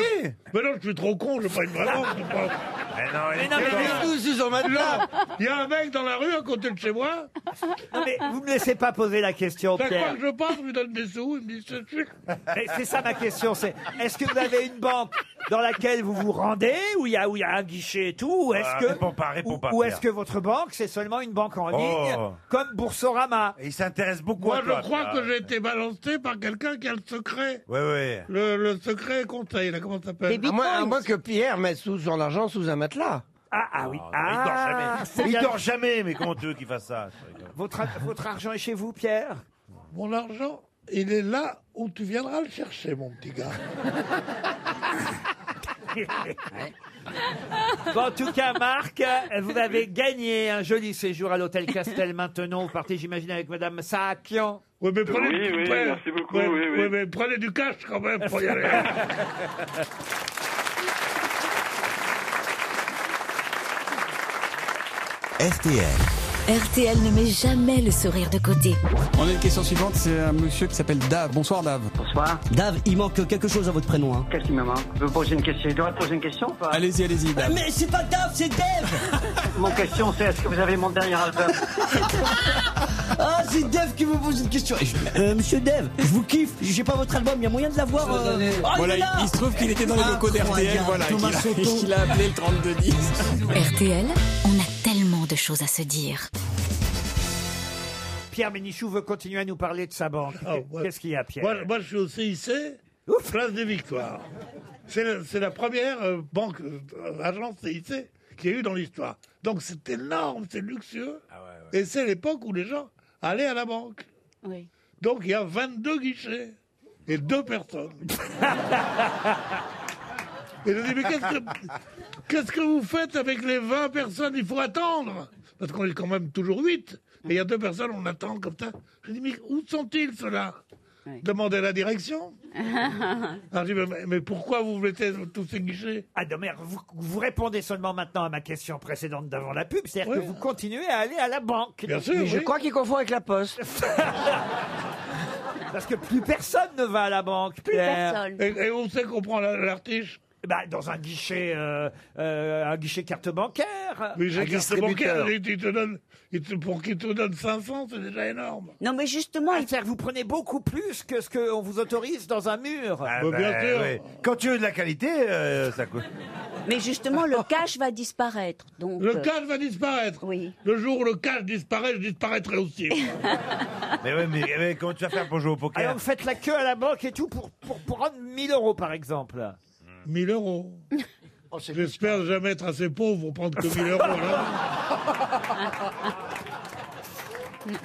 [SPEAKER 13] Mais non, je suis trop con, je n'ai pas une vraie banque. je sais pas.
[SPEAKER 2] Mais Eh non, mais,
[SPEAKER 13] Là, Il y a un mec dans la rue à côté de chez moi.
[SPEAKER 2] Non, mais vous ne me laissez pas poser la question,
[SPEAKER 13] Chaque fois
[SPEAKER 2] Pierre.
[SPEAKER 13] que je parle, il me donne des sous, il me dit c'est sûr.
[SPEAKER 2] Et C'est ça ma question, c'est est-ce que vous avez une banque dans laquelle vous vous rendez, où il y a, où il y a un guichet et tout, ou est-ce
[SPEAKER 19] Ah,
[SPEAKER 2] que,
[SPEAKER 19] réponds pas, réponds
[SPEAKER 2] ou,
[SPEAKER 19] pas,
[SPEAKER 2] ou est-ce que
[SPEAKER 19] Pierre.
[SPEAKER 2] votre banque c'est seulement une banque en ligne,
[SPEAKER 19] Oh.
[SPEAKER 2] comme Boursorama
[SPEAKER 19] Il s'intéresse beaucoup
[SPEAKER 13] Moi,
[SPEAKER 19] à
[SPEAKER 13] je
[SPEAKER 19] toi.
[SPEAKER 13] crois
[SPEAKER 19] Pierre.
[SPEAKER 13] que j'ai été balancé par quelqu'un qui a le secret.
[SPEAKER 19] Ouais, ouais.
[SPEAKER 13] Le, le secret conseil, là, comment ça s'appelle
[SPEAKER 15] à, moins, à moins que Pierre mette sous son argent sous un matelas.
[SPEAKER 2] Ah, ah oui.
[SPEAKER 19] il dort jamais.
[SPEAKER 2] c'est
[SPEAKER 19] il
[SPEAKER 2] bien.
[SPEAKER 19] dort jamais, mais comment tu veux qu'il fasse ça
[SPEAKER 2] Votre, ar- votre argent est chez vous, Pierre
[SPEAKER 13] Mon argent, il est là où tu viendras le chercher, mon petit gars.
[SPEAKER 2] Bon, en tout cas, Marc, euh, vous avez gagné un joli séjour à l'hôtel Castel maintenant. Vous partez, j'imagine, avec Madame Saakian.
[SPEAKER 13] Oui, mais prenez
[SPEAKER 2] Oui,
[SPEAKER 13] du
[SPEAKER 2] oui,
[SPEAKER 13] ouais,
[SPEAKER 2] merci beaucoup,
[SPEAKER 13] ouais,
[SPEAKER 2] oui, oui.
[SPEAKER 13] ouais, mais prenez du cash quand même pour y aller.
[SPEAKER 20] RTL.
[SPEAKER 18] RTL ne met jamais le sourire de côté.
[SPEAKER 20] On a une question suivante, c'est un monsieur qui s'appelle Dave. Bonsoir Dave. Bonsoir. Dave, il manque quelque chose à votre prénom. hein.
[SPEAKER 24] Qu'est-ce qui me manque Je veux poser une question. Je dois poser une question ou pas
[SPEAKER 20] Allez-y, allez-y
[SPEAKER 7] bah.
[SPEAKER 20] Dave.
[SPEAKER 24] Mais c'est pas Dave, c'est Dave Mon question, c'est est-ce que vous avez mon dernier album
[SPEAKER 20] Ah, c'est Dave qui me pose une question. Et je- Euh, monsieur Dave, je vous kiffe. J'ai pas votre album, il y a moyen de l'avoir. euh, oh, il est voilà, il, là il se trouve qu'il était dans les
[SPEAKER 2] Ah,
[SPEAKER 20] locaux d'RTL,
[SPEAKER 18] Incroyable,
[SPEAKER 20] voilà, et
[SPEAKER 18] Thomas
[SPEAKER 20] qu'il a,
[SPEAKER 18] Soto.
[SPEAKER 20] qu'il a appelé le 3210.
[SPEAKER 18] RTL, on a tellement de choses à se dire.
[SPEAKER 2] Pierre Ménichou veut continuer à nous parler de sa banque.
[SPEAKER 13] Ah,
[SPEAKER 2] Qu'est-ce qu'il y a, Pierre
[SPEAKER 13] Moi, moi, je suis au CIC, Place des Victoires. C'est le- c'est la première euh, banque, euh, agence CIC qu'il y a eu dans l'histoire. Donc c'est énorme, c'est luxueux. Et c'est l'époque où les gens allaient à la banque. Donc il y a 22 guichets et deux personnes. et je dis, mais qu'est-ce que, qu'est-ce que vous faites avec les 20 personnes Il faut attendre parce qu'on est quand même toujours huit. Et il y a deux personnes, on attend comme ça. Je dis, mais où sont-ils ceux-là Demandez à la direction. Alors, je dis, mais, mais pourquoi vous voulez tous ces guichets
[SPEAKER 2] Ah non, mais vous, vous répondez seulement maintenant à ma question précédente d'avant la pub, c'est-à-dire que vous continuez à aller à la banque.
[SPEAKER 15] Bien sûr, Mais je oui. crois
[SPEAKER 2] qu'il confond avec la poste. Parce que plus personne ne va à la banque. Plus
[SPEAKER 13] personne. Et- et où c'est qu'on prend la- l'artiche
[SPEAKER 2] bah, dans un guichet, euh, euh, un guichet carte bancaire.
[SPEAKER 13] Mais j'ai
[SPEAKER 2] Un
[SPEAKER 13] carte
[SPEAKER 2] distributeur.
[SPEAKER 13] bancaire, il, il te donne, il te- pour qu'il te donne 500, c'est déjà énorme.
[SPEAKER 2] Non, mais justement, vous prenez beaucoup plus que ce qu'on vous autorise dans un mur.
[SPEAKER 19] Bah,
[SPEAKER 13] Ah,
[SPEAKER 2] ben,
[SPEAKER 13] bien sûr.
[SPEAKER 19] ouais. Quand tu veux de la qualité, euh, ça coûte.
[SPEAKER 4] Mais justement, le cash va disparaître. Donc,
[SPEAKER 13] Le
[SPEAKER 4] euh,
[SPEAKER 13] cash va disparaître. Le jour où le cash disparaît, je disparaîtrai aussi.
[SPEAKER 19] Mais ouais, mais, mais comment tu vas faire pour jouer au poker
[SPEAKER 2] Alors vous faites la queue à la banque et tout pour, pour, pour rendre 1000 euros par exemple. Oh,
[SPEAKER 13] 1000 euros. J'espère jamais être assez pauvre pour prendre que 1000 euros. hein.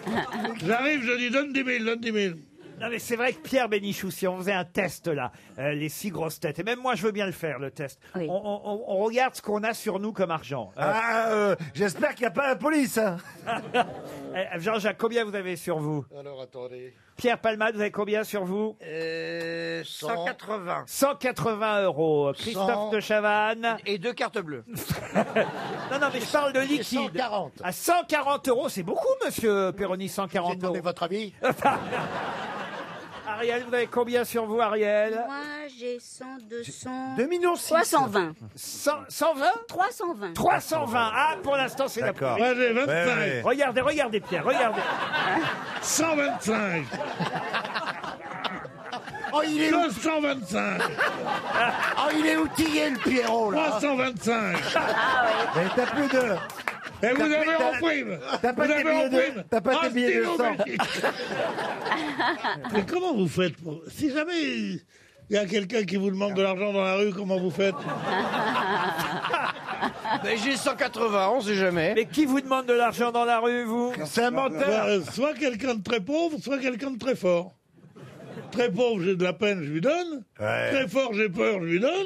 [SPEAKER 13] là. J'arrive, je dis donne 10 000, donne 10 000.
[SPEAKER 2] Non mais c'est vrai que Pierre Bénichou, si on faisait un test là, euh, les six grosses têtes, et même moi je veux bien le faire le test, on, on- on- on regarde ce qu'on a sur nous comme argent. Euh,
[SPEAKER 19] Ah, euh, j'espère qu'il n'y a pas la police. hein.
[SPEAKER 2] euh, Jean-Jacques, combien vous avez sur vous
[SPEAKER 16] Alors attendez.
[SPEAKER 2] Pierre Palmade, vous avez combien sur vous Euh,
[SPEAKER 15] 180.
[SPEAKER 2] 180 euros. Christophe
[SPEAKER 15] Cent.
[SPEAKER 2] de Chavannes.
[SPEAKER 15] Et deux cartes bleues.
[SPEAKER 2] Non, non, mais je parle de liquide.
[SPEAKER 15] 140.
[SPEAKER 2] À 140 euros, c'est beaucoup, monsieur Perroni, 140 euros. Vous demandé votre avis Ariel, vous avez combien sur vous, Ariel
[SPEAKER 4] Moi, j'ai 100, 200.
[SPEAKER 2] 2 millions
[SPEAKER 4] 320.
[SPEAKER 2] 120
[SPEAKER 4] 320.
[SPEAKER 2] 320. Ah, pour l'instant, c'est la
[SPEAKER 19] D'accord.
[SPEAKER 2] plus.
[SPEAKER 19] Moi, j'ai 25. Ouais, ouais.
[SPEAKER 2] Regardez, regardez, Pierre, regardez.
[SPEAKER 13] 125.
[SPEAKER 16] Oh, il est où
[SPEAKER 13] 225.
[SPEAKER 16] Oh, il est outillé, le Pierrot, là.
[SPEAKER 13] 325.
[SPEAKER 16] Ah, ouais.
[SPEAKER 13] Mais t'as plus de. Et vous avez en prime
[SPEAKER 7] T'as pas
[SPEAKER 13] Vous
[SPEAKER 7] tes
[SPEAKER 13] avez
[SPEAKER 7] billets
[SPEAKER 13] en
[SPEAKER 7] de-
[SPEAKER 13] prime
[SPEAKER 7] t'as pas
[SPEAKER 13] Un
[SPEAKER 7] tes billets de
[SPEAKER 13] stylo
[SPEAKER 7] sang.
[SPEAKER 13] magique. Mais comment vous faites pour... Si jamais il y a quelqu'un qui vous demande de l'argent dans la rue, comment vous faites
[SPEAKER 15] Mais j'ai 180, on sait jamais.
[SPEAKER 2] Mais qui vous demande de l'argent dans la rue, vous
[SPEAKER 15] C'est un menteur.
[SPEAKER 13] Euh, Soit quelqu'un de très pauvre, soit quelqu'un de très fort. Très pauvre, j'ai de la peine, je lui donne.
[SPEAKER 19] Ouais.
[SPEAKER 13] Très fort, j'ai peur, je lui donne.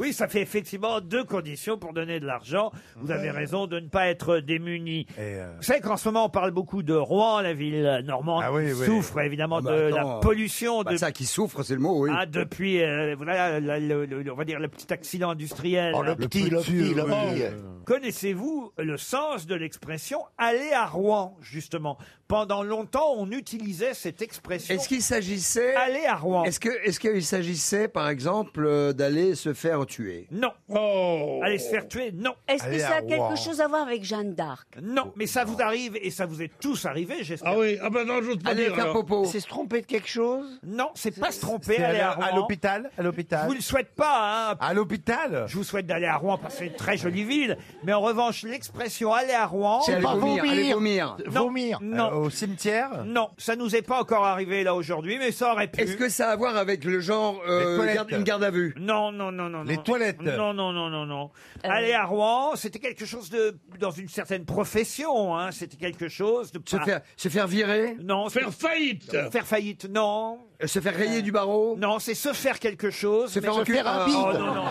[SPEAKER 2] Oui, ça fait effectivement deux conditions pour donner de l'argent. Vous avez raison de ne pas être démuni.
[SPEAKER 8] euh,
[SPEAKER 2] Vous savez qu'en ce moment, on parle beaucoup de Rouen, la ville normande, qui
[SPEAKER 8] Ah oui.
[SPEAKER 2] souffre évidemment
[SPEAKER 8] Ah bah
[SPEAKER 2] de
[SPEAKER 8] attends,
[SPEAKER 2] la pollution.
[SPEAKER 8] bah
[SPEAKER 2] de...
[SPEAKER 8] ça qui souffre, c'est le mot, oui.
[SPEAKER 2] Ah, depuis, euh, voilà, la- le- le- on va dire le petit accident industriel.
[SPEAKER 8] Oh, le Le petit, le petit, petit, le oui. petit.
[SPEAKER 2] Connaissez-vous le sens de l'expression aller à Rouen, justement Pendant longtemps, on utilisait cette expression.
[SPEAKER 8] Est-ce qu'il s'agissait
[SPEAKER 2] aller à Rouen
[SPEAKER 8] Est-ce que est-ce qu'il s'agissait par exemple euh, d'aller se faire tuer
[SPEAKER 2] Non. Ah, Aller se faire tuer Non.
[SPEAKER 4] Est-ce que
[SPEAKER 8] Allez,
[SPEAKER 4] ça
[SPEAKER 8] à
[SPEAKER 2] ah,
[SPEAKER 4] a quelque
[SPEAKER 8] Rouen.
[SPEAKER 4] chose à voir avec Jeanne d'Arc
[SPEAKER 2] Non, mais ça vous arrive et ça vous est tous arrivé, j'espère.
[SPEAKER 13] Oh, Ah oui, ah ben non, j'ose pas Allez, dire, faire alors. popo.
[SPEAKER 15] C'est se tromper de quelque chose
[SPEAKER 2] Non, c'est pas se tromper,
[SPEAKER 19] C'est
[SPEAKER 2] aller à
[SPEAKER 19] à-
[SPEAKER 2] Rouen.
[SPEAKER 19] à l'hôpital, à
[SPEAKER 2] Je
[SPEAKER 19] l'hôpital.
[SPEAKER 2] vous le souhaite pas, hein.
[SPEAKER 19] À l'hôpital.
[SPEAKER 2] Je vous souhaite d'aller à Rouen parce que c'est une très jolie ville. Mais en revanche, l'expression aller à Rouen.
[SPEAKER 19] C'est C'est pas aller vomir, vomir. aller vomir.
[SPEAKER 2] Non, Non.
[SPEAKER 19] Euh, au cimetière.
[SPEAKER 2] Non, ça nous est pas encore arrivé là aujourd'hui, mais ça aurait pu.
[SPEAKER 8] Est-ce que ça a à voir avec le genre euh,
[SPEAKER 2] toilettes.
[SPEAKER 8] garde- une garde à vue
[SPEAKER 2] Non, non, non, non.
[SPEAKER 8] Les
[SPEAKER 2] non.
[SPEAKER 8] toilettes.
[SPEAKER 2] Non, non, non, non, non. Aller à Rouen, c'était quelque chose de dans une certaine profession. Hein. C'était quelque chose de.
[SPEAKER 8] Se faire- se faire virer
[SPEAKER 2] Non.
[SPEAKER 8] Faire
[SPEAKER 2] c'est- Euh,
[SPEAKER 8] faillite.
[SPEAKER 2] Faire faillite, non. Euh,
[SPEAKER 8] Se faire rayer du barreau
[SPEAKER 2] Non, c'est se faire quelque chose.
[SPEAKER 8] Se
[SPEAKER 2] mais
[SPEAKER 8] faire enculer-
[SPEAKER 2] un-
[SPEAKER 8] euh,
[SPEAKER 2] Oh,
[SPEAKER 8] bide.
[SPEAKER 2] non, non.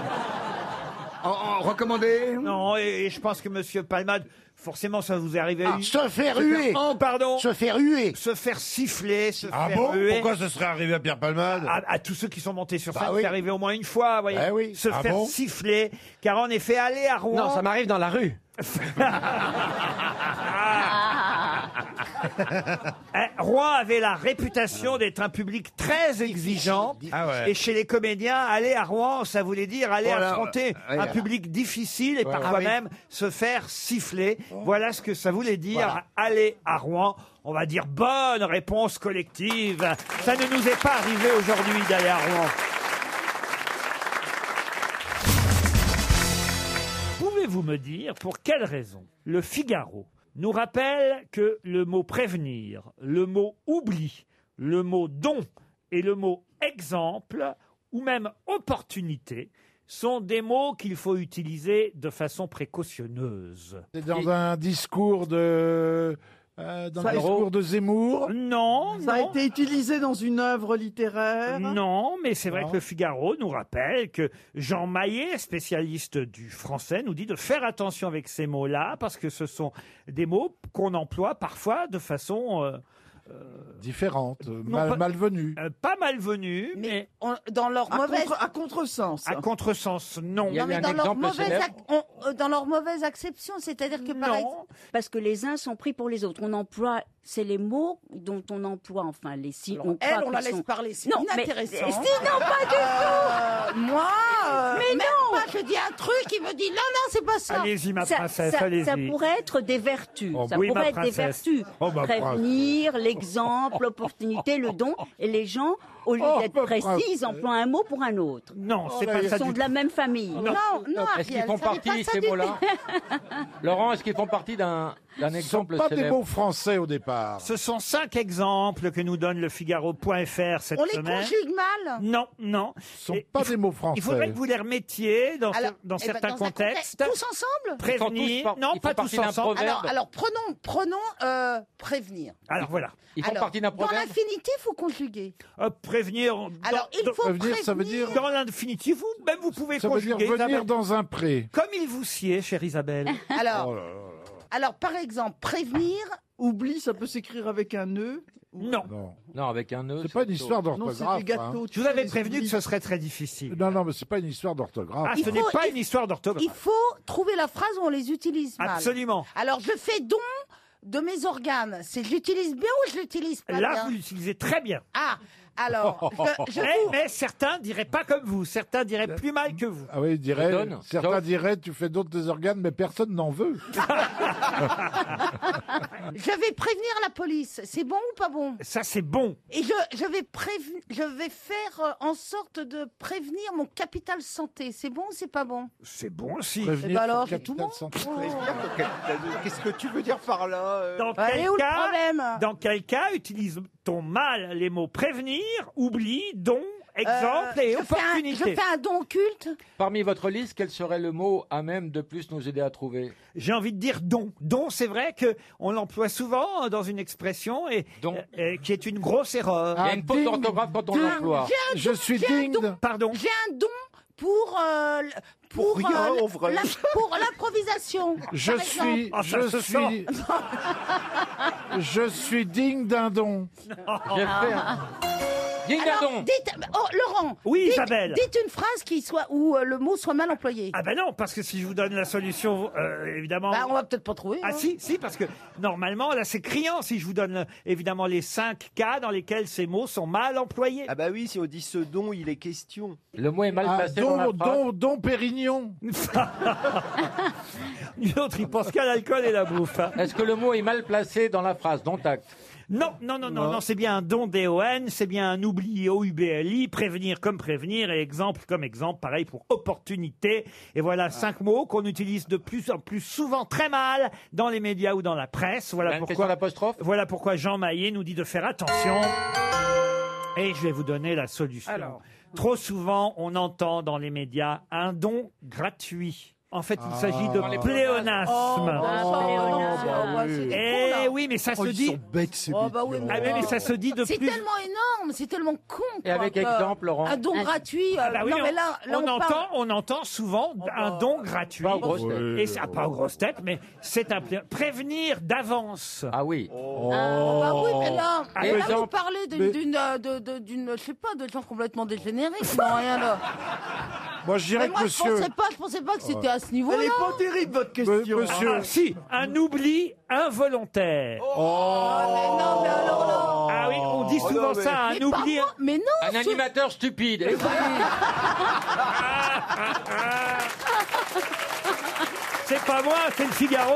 [SPEAKER 8] recommander
[SPEAKER 2] Non, et, et je pense que Monsieur Palmade, forcément, ça vous est arrivé.
[SPEAKER 19] Ah,
[SPEAKER 2] une-
[SPEAKER 19] se faire huer.
[SPEAKER 2] Oh, pardon.
[SPEAKER 19] Se faire huer.
[SPEAKER 2] Se faire siffler. Se
[SPEAKER 19] Ah
[SPEAKER 2] faire
[SPEAKER 19] bon
[SPEAKER 2] huer.
[SPEAKER 19] Pourquoi ce serait arrivé à Pierre Palmade
[SPEAKER 2] à, à tous ceux qui sont montés sur
[SPEAKER 19] Bah
[SPEAKER 2] scène,
[SPEAKER 19] oui.
[SPEAKER 2] c'est arrivé au moins une fois, vous voyez,
[SPEAKER 19] Bah oui.
[SPEAKER 2] se
[SPEAKER 19] Ah
[SPEAKER 2] faire
[SPEAKER 19] bon
[SPEAKER 2] siffler, car en effet, aller à Rouen.
[SPEAKER 15] Non, ça m'arrive dans la rue.
[SPEAKER 2] Hein, Rouen avait la réputation d'être un public très exigeant.
[SPEAKER 19] Ah ouais.
[SPEAKER 2] Et chez les comédiens, aller à Rouen, ça voulait dire aller
[SPEAKER 19] Voilà,
[SPEAKER 2] affronter
[SPEAKER 19] euh, ouais,
[SPEAKER 2] un
[SPEAKER 19] ouais.
[SPEAKER 2] public difficile et
[SPEAKER 19] Ouais. Ah
[SPEAKER 2] parfois
[SPEAKER 19] oui. Oh.
[SPEAKER 2] même se faire siffler. Voilà ce que ça voulait dire aller à Rouen. On va dire bonne réponse collective. Ça ne nous est pas arrivé aujourd'hui d'aller à Rouen. Pouvez-vous me dire pour quelle raison le Figaro nous rappelle que le mot prévenir, le mot oubli, le mot don et le mot exemple ou même opportunité sont des mots qu'il faut utiliser de façon précautionneuse.
[SPEAKER 5] C'est dans un discours de dans
[SPEAKER 3] Ça
[SPEAKER 5] le
[SPEAKER 3] a-
[SPEAKER 5] discours de Zemmour
[SPEAKER 2] Non,
[SPEAKER 3] Ça a été utilisé dans une œuvre littéraire
[SPEAKER 2] Non, mais c'est vrai que le Figaro nous rappelle que Jean Maillet, spécialiste du français, nous dit de faire attention avec ces mots-là, parce que ce sont des mots qu'on emploie parfois de façon... euh,
[SPEAKER 5] Différente, euh,
[SPEAKER 2] Non,
[SPEAKER 5] mal-
[SPEAKER 2] pas-
[SPEAKER 5] malvenue.
[SPEAKER 2] euh, pas malvenue, mais,
[SPEAKER 12] dans leur
[SPEAKER 2] À
[SPEAKER 12] mauvaise.
[SPEAKER 2] contre- à
[SPEAKER 12] contresens.
[SPEAKER 2] à contresens, non.
[SPEAKER 12] Non, mais dans leur, mauvaise ac- on- euh, dans leur mauvaise acception, c'est-à-dire que par exemple.
[SPEAKER 4] Parce que les uns sont pris pour les autres. On emploie, c'est les mots dont on emploie, enfin, les si.
[SPEAKER 12] Alors,
[SPEAKER 4] on
[SPEAKER 12] elle,
[SPEAKER 4] croit
[SPEAKER 12] on la
[SPEAKER 4] qu'ils
[SPEAKER 12] laisse
[SPEAKER 4] sont-
[SPEAKER 12] parler, c'est
[SPEAKER 4] Non, mais-
[SPEAKER 12] inintéressant.
[SPEAKER 4] Si, non, pas du
[SPEAKER 12] Euh,
[SPEAKER 4] tout
[SPEAKER 12] moi, euh,
[SPEAKER 4] Mais
[SPEAKER 12] même
[SPEAKER 4] non
[SPEAKER 12] pas, je dis un truc, il me dit non, non, c'est pas ça.
[SPEAKER 2] Allez-y, ma
[SPEAKER 4] ça,
[SPEAKER 2] princesse,
[SPEAKER 4] ça-
[SPEAKER 2] allez-y.
[SPEAKER 4] ça pourrait être des vertus.
[SPEAKER 2] Oh,
[SPEAKER 4] ça
[SPEAKER 2] oui, ma
[SPEAKER 4] pourrait être des
[SPEAKER 2] princesse.
[SPEAKER 4] vertus.
[SPEAKER 2] Oh, ma
[SPEAKER 4] Prévenir, l'exemple, l'opportunité, le don. Et les gens, au lieu
[SPEAKER 2] Oh,
[SPEAKER 4] d'être
[SPEAKER 2] ma
[SPEAKER 4] précis,
[SPEAKER 2] princesse.
[SPEAKER 4] emploient un mot pour un autre.
[SPEAKER 2] Non, c'est Oh, pas là, ça
[SPEAKER 4] Ils sont
[SPEAKER 2] du
[SPEAKER 4] de la même famille.
[SPEAKER 6] Non. Est-ce qu'ils font partie, ces mots-là Laurent, est-ce qu'ils font partie d'un d'un exemple
[SPEAKER 5] Pas des
[SPEAKER 14] Eh
[SPEAKER 6] célèbre
[SPEAKER 5] mots français au départ.
[SPEAKER 2] Ce sont cinq exemples que nous donne le Figaro.fr cette
[SPEAKER 12] On les
[SPEAKER 2] semaine.
[SPEAKER 12] conjugue mal
[SPEAKER 2] Non, non. Ce
[SPEAKER 5] sont pas des mots français.
[SPEAKER 2] Il faudrait que vous les remettiez dans, ce-
[SPEAKER 12] Alors,
[SPEAKER 2] dans
[SPEAKER 12] eh ben,
[SPEAKER 2] certains
[SPEAKER 12] dans un
[SPEAKER 2] contextes.
[SPEAKER 12] contexte- Tous ensemble
[SPEAKER 2] Prévenir. non, pas tous ensemble.
[SPEAKER 12] Alors, alors, prenons, prenons euh, prévenir.
[SPEAKER 2] Alors, voilà.
[SPEAKER 12] Alors, Dans l'infinitif ou conjugué
[SPEAKER 2] Euh, prévenir.
[SPEAKER 12] Alors, il faut Prévenir, ça veut prévenir- dire-
[SPEAKER 2] Dans l'infinitif, vous, même vous pouvez
[SPEAKER 5] Ça veut dire
[SPEAKER 2] conjuguer.
[SPEAKER 5] venir
[SPEAKER 2] Isabelle.
[SPEAKER 5] dans un pré.
[SPEAKER 2] Comme il vous sied, chère Isabelle.
[SPEAKER 12] Alors,
[SPEAKER 5] Oh là là.
[SPEAKER 12] alors, par exemple, prévenir.
[SPEAKER 3] Oubli, ça peut s'écrire avec un E. nœud
[SPEAKER 2] Non.
[SPEAKER 5] non.
[SPEAKER 6] avec un nœud.
[SPEAKER 5] C'est pas une histoire
[SPEAKER 3] Non,
[SPEAKER 5] d'orthographe.
[SPEAKER 3] c'est des gâteaux,
[SPEAKER 5] hein.
[SPEAKER 3] tu Je vous avais sais,
[SPEAKER 2] prévenu que ce serait très difficile.
[SPEAKER 5] Non, non, mais c'est pas une histoire d'orthographe.
[SPEAKER 2] Ah, ce n'est pas une histoire
[SPEAKER 12] Il
[SPEAKER 2] d'orthographe.
[SPEAKER 12] faut trouver la phrase où on les utilise mal.
[SPEAKER 2] Absolument.
[SPEAKER 12] Alors, je fais don de mes organes. C'est je l'utilise bien ou je l'utilise pas
[SPEAKER 2] Là,
[SPEAKER 12] bien
[SPEAKER 2] vous l'utilisez très bien.
[SPEAKER 12] Ah, alors, je, je
[SPEAKER 2] mais,
[SPEAKER 12] vous-
[SPEAKER 2] mais certains diraient pas comme vous, certains diraient plus mal que vous.
[SPEAKER 5] Ah oui, il dirait,
[SPEAKER 2] Donne.
[SPEAKER 5] certains diraient tu fais d'autres des organes, mais personne n'en veut.
[SPEAKER 12] je vais prévenir la police. C'est bon ou pas bon
[SPEAKER 2] Ça, c'est bon.
[SPEAKER 12] Et je, je, vais préven- je vais faire euh, en sorte de prévenir mon capital santé. C'est bon ou c'est pas bon
[SPEAKER 2] C'est bon aussi.
[SPEAKER 12] Eh ben alors, c'est tout bon.
[SPEAKER 7] Qu'est-ce que tu veux dire par là euh
[SPEAKER 2] Dans
[SPEAKER 12] Bah,
[SPEAKER 7] Ouais,
[SPEAKER 2] quel,
[SPEAKER 7] où le
[SPEAKER 2] cas, dans quel cas utilise-t-on mal les mots prévenir, oubli, don, exemple
[SPEAKER 12] Euh,
[SPEAKER 2] et
[SPEAKER 12] je fais un-
[SPEAKER 2] opportunité
[SPEAKER 12] je fais un don culte.
[SPEAKER 6] Parmi votre liste, quel serait le mot à même de plus nous aider à trouver
[SPEAKER 2] J'ai envie de dire don. Don, c'est vrai que on l'emploie souvent hein, dans une expression et, euh, et- et qui est une grosse erreur.
[SPEAKER 6] Il y a
[SPEAKER 12] Ah,
[SPEAKER 6] une faute d'orthographe quand on l'emploie.
[SPEAKER 12] J'ai un don- j'ai un don-
[SPEAKER 2] Pardon.
[SPEAKER 12] J'ai un don pour euh, l- pour
[SPEAKER 2] Pour rien,
[SPEAKER 12] euh, l-
[SPEAKER 2] en vrai.
[SPEAKER 12] la- pour l'improvisation.
[SPEAKER 5] Je
[SPEAKER 12] par exemple.
[SPEAKER 5] suis, je suis, je suis digne d'un don.
[SPEAKER 6] J'ai
[SPEAKER 12] Ah.
[SPEAKER 6] fait un-
[SPEAKER 12] Alors, dites, oh, Laurent.
[SPEAKER 2] Oui,
[SPEAKER 12] dites,
[SPEAKER 2] Isabelle.
[SPEAKER 12] Dites une phrase qui soit où euh, le mot soit mal employé.
[SPEAKER 2] Ah ben non, parce que si je vous donne la solution, euh, évidemment...
[SPEAKER 12] Bah, on va peut-être pas trouver.
[SPEAKER 2] Ah
[SPEAKER 12] hein.
[SPEAKER 2] si, si, parce que normalement, là, c'est criant si je vous donne euh, évidemment les cinq cas dans lesquels ces mots sont mal employés.
[SPEAKER 7] Ah bah oui, si on dit ce don, il est question.
[SPEAKER 6] Le mot est mal
[SPEAKER 5] Ah,
[SPEAKER 6] placé dans la
[SPEAKER 5] don,
[SPEAKER 6] phrase.
[SPEAKER 5] don, don Pérignon.
[SPEAKER 2] L'autre, il pense qu'à l'alcool et la bouffe. hein.
[SPEAKER 6] Est-ce que le mot est mal placé dans la phrase Don tact.
[SPEAKER 2] Non, non, non, non, non, c'est bien un don DON, c'est bien un oubli O-U-B-L-I, prévenir comme prévenir et exemple comme exemple, pareil pour opportunité. Et
[SPEAKER 6] Ah.
[SPEAKER 2] voilà cinq mots qu'on utilise de plus en plus souvent très mal dans les médias ou dans la presse. Voilà pourquoi
[SPEAKER 6] l'apostrophe.
[SPEAKER 2] Voilà pourquoi Jean Maillet nous dit de faire attention. Et je vais vous donner la solution. Trop souvent, on entend dans les médias un don gratuit. En fait, il s'agit
[SPEAKER 6] Dans les
[SPEAKER 2] de pléonasme. Eh
[SPEAKER 12] Eh
[SPEAKER 2] oui, mais ça se dit.
[SPEAKER 12] Oh, bah oui,
[SPEAKER 2] Ah oui, mais ça se dit de
[SPEAKER 12] C'est
[SPEAKER 2] plus.
[SPEAKER 12] tellement énorme, c'est tellement con.
[SPEAKER 2] Et
[SPEAKER 12] quoi,
[SPEAKER 2] avec
[SPEAKER 12] que-
[SPEAKER 2] exemple, Laurent.
[SPEAKER 12] Un don
[SPEAKER 2] Ah,
[SPEAKER 12] gratuit. euh,
[SPEAKER 2] Ah bah oui,
[SPEAKER 12] non,
[SPEAKER 2] on,
[SPEAKER 12] mais là, là,
[SPEAKER 2] on
[SPEAKER 12] on
[SPEAKER 2] entend,
[SPEAKER 12] parle- Oh, bah,
[SPEAKER 2] on entend souvent un don gratuit.
[SPEAKER 6] aux grosses têtes.
[SPEAKER 2] Et c'est ah, pas aux grosses têtes, mais c'est un plé- prévenir d'avance.
[SPEAKER 6] Ah oui.
[SPEAKER 12] Ah, bah oui, mais là,
[SPEAKER 5] Oh.
[SPEAKER 2] Ah,
[SPEAKER 12] mais
[SPEAKER 2] mais
[SPEAKER 12] là, vous
[SPEAKER 2] exemple-
[SPEAKER 12] parlez d'une,
[SPEAKER 2] mais-
[SPEAKER 12] d'une, euh, de- de- d'une, je sais pas, de gens complètement dégénérés qui n'ont rien là.
[SPEAKER 5] Moi, je dirais
[SPEAKER 12] Mais moi,
[SPEAKER 5] que
[SPEAKER 12] je pensais
[SPEAKER 5] monsieur.
[SPEAKER 12] pas, je pensais pas que c'était
[SPEAKER 5] Ouais.
[SPEAKER 12] à ce niveau. là
[SPEAKER 5] Elle est pas
[SPEAKER 12] terrible votre
[SPEAKER 5] question. monsieur-
[SPEAKER 2] Ah, si, un oubli involontaire.
[SPEAKER 5] Oh.
[SPEAKER 2] Ah oui, on dit souvent ça, hein, un oubli.
[SPEAKER 12] mais non.
[SPEAKER 6] Un animateur stupide. Eh oui.
[SPEAKER 2] C'est pas moi, c'est le Figaro.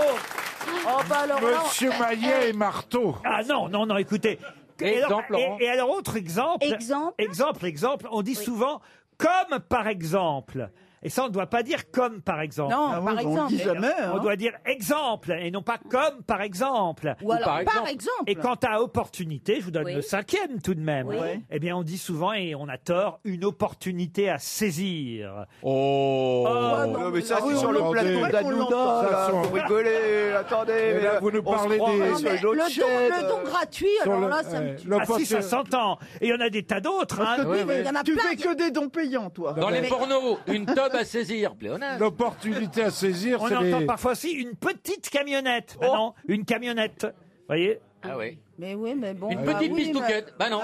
[SPEAKER 12] Oh bah alors là,
[SPEAKER 5] Monsieur
[SPEAKER 12] eh,
[SPEAKER 5] Maillet
[SPEAKER 12] eh,
[SPEAKER 5] et Marteau.
[SPEAKER 2] Ah non, non, non, écoutez.
[SPEAKER 5] Et
[SPEAKER 2] alors-
[SPEAKER 5] exemple, Laurent.
[SPEAKER 2] et- et alors, autre exemple.
[SPEAKER 4] Exemple.
[SPEAKER 2] Exemple, exemple, On dit souvent comme par exemple. Et ça, on ne doit pas dire comme par exemple.
[SPEAKER 12] Non, Ah oui, par bah, on le exemple. dit jamais, hein.
[SPEAKER 2] On doit dire exemple et non pas comme par exemple.
[SPEAKER 12] Ou Ou alors par par exemple. exemple.
[SPEAKER 2] Et quant à opportunité, je vous donne
[SPEAKER 12] Oui.
[SPEAKER 2] le cinquième tout de même.
[SPEAKER 12] Oui. Ouais.
[SPEAKER 2] Eh bien, on dit souvent et on a tort une opportunité à saisir. Oh,
[SPEAKER 7] Ah, Non, mais
[SPEAKER 5] Ah
[SPEAKER 7] ça, c'est sur le plateau d'Anouna. là, Vous rigolez, attendez.
[SPEAKER 2] Mais là, vous nous
[SPEAKER 7] on se
[SPEAKER 2] parlez
[SPEAKER 7] croirait
[SPEAKER 2] des-
[SPEAKER 7] sur une
[SPEAKER 2] Le
[SPEAKER 7] autre
[SPEAKER 2] don-
[SPEAKER 7] chaîne.
[SPEAKER 12] le don gratuit,
[SPEAKER 2] Sur
[SPEAKER 12] alors
[SPEAKER 2] le-
[SPEAKER 12] là, ça me
[SPEAKER 2] ouais.
[SPEAKER 12] tue.
[SPEAKER 2] Ah si, ça s'entend. Et il y en a des tas d'autres.
[SPEAKER 3] Parce
[SPEAKER 2] hein.
[SPEAKER 3] que tu, fais- tu fais que des dons payants, toi.
[SPEAKER 6] Dans les pornos, une tobe à saisir, pléonasme.
[SPEAKER 2] L'opportunité à saisir, On
[SPEAKER 6] c'est
[SPEAKER 2] entend
[SPEAKER 6] les-
[SPEAKER 2] parfois aussi une petite camionnette. Ben non, une camionnette. Vous voyez
[SPEAKER 6] Ah oui.
[SPEAKER 12] Mais oui, mais
[SPEAKER 2] Ah
[SPEAKER 12] bon.
[SPEAKER 6] Une
[SPEAKER 12] bah
[SPEAKER 6] petite
[SPEAKER 12] oui,
[SPEAKER 6] pistouquette. Bah non.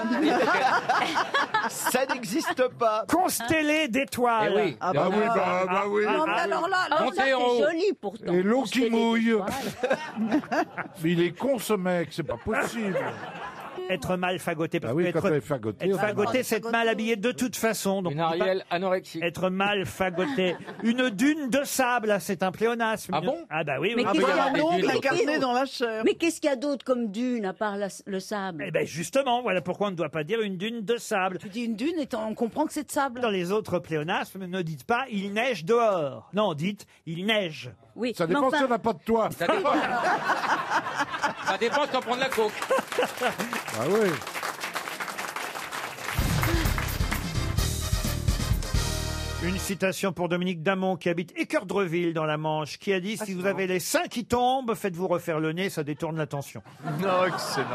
[SPEAKER 7] Ça n'existe pas.
[SPEAKER 2] Constellée d'étoiles.
[SPEAKER 6] Eh oui. Ah bah oui, bah- bah oui.
[SPEAKER 12] Non, mais alors là,
[SPEAKER 6] ah,
[SPEAKER 12] alors ça, c'est
[SPEAKER 6] Montero.
[SPEAKER 12] joli pourtant.
[SPEAKER 19] Et l'eau
[SPEAKER 12] Constellée
[SPEAKER 19] qui mouille.
[SPEAKER 12] d'étoiles.
[SPEAKER 19] Mais il est con ce mec, c'est pas possible.
[SPEAKER 2] Être mal fagoté. Parce
[SPEAKER 19] Ah oui,
[SPEAKER 2] que
[SPEAKER 19] quand
[SPEAKER 2] être,
[SPEAKER 19] on est fagoté,
[SPEAKER 2] être
[SPEAKER 19] on est
[SPEAKER 2] fagoté,
[SPEAKER 19] mal.
[SPEAKER 2] c'est être mal habillé de toute façon. Donc une
[SPEAKER 6] Ariel anorexique.
[SPEAKER 2] Être mal fagoté. une dune de sable, là, c'est un pléonasme.
[SPEAKER 6] Ah bon
[SPEAKER 2] Ah bah oui, oui.
[SPEAKER 4] Mais qu'est-ce qu'il y a d'autre
[SPEAKER 2] dans
[SPEAKER 3] la chair.
[SPEAKER 4] Mais qu'est-ce qu'il y a d'autre comme dune à part la- le sable
[SPEAKER 2] Eh ben justement, voilà pourquoi on ne doit pas dire une dune de sable.
[SPEAKER 12] Tu dis une dune et on comprend que c'est de sable.
[SPEAKER 2] Dans les autres pléonasmes, ne dites pas il neige dehors. Non, dites il neige.
[SPEAKER 4] Oui,
[SPEAKER 19] Ça dépend si on n'a pas de toit.
[SPEAKER 2] Ça dépend.
[SPEAKER 6] Ça dépend si on prend de la coke.
[SPEAKER 19] Ah oui.
[SPEAKER 2] Une citation pour Dominique Damon qui habite Équeurdreville dans la Manche, qui a dit
[SPEAKER 7] Ah,
[SPEAKER 2] Si vous avez les seins qui tombent, faites-vous refaire le nez, ça détourne l'attention.
[SPEAKER 7] Non, excellent.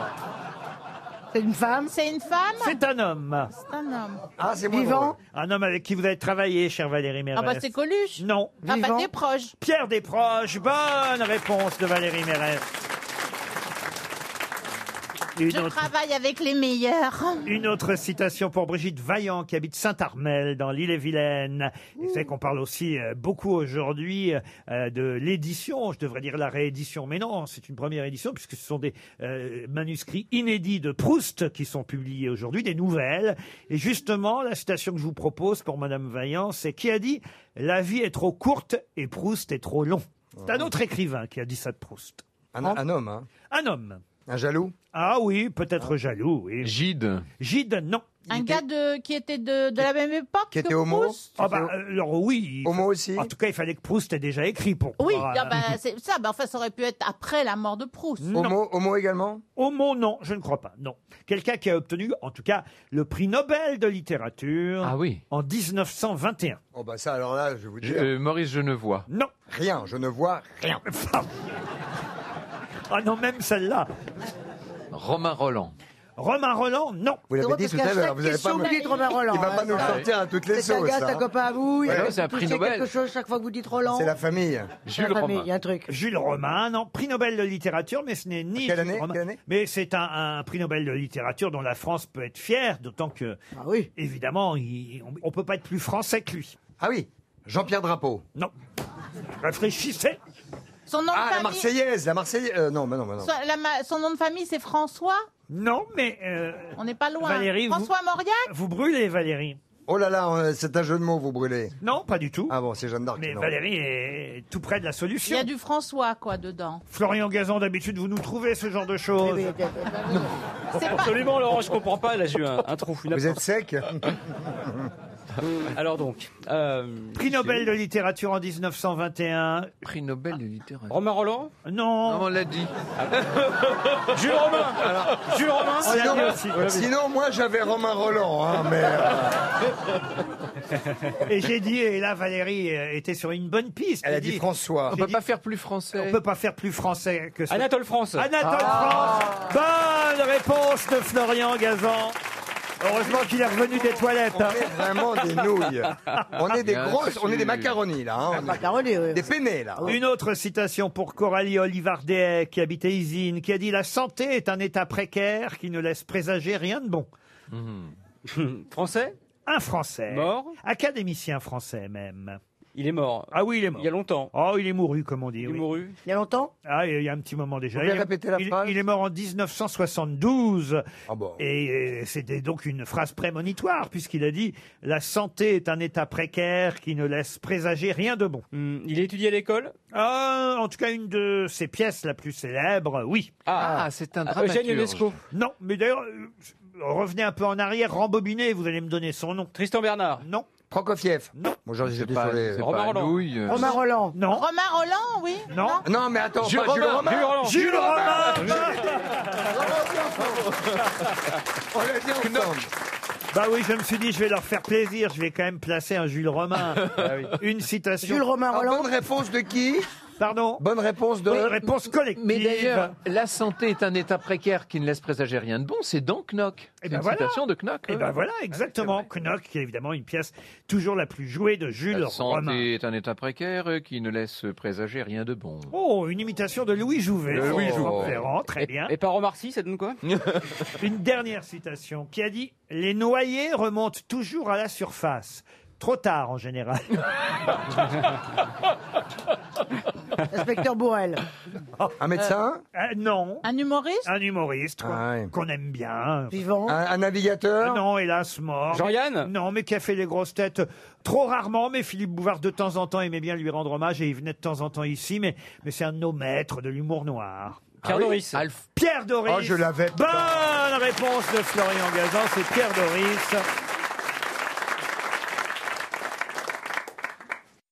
[SPEAKER 2] C'est une femme
[SPEAKER 21] C'est une femme
[SPEAKER 2] C'est un homme.
[SPEAKER 21] Ah, C'est un homme.
[SPEAKER 8] Ah,
[SPEAKER 2] Un homme avec qui vous avez travaillé, cher Valérie Mérès.
[SPEAKER 21] Ah bah c'est Coluche
[SPEAKER 2] Non.
[SPEAKER 21] Ah bah t'es proche
[SPEAKER 2] Pierre Desproges, bonne réponse de Valérie Mérès. Une
[SPEAKER 21] Je
[SPEAKER 2] autre-
[SPEAKER 21] travaille avec les meilleurs
[SPEAKER 2] Une autre citation pour Brigitte Vaillant qui habite Saint-Armel dans l'île-et-Vilaine. Et C'est qu'on parle aussi euh, beaucoup aujourd'hui euh, de l'édition, je devrais dire la réédition, mais non, c'est une première édition puisque ce sont des euh, manuscrits inédits de Proust qui sont publiés aujourd'hui, des nouvelles. Et justement, la citation que je vous propose pour Madame Vaillant, c'est qui a dit « La vie est trop courte et Proust est trop long ». C'est un autre écrivain qui a dit ça de Proust.
[SPEAKER 8] Un, un homme, hein.
[SPEAKER 2] Un homme.
[SPEAKER 8] Un jaloux.
[SPEAKER 2] Ah oui, peut-être jaloux. Oui.
[SPEAKER 11] Gide.
[SPEAKER 2] Gide, non.
[SPEAKER 21] Un gars de, qui était de, de la même époque
[SPEAKER 2] Qui
[SPEAKER 21] que
[SPEAKER 2] était homo
[SPEAKER 21] Proust
[SPEAKER 2] Ah bah, euh, alors oui. Homo aussi En tout cas, il fallait que Proust ait déjà écrit pour
[SPEAKER 21] Oui,
[SPEAKER 2] pouvoir,
[SPEAKER 21] ah
[SPEAKER 2] euh,
[SPEAKER 21] bah, c'est ça, bah, enfin, ça aurait pu être après la mort de Proust.
[SPEAKER 2] non. également Homo, non, je ne crois pas, non. Quelqu'un qui a obtenu, en tout cas, le prix Nobel de littérature en 1921.
[SPEAKER 8] Oh bah ça, alors là, je vais vous dire.
[SPEAKER 11] Euh, Maurice Genevois.
[SPEAKER 2] Non.
[SPEAKER 8] Rien, je ne vois rien.
[SPEAKER 2] Ah non, même celle-là.
[SPEAKER 11] Romain Roland.
[SPEAKER 2] Romain Roland, non.
[SPEAKER 11] Vous l'avez dit tout à l'heure, vous avez pas me-
[SPEAKER 8] il va pas nous le sortir à toutes les
[SPEAKER 9] hein. Ah C'est un
[SPEAKER 8] sauces,
[SPEAKER 9] gars,
[SPEAKER 8] ça,
[SPEAKER 9] c'est un
[SPEAKER 8] hein.
[SPEAKER 9] copain à vous. il
[SPEAKER 8] Ouais,
[SPEAKER 9] a-
[SPEAKER 8] non, c'est un
[SPEAKER 9] vous
[SPEAKER 8] prix
[SPEAKER 9] touchez
[SPEAKER 8] Nobel.
[SPEAKER 9] quelque chose chaque fois que vous dites Roland.
[SPEAKER 8] C'est la famille.
[SPEAKER 9] C'est la famille, Il y a un truc.
[SPEAKER 2] Jules Romain, non, prix Nobel de littérature, mais ce n'est ni
[SPEAKER 8] Quelle
[SPEAKER 2] Jules
[SPEAKER 8] année,
[SPEAKER 2] Romain,
[SPEAKER 8] quelle année
[SPEAKER 2] mais c'est un, un prix Nobel de littérature dont la France peut être fière, d'autant que,
[SPEAKER 9] Ah
[SPEAKER 2] évidemment, il- on, ne peut pas être plus français que lui.
[SPEAKER 8] Ah oui, Jean-Pierre Drapeau.
[SPEAKER 2] Non. Réfléchissez.
[SPEAKER 21] Son nom de
[SPEAKER 8] Ah, la
[SPEAKER 21] famille-
[SPEAKER 8] Marseillaise, la Marseillaise. euh, non, mais non, mais non.
[SPEAKER 21] Son, la ma- son nom de famille, c'est François
[SPEAKER 2] Non, mais...
[SPEAKER 21] On n'est pas loin.
[SPEAKER 8] Valérie, vous-
[SPEAKER 21] François Mauriac
[SPEAKER 2] Vous brûlez, Valérie.
[SPEAKER 8] Oh là là, euh, c'est un jeu de mots, vous brûlez.
[SPEAKER 2] Non, pas du tout.
[SPEAKER 8] Ah bon, c'est Jeanne d'Arc.
[SPEAKER 2] Mais
[SPEAKER 8] non.
[SPEAKER 2] Valérie est tout près de la
[SPEAKER 21] Il y
[SPEAKER 2] solution.
[SPEAKER 21] a du François, quoi, dedans.
[SPEAKER 2] Florian Gazan, d'habitude, vous nous trouvez ce genre de choses.
[SPEAKER 10] Absolument, Laurent, je comprends pas. Là, j'ai eu un, un trou. Vous êtes
[SPEAKER 8] sec
[SPEAKER 10] Alors donc. euh,
[SPEAKER 2] Prix Nobel de littérature en 1921.
[SPEAKER 11] Prix Nobel de littérature.
[SPEAKER 10] Romain Roland
[SPEAKER 2] Non.
[SPEAKER 11] on l'a dit.
[SPEAKER 10] Jules Romain Jules Romain
[SPEAKER 8] Sinon,
[SPEAKER 10] on l'a dit aussi.
[SPEAKER 8] sinon, moi j'avais Romain Roland, hein, mais.
[SPEAKER 2] Et j'ai dit, et là, Valérie euh, était sur une bonne piste.
[SPEAKER 8] Elle a dit François. On peut
[SPEAKER 2] pas faire plus français. On peut pas faire plus français que ça.
[SPEAKER 10] Anatole France.
[SPEAKER 2] Anatole France. Bonne réponse de Florian Gazan. Heureusement qu'il est revenu des toilettes. hein.
[SPEAKER 8] Vraiment des nouilles. On est des grosses, on est des macaronis là. hein. Des penne là.
[SPEAKER 2] Une
[SPEAKER 10] Oh.
[SPEAKER 2] autre citation pour Coralie Olivardet, qui habitait Isine, qui a dit La santé est un état précaire qui ne laisse présager rien de bon. Mhm.
[SPEAKER 10] Français
[SPEAKER 2] Un Français.
[SPEAKER 10] Mort
[SPEAKER 2] Académicien français même.
[SPEAKER 10] Il est mort.
[SPEAKER 2] Ah oui, il est mort. Il
[SPEAKER 10] y a longtemps.
[SPEAKER 2] Oh, il est mouru, comme on dit. Il
[SPEAKER 10] est mouru.
[SPEAKER 2] Il y a longtemps Ah, il y a un petit moment
[SPEAKER 10] Vous
[SPEAKER 2] déjà.
[SPEAKER 10] pouvez
[SPEAKER 2] Il est-
[SPEAKER 10] répéter la
[SPEAKER 2] il, il est mort en 1972. Et, euh, c'était donc une phrase prémonitoire, puisqu'il a dit La santé est un état précaire qui ne laisse présager rien de bon.
[SPEAKER 10] Il étudie à l'école
[SPEAKER 2] Ah, en tout cas, une de ses pièces la plus célèbre, oui.
[SPEAKER 11] Ah, ah, c'est un Ah, Eugène dramaturge. Ionesco.
[SPEAKER 2] Non, mais d'ailleurs, euh, revenez un peu en arrière, rembobinez, vous allez me donner son nom.
[SPEAKER 10] Tristan Bernard
[SPEAKER 2] Non.
[SPEAKER 8] Prokofiev. Non. Bonjour, j'étais sur les.
[SPEAKER 11] c'est Romain pas Roland. Nouille, euh.
[SPEAKER 2] Ah,
[SPEAKER 8] Romain
[SPEAKER 9] Roland.
[SPEAKER 2] Non.
[SPEAKER 21] Romain Roland, oui
[SPEAKER 2] Non.
[SPEAKER 8] Non, mais attends,
[SPEAKER 2] Jules
[SPEAKER 8] pas Jules
[SPEAKER 2] Romain, Jules
[SPEAKER 8] Romain.
[SPEAKER 2] Roland. Jules Bah oui, je me suis dit, je vais leur faire plaisir, je vais quand même placer un Jules Romain. Une citation.
[SPEAKER 15] Jules Romain Roland.
[SPEAKER 8] Ah Bonne réponse de qui
[SPEAKER 2] Pardon
[SPEAKER 8] Bonne réponse de.
[SPEAKER 2] Oui, réponse collective.
[SPEAKER 11] Mais d'ailleurs, la santé est un état précaire qui ne laisse présager rien de bon. C'est donc Knock.
[SPEAKER 2] Et
[SPEAKER 11] C'est une citation de Knock. hein. Ah,
[SPEAKER 2] Et
[SPEAKER 11] oui.
[SPEAKER 2] ben voilà, exactement. Knock, qui est évidemment une pièce toujours la plus jouée de Jules
[SPEAKER 11] La
[SPEAKER 2] Romain.
[SPEAKER 11] santé est un état précaire qui ne laisse présager rien de bon.
[SPEAKER 2] Oh, une imitation de Louis Jouvet.
[SPEAKER 11] De Euh, Louis
[SPEAKER 2] François
[SPEAKER 11] Jouvet.
[SPEAKER 2] Ferrand, très bien.
[SPEAKER 10] Et par Romarcy, ça donne quoi
[SPEAKER 2] Une dernière citation qui a dit Les noyés remontent toujours à la surface. Trop tard en général.
[SPEAKER 9] Inspecteur Bourrel.
[SPEAKER 8] Un médecin Ah,
[SPEAKER 2] Euh, Non.
[SPEAKER 21] Un humoriste
[SPEAKER 2] Un humoriste quoi, qu'on aime bien. Euh,
[SPEAKER 9] Vivant
[SPEAKER 8] un, un navigateur
[SPEAKER 2] Non, hélas, mort.
[SPEAKER 10] Jean-Yann
[SPEAKER 2] Non, mais qui a fait les grosses têtes trop rarement. Mais Philippe Bouvard, de temps en temps, aimait bien lui rendre hommage et il venait de temps en temps ici. Mais, mais c'est un de nos maîtres de l'humour noir.
[SPEAKER 10] Pierre Ah oui Doris. Alf.
[SPEAKER 2] Pierre Doris.
[SPEAKER 10] Oh, je l'avais.
[SPEAKER 2] Bonne réponse de Florian Gazan, c'est Pierre Doris.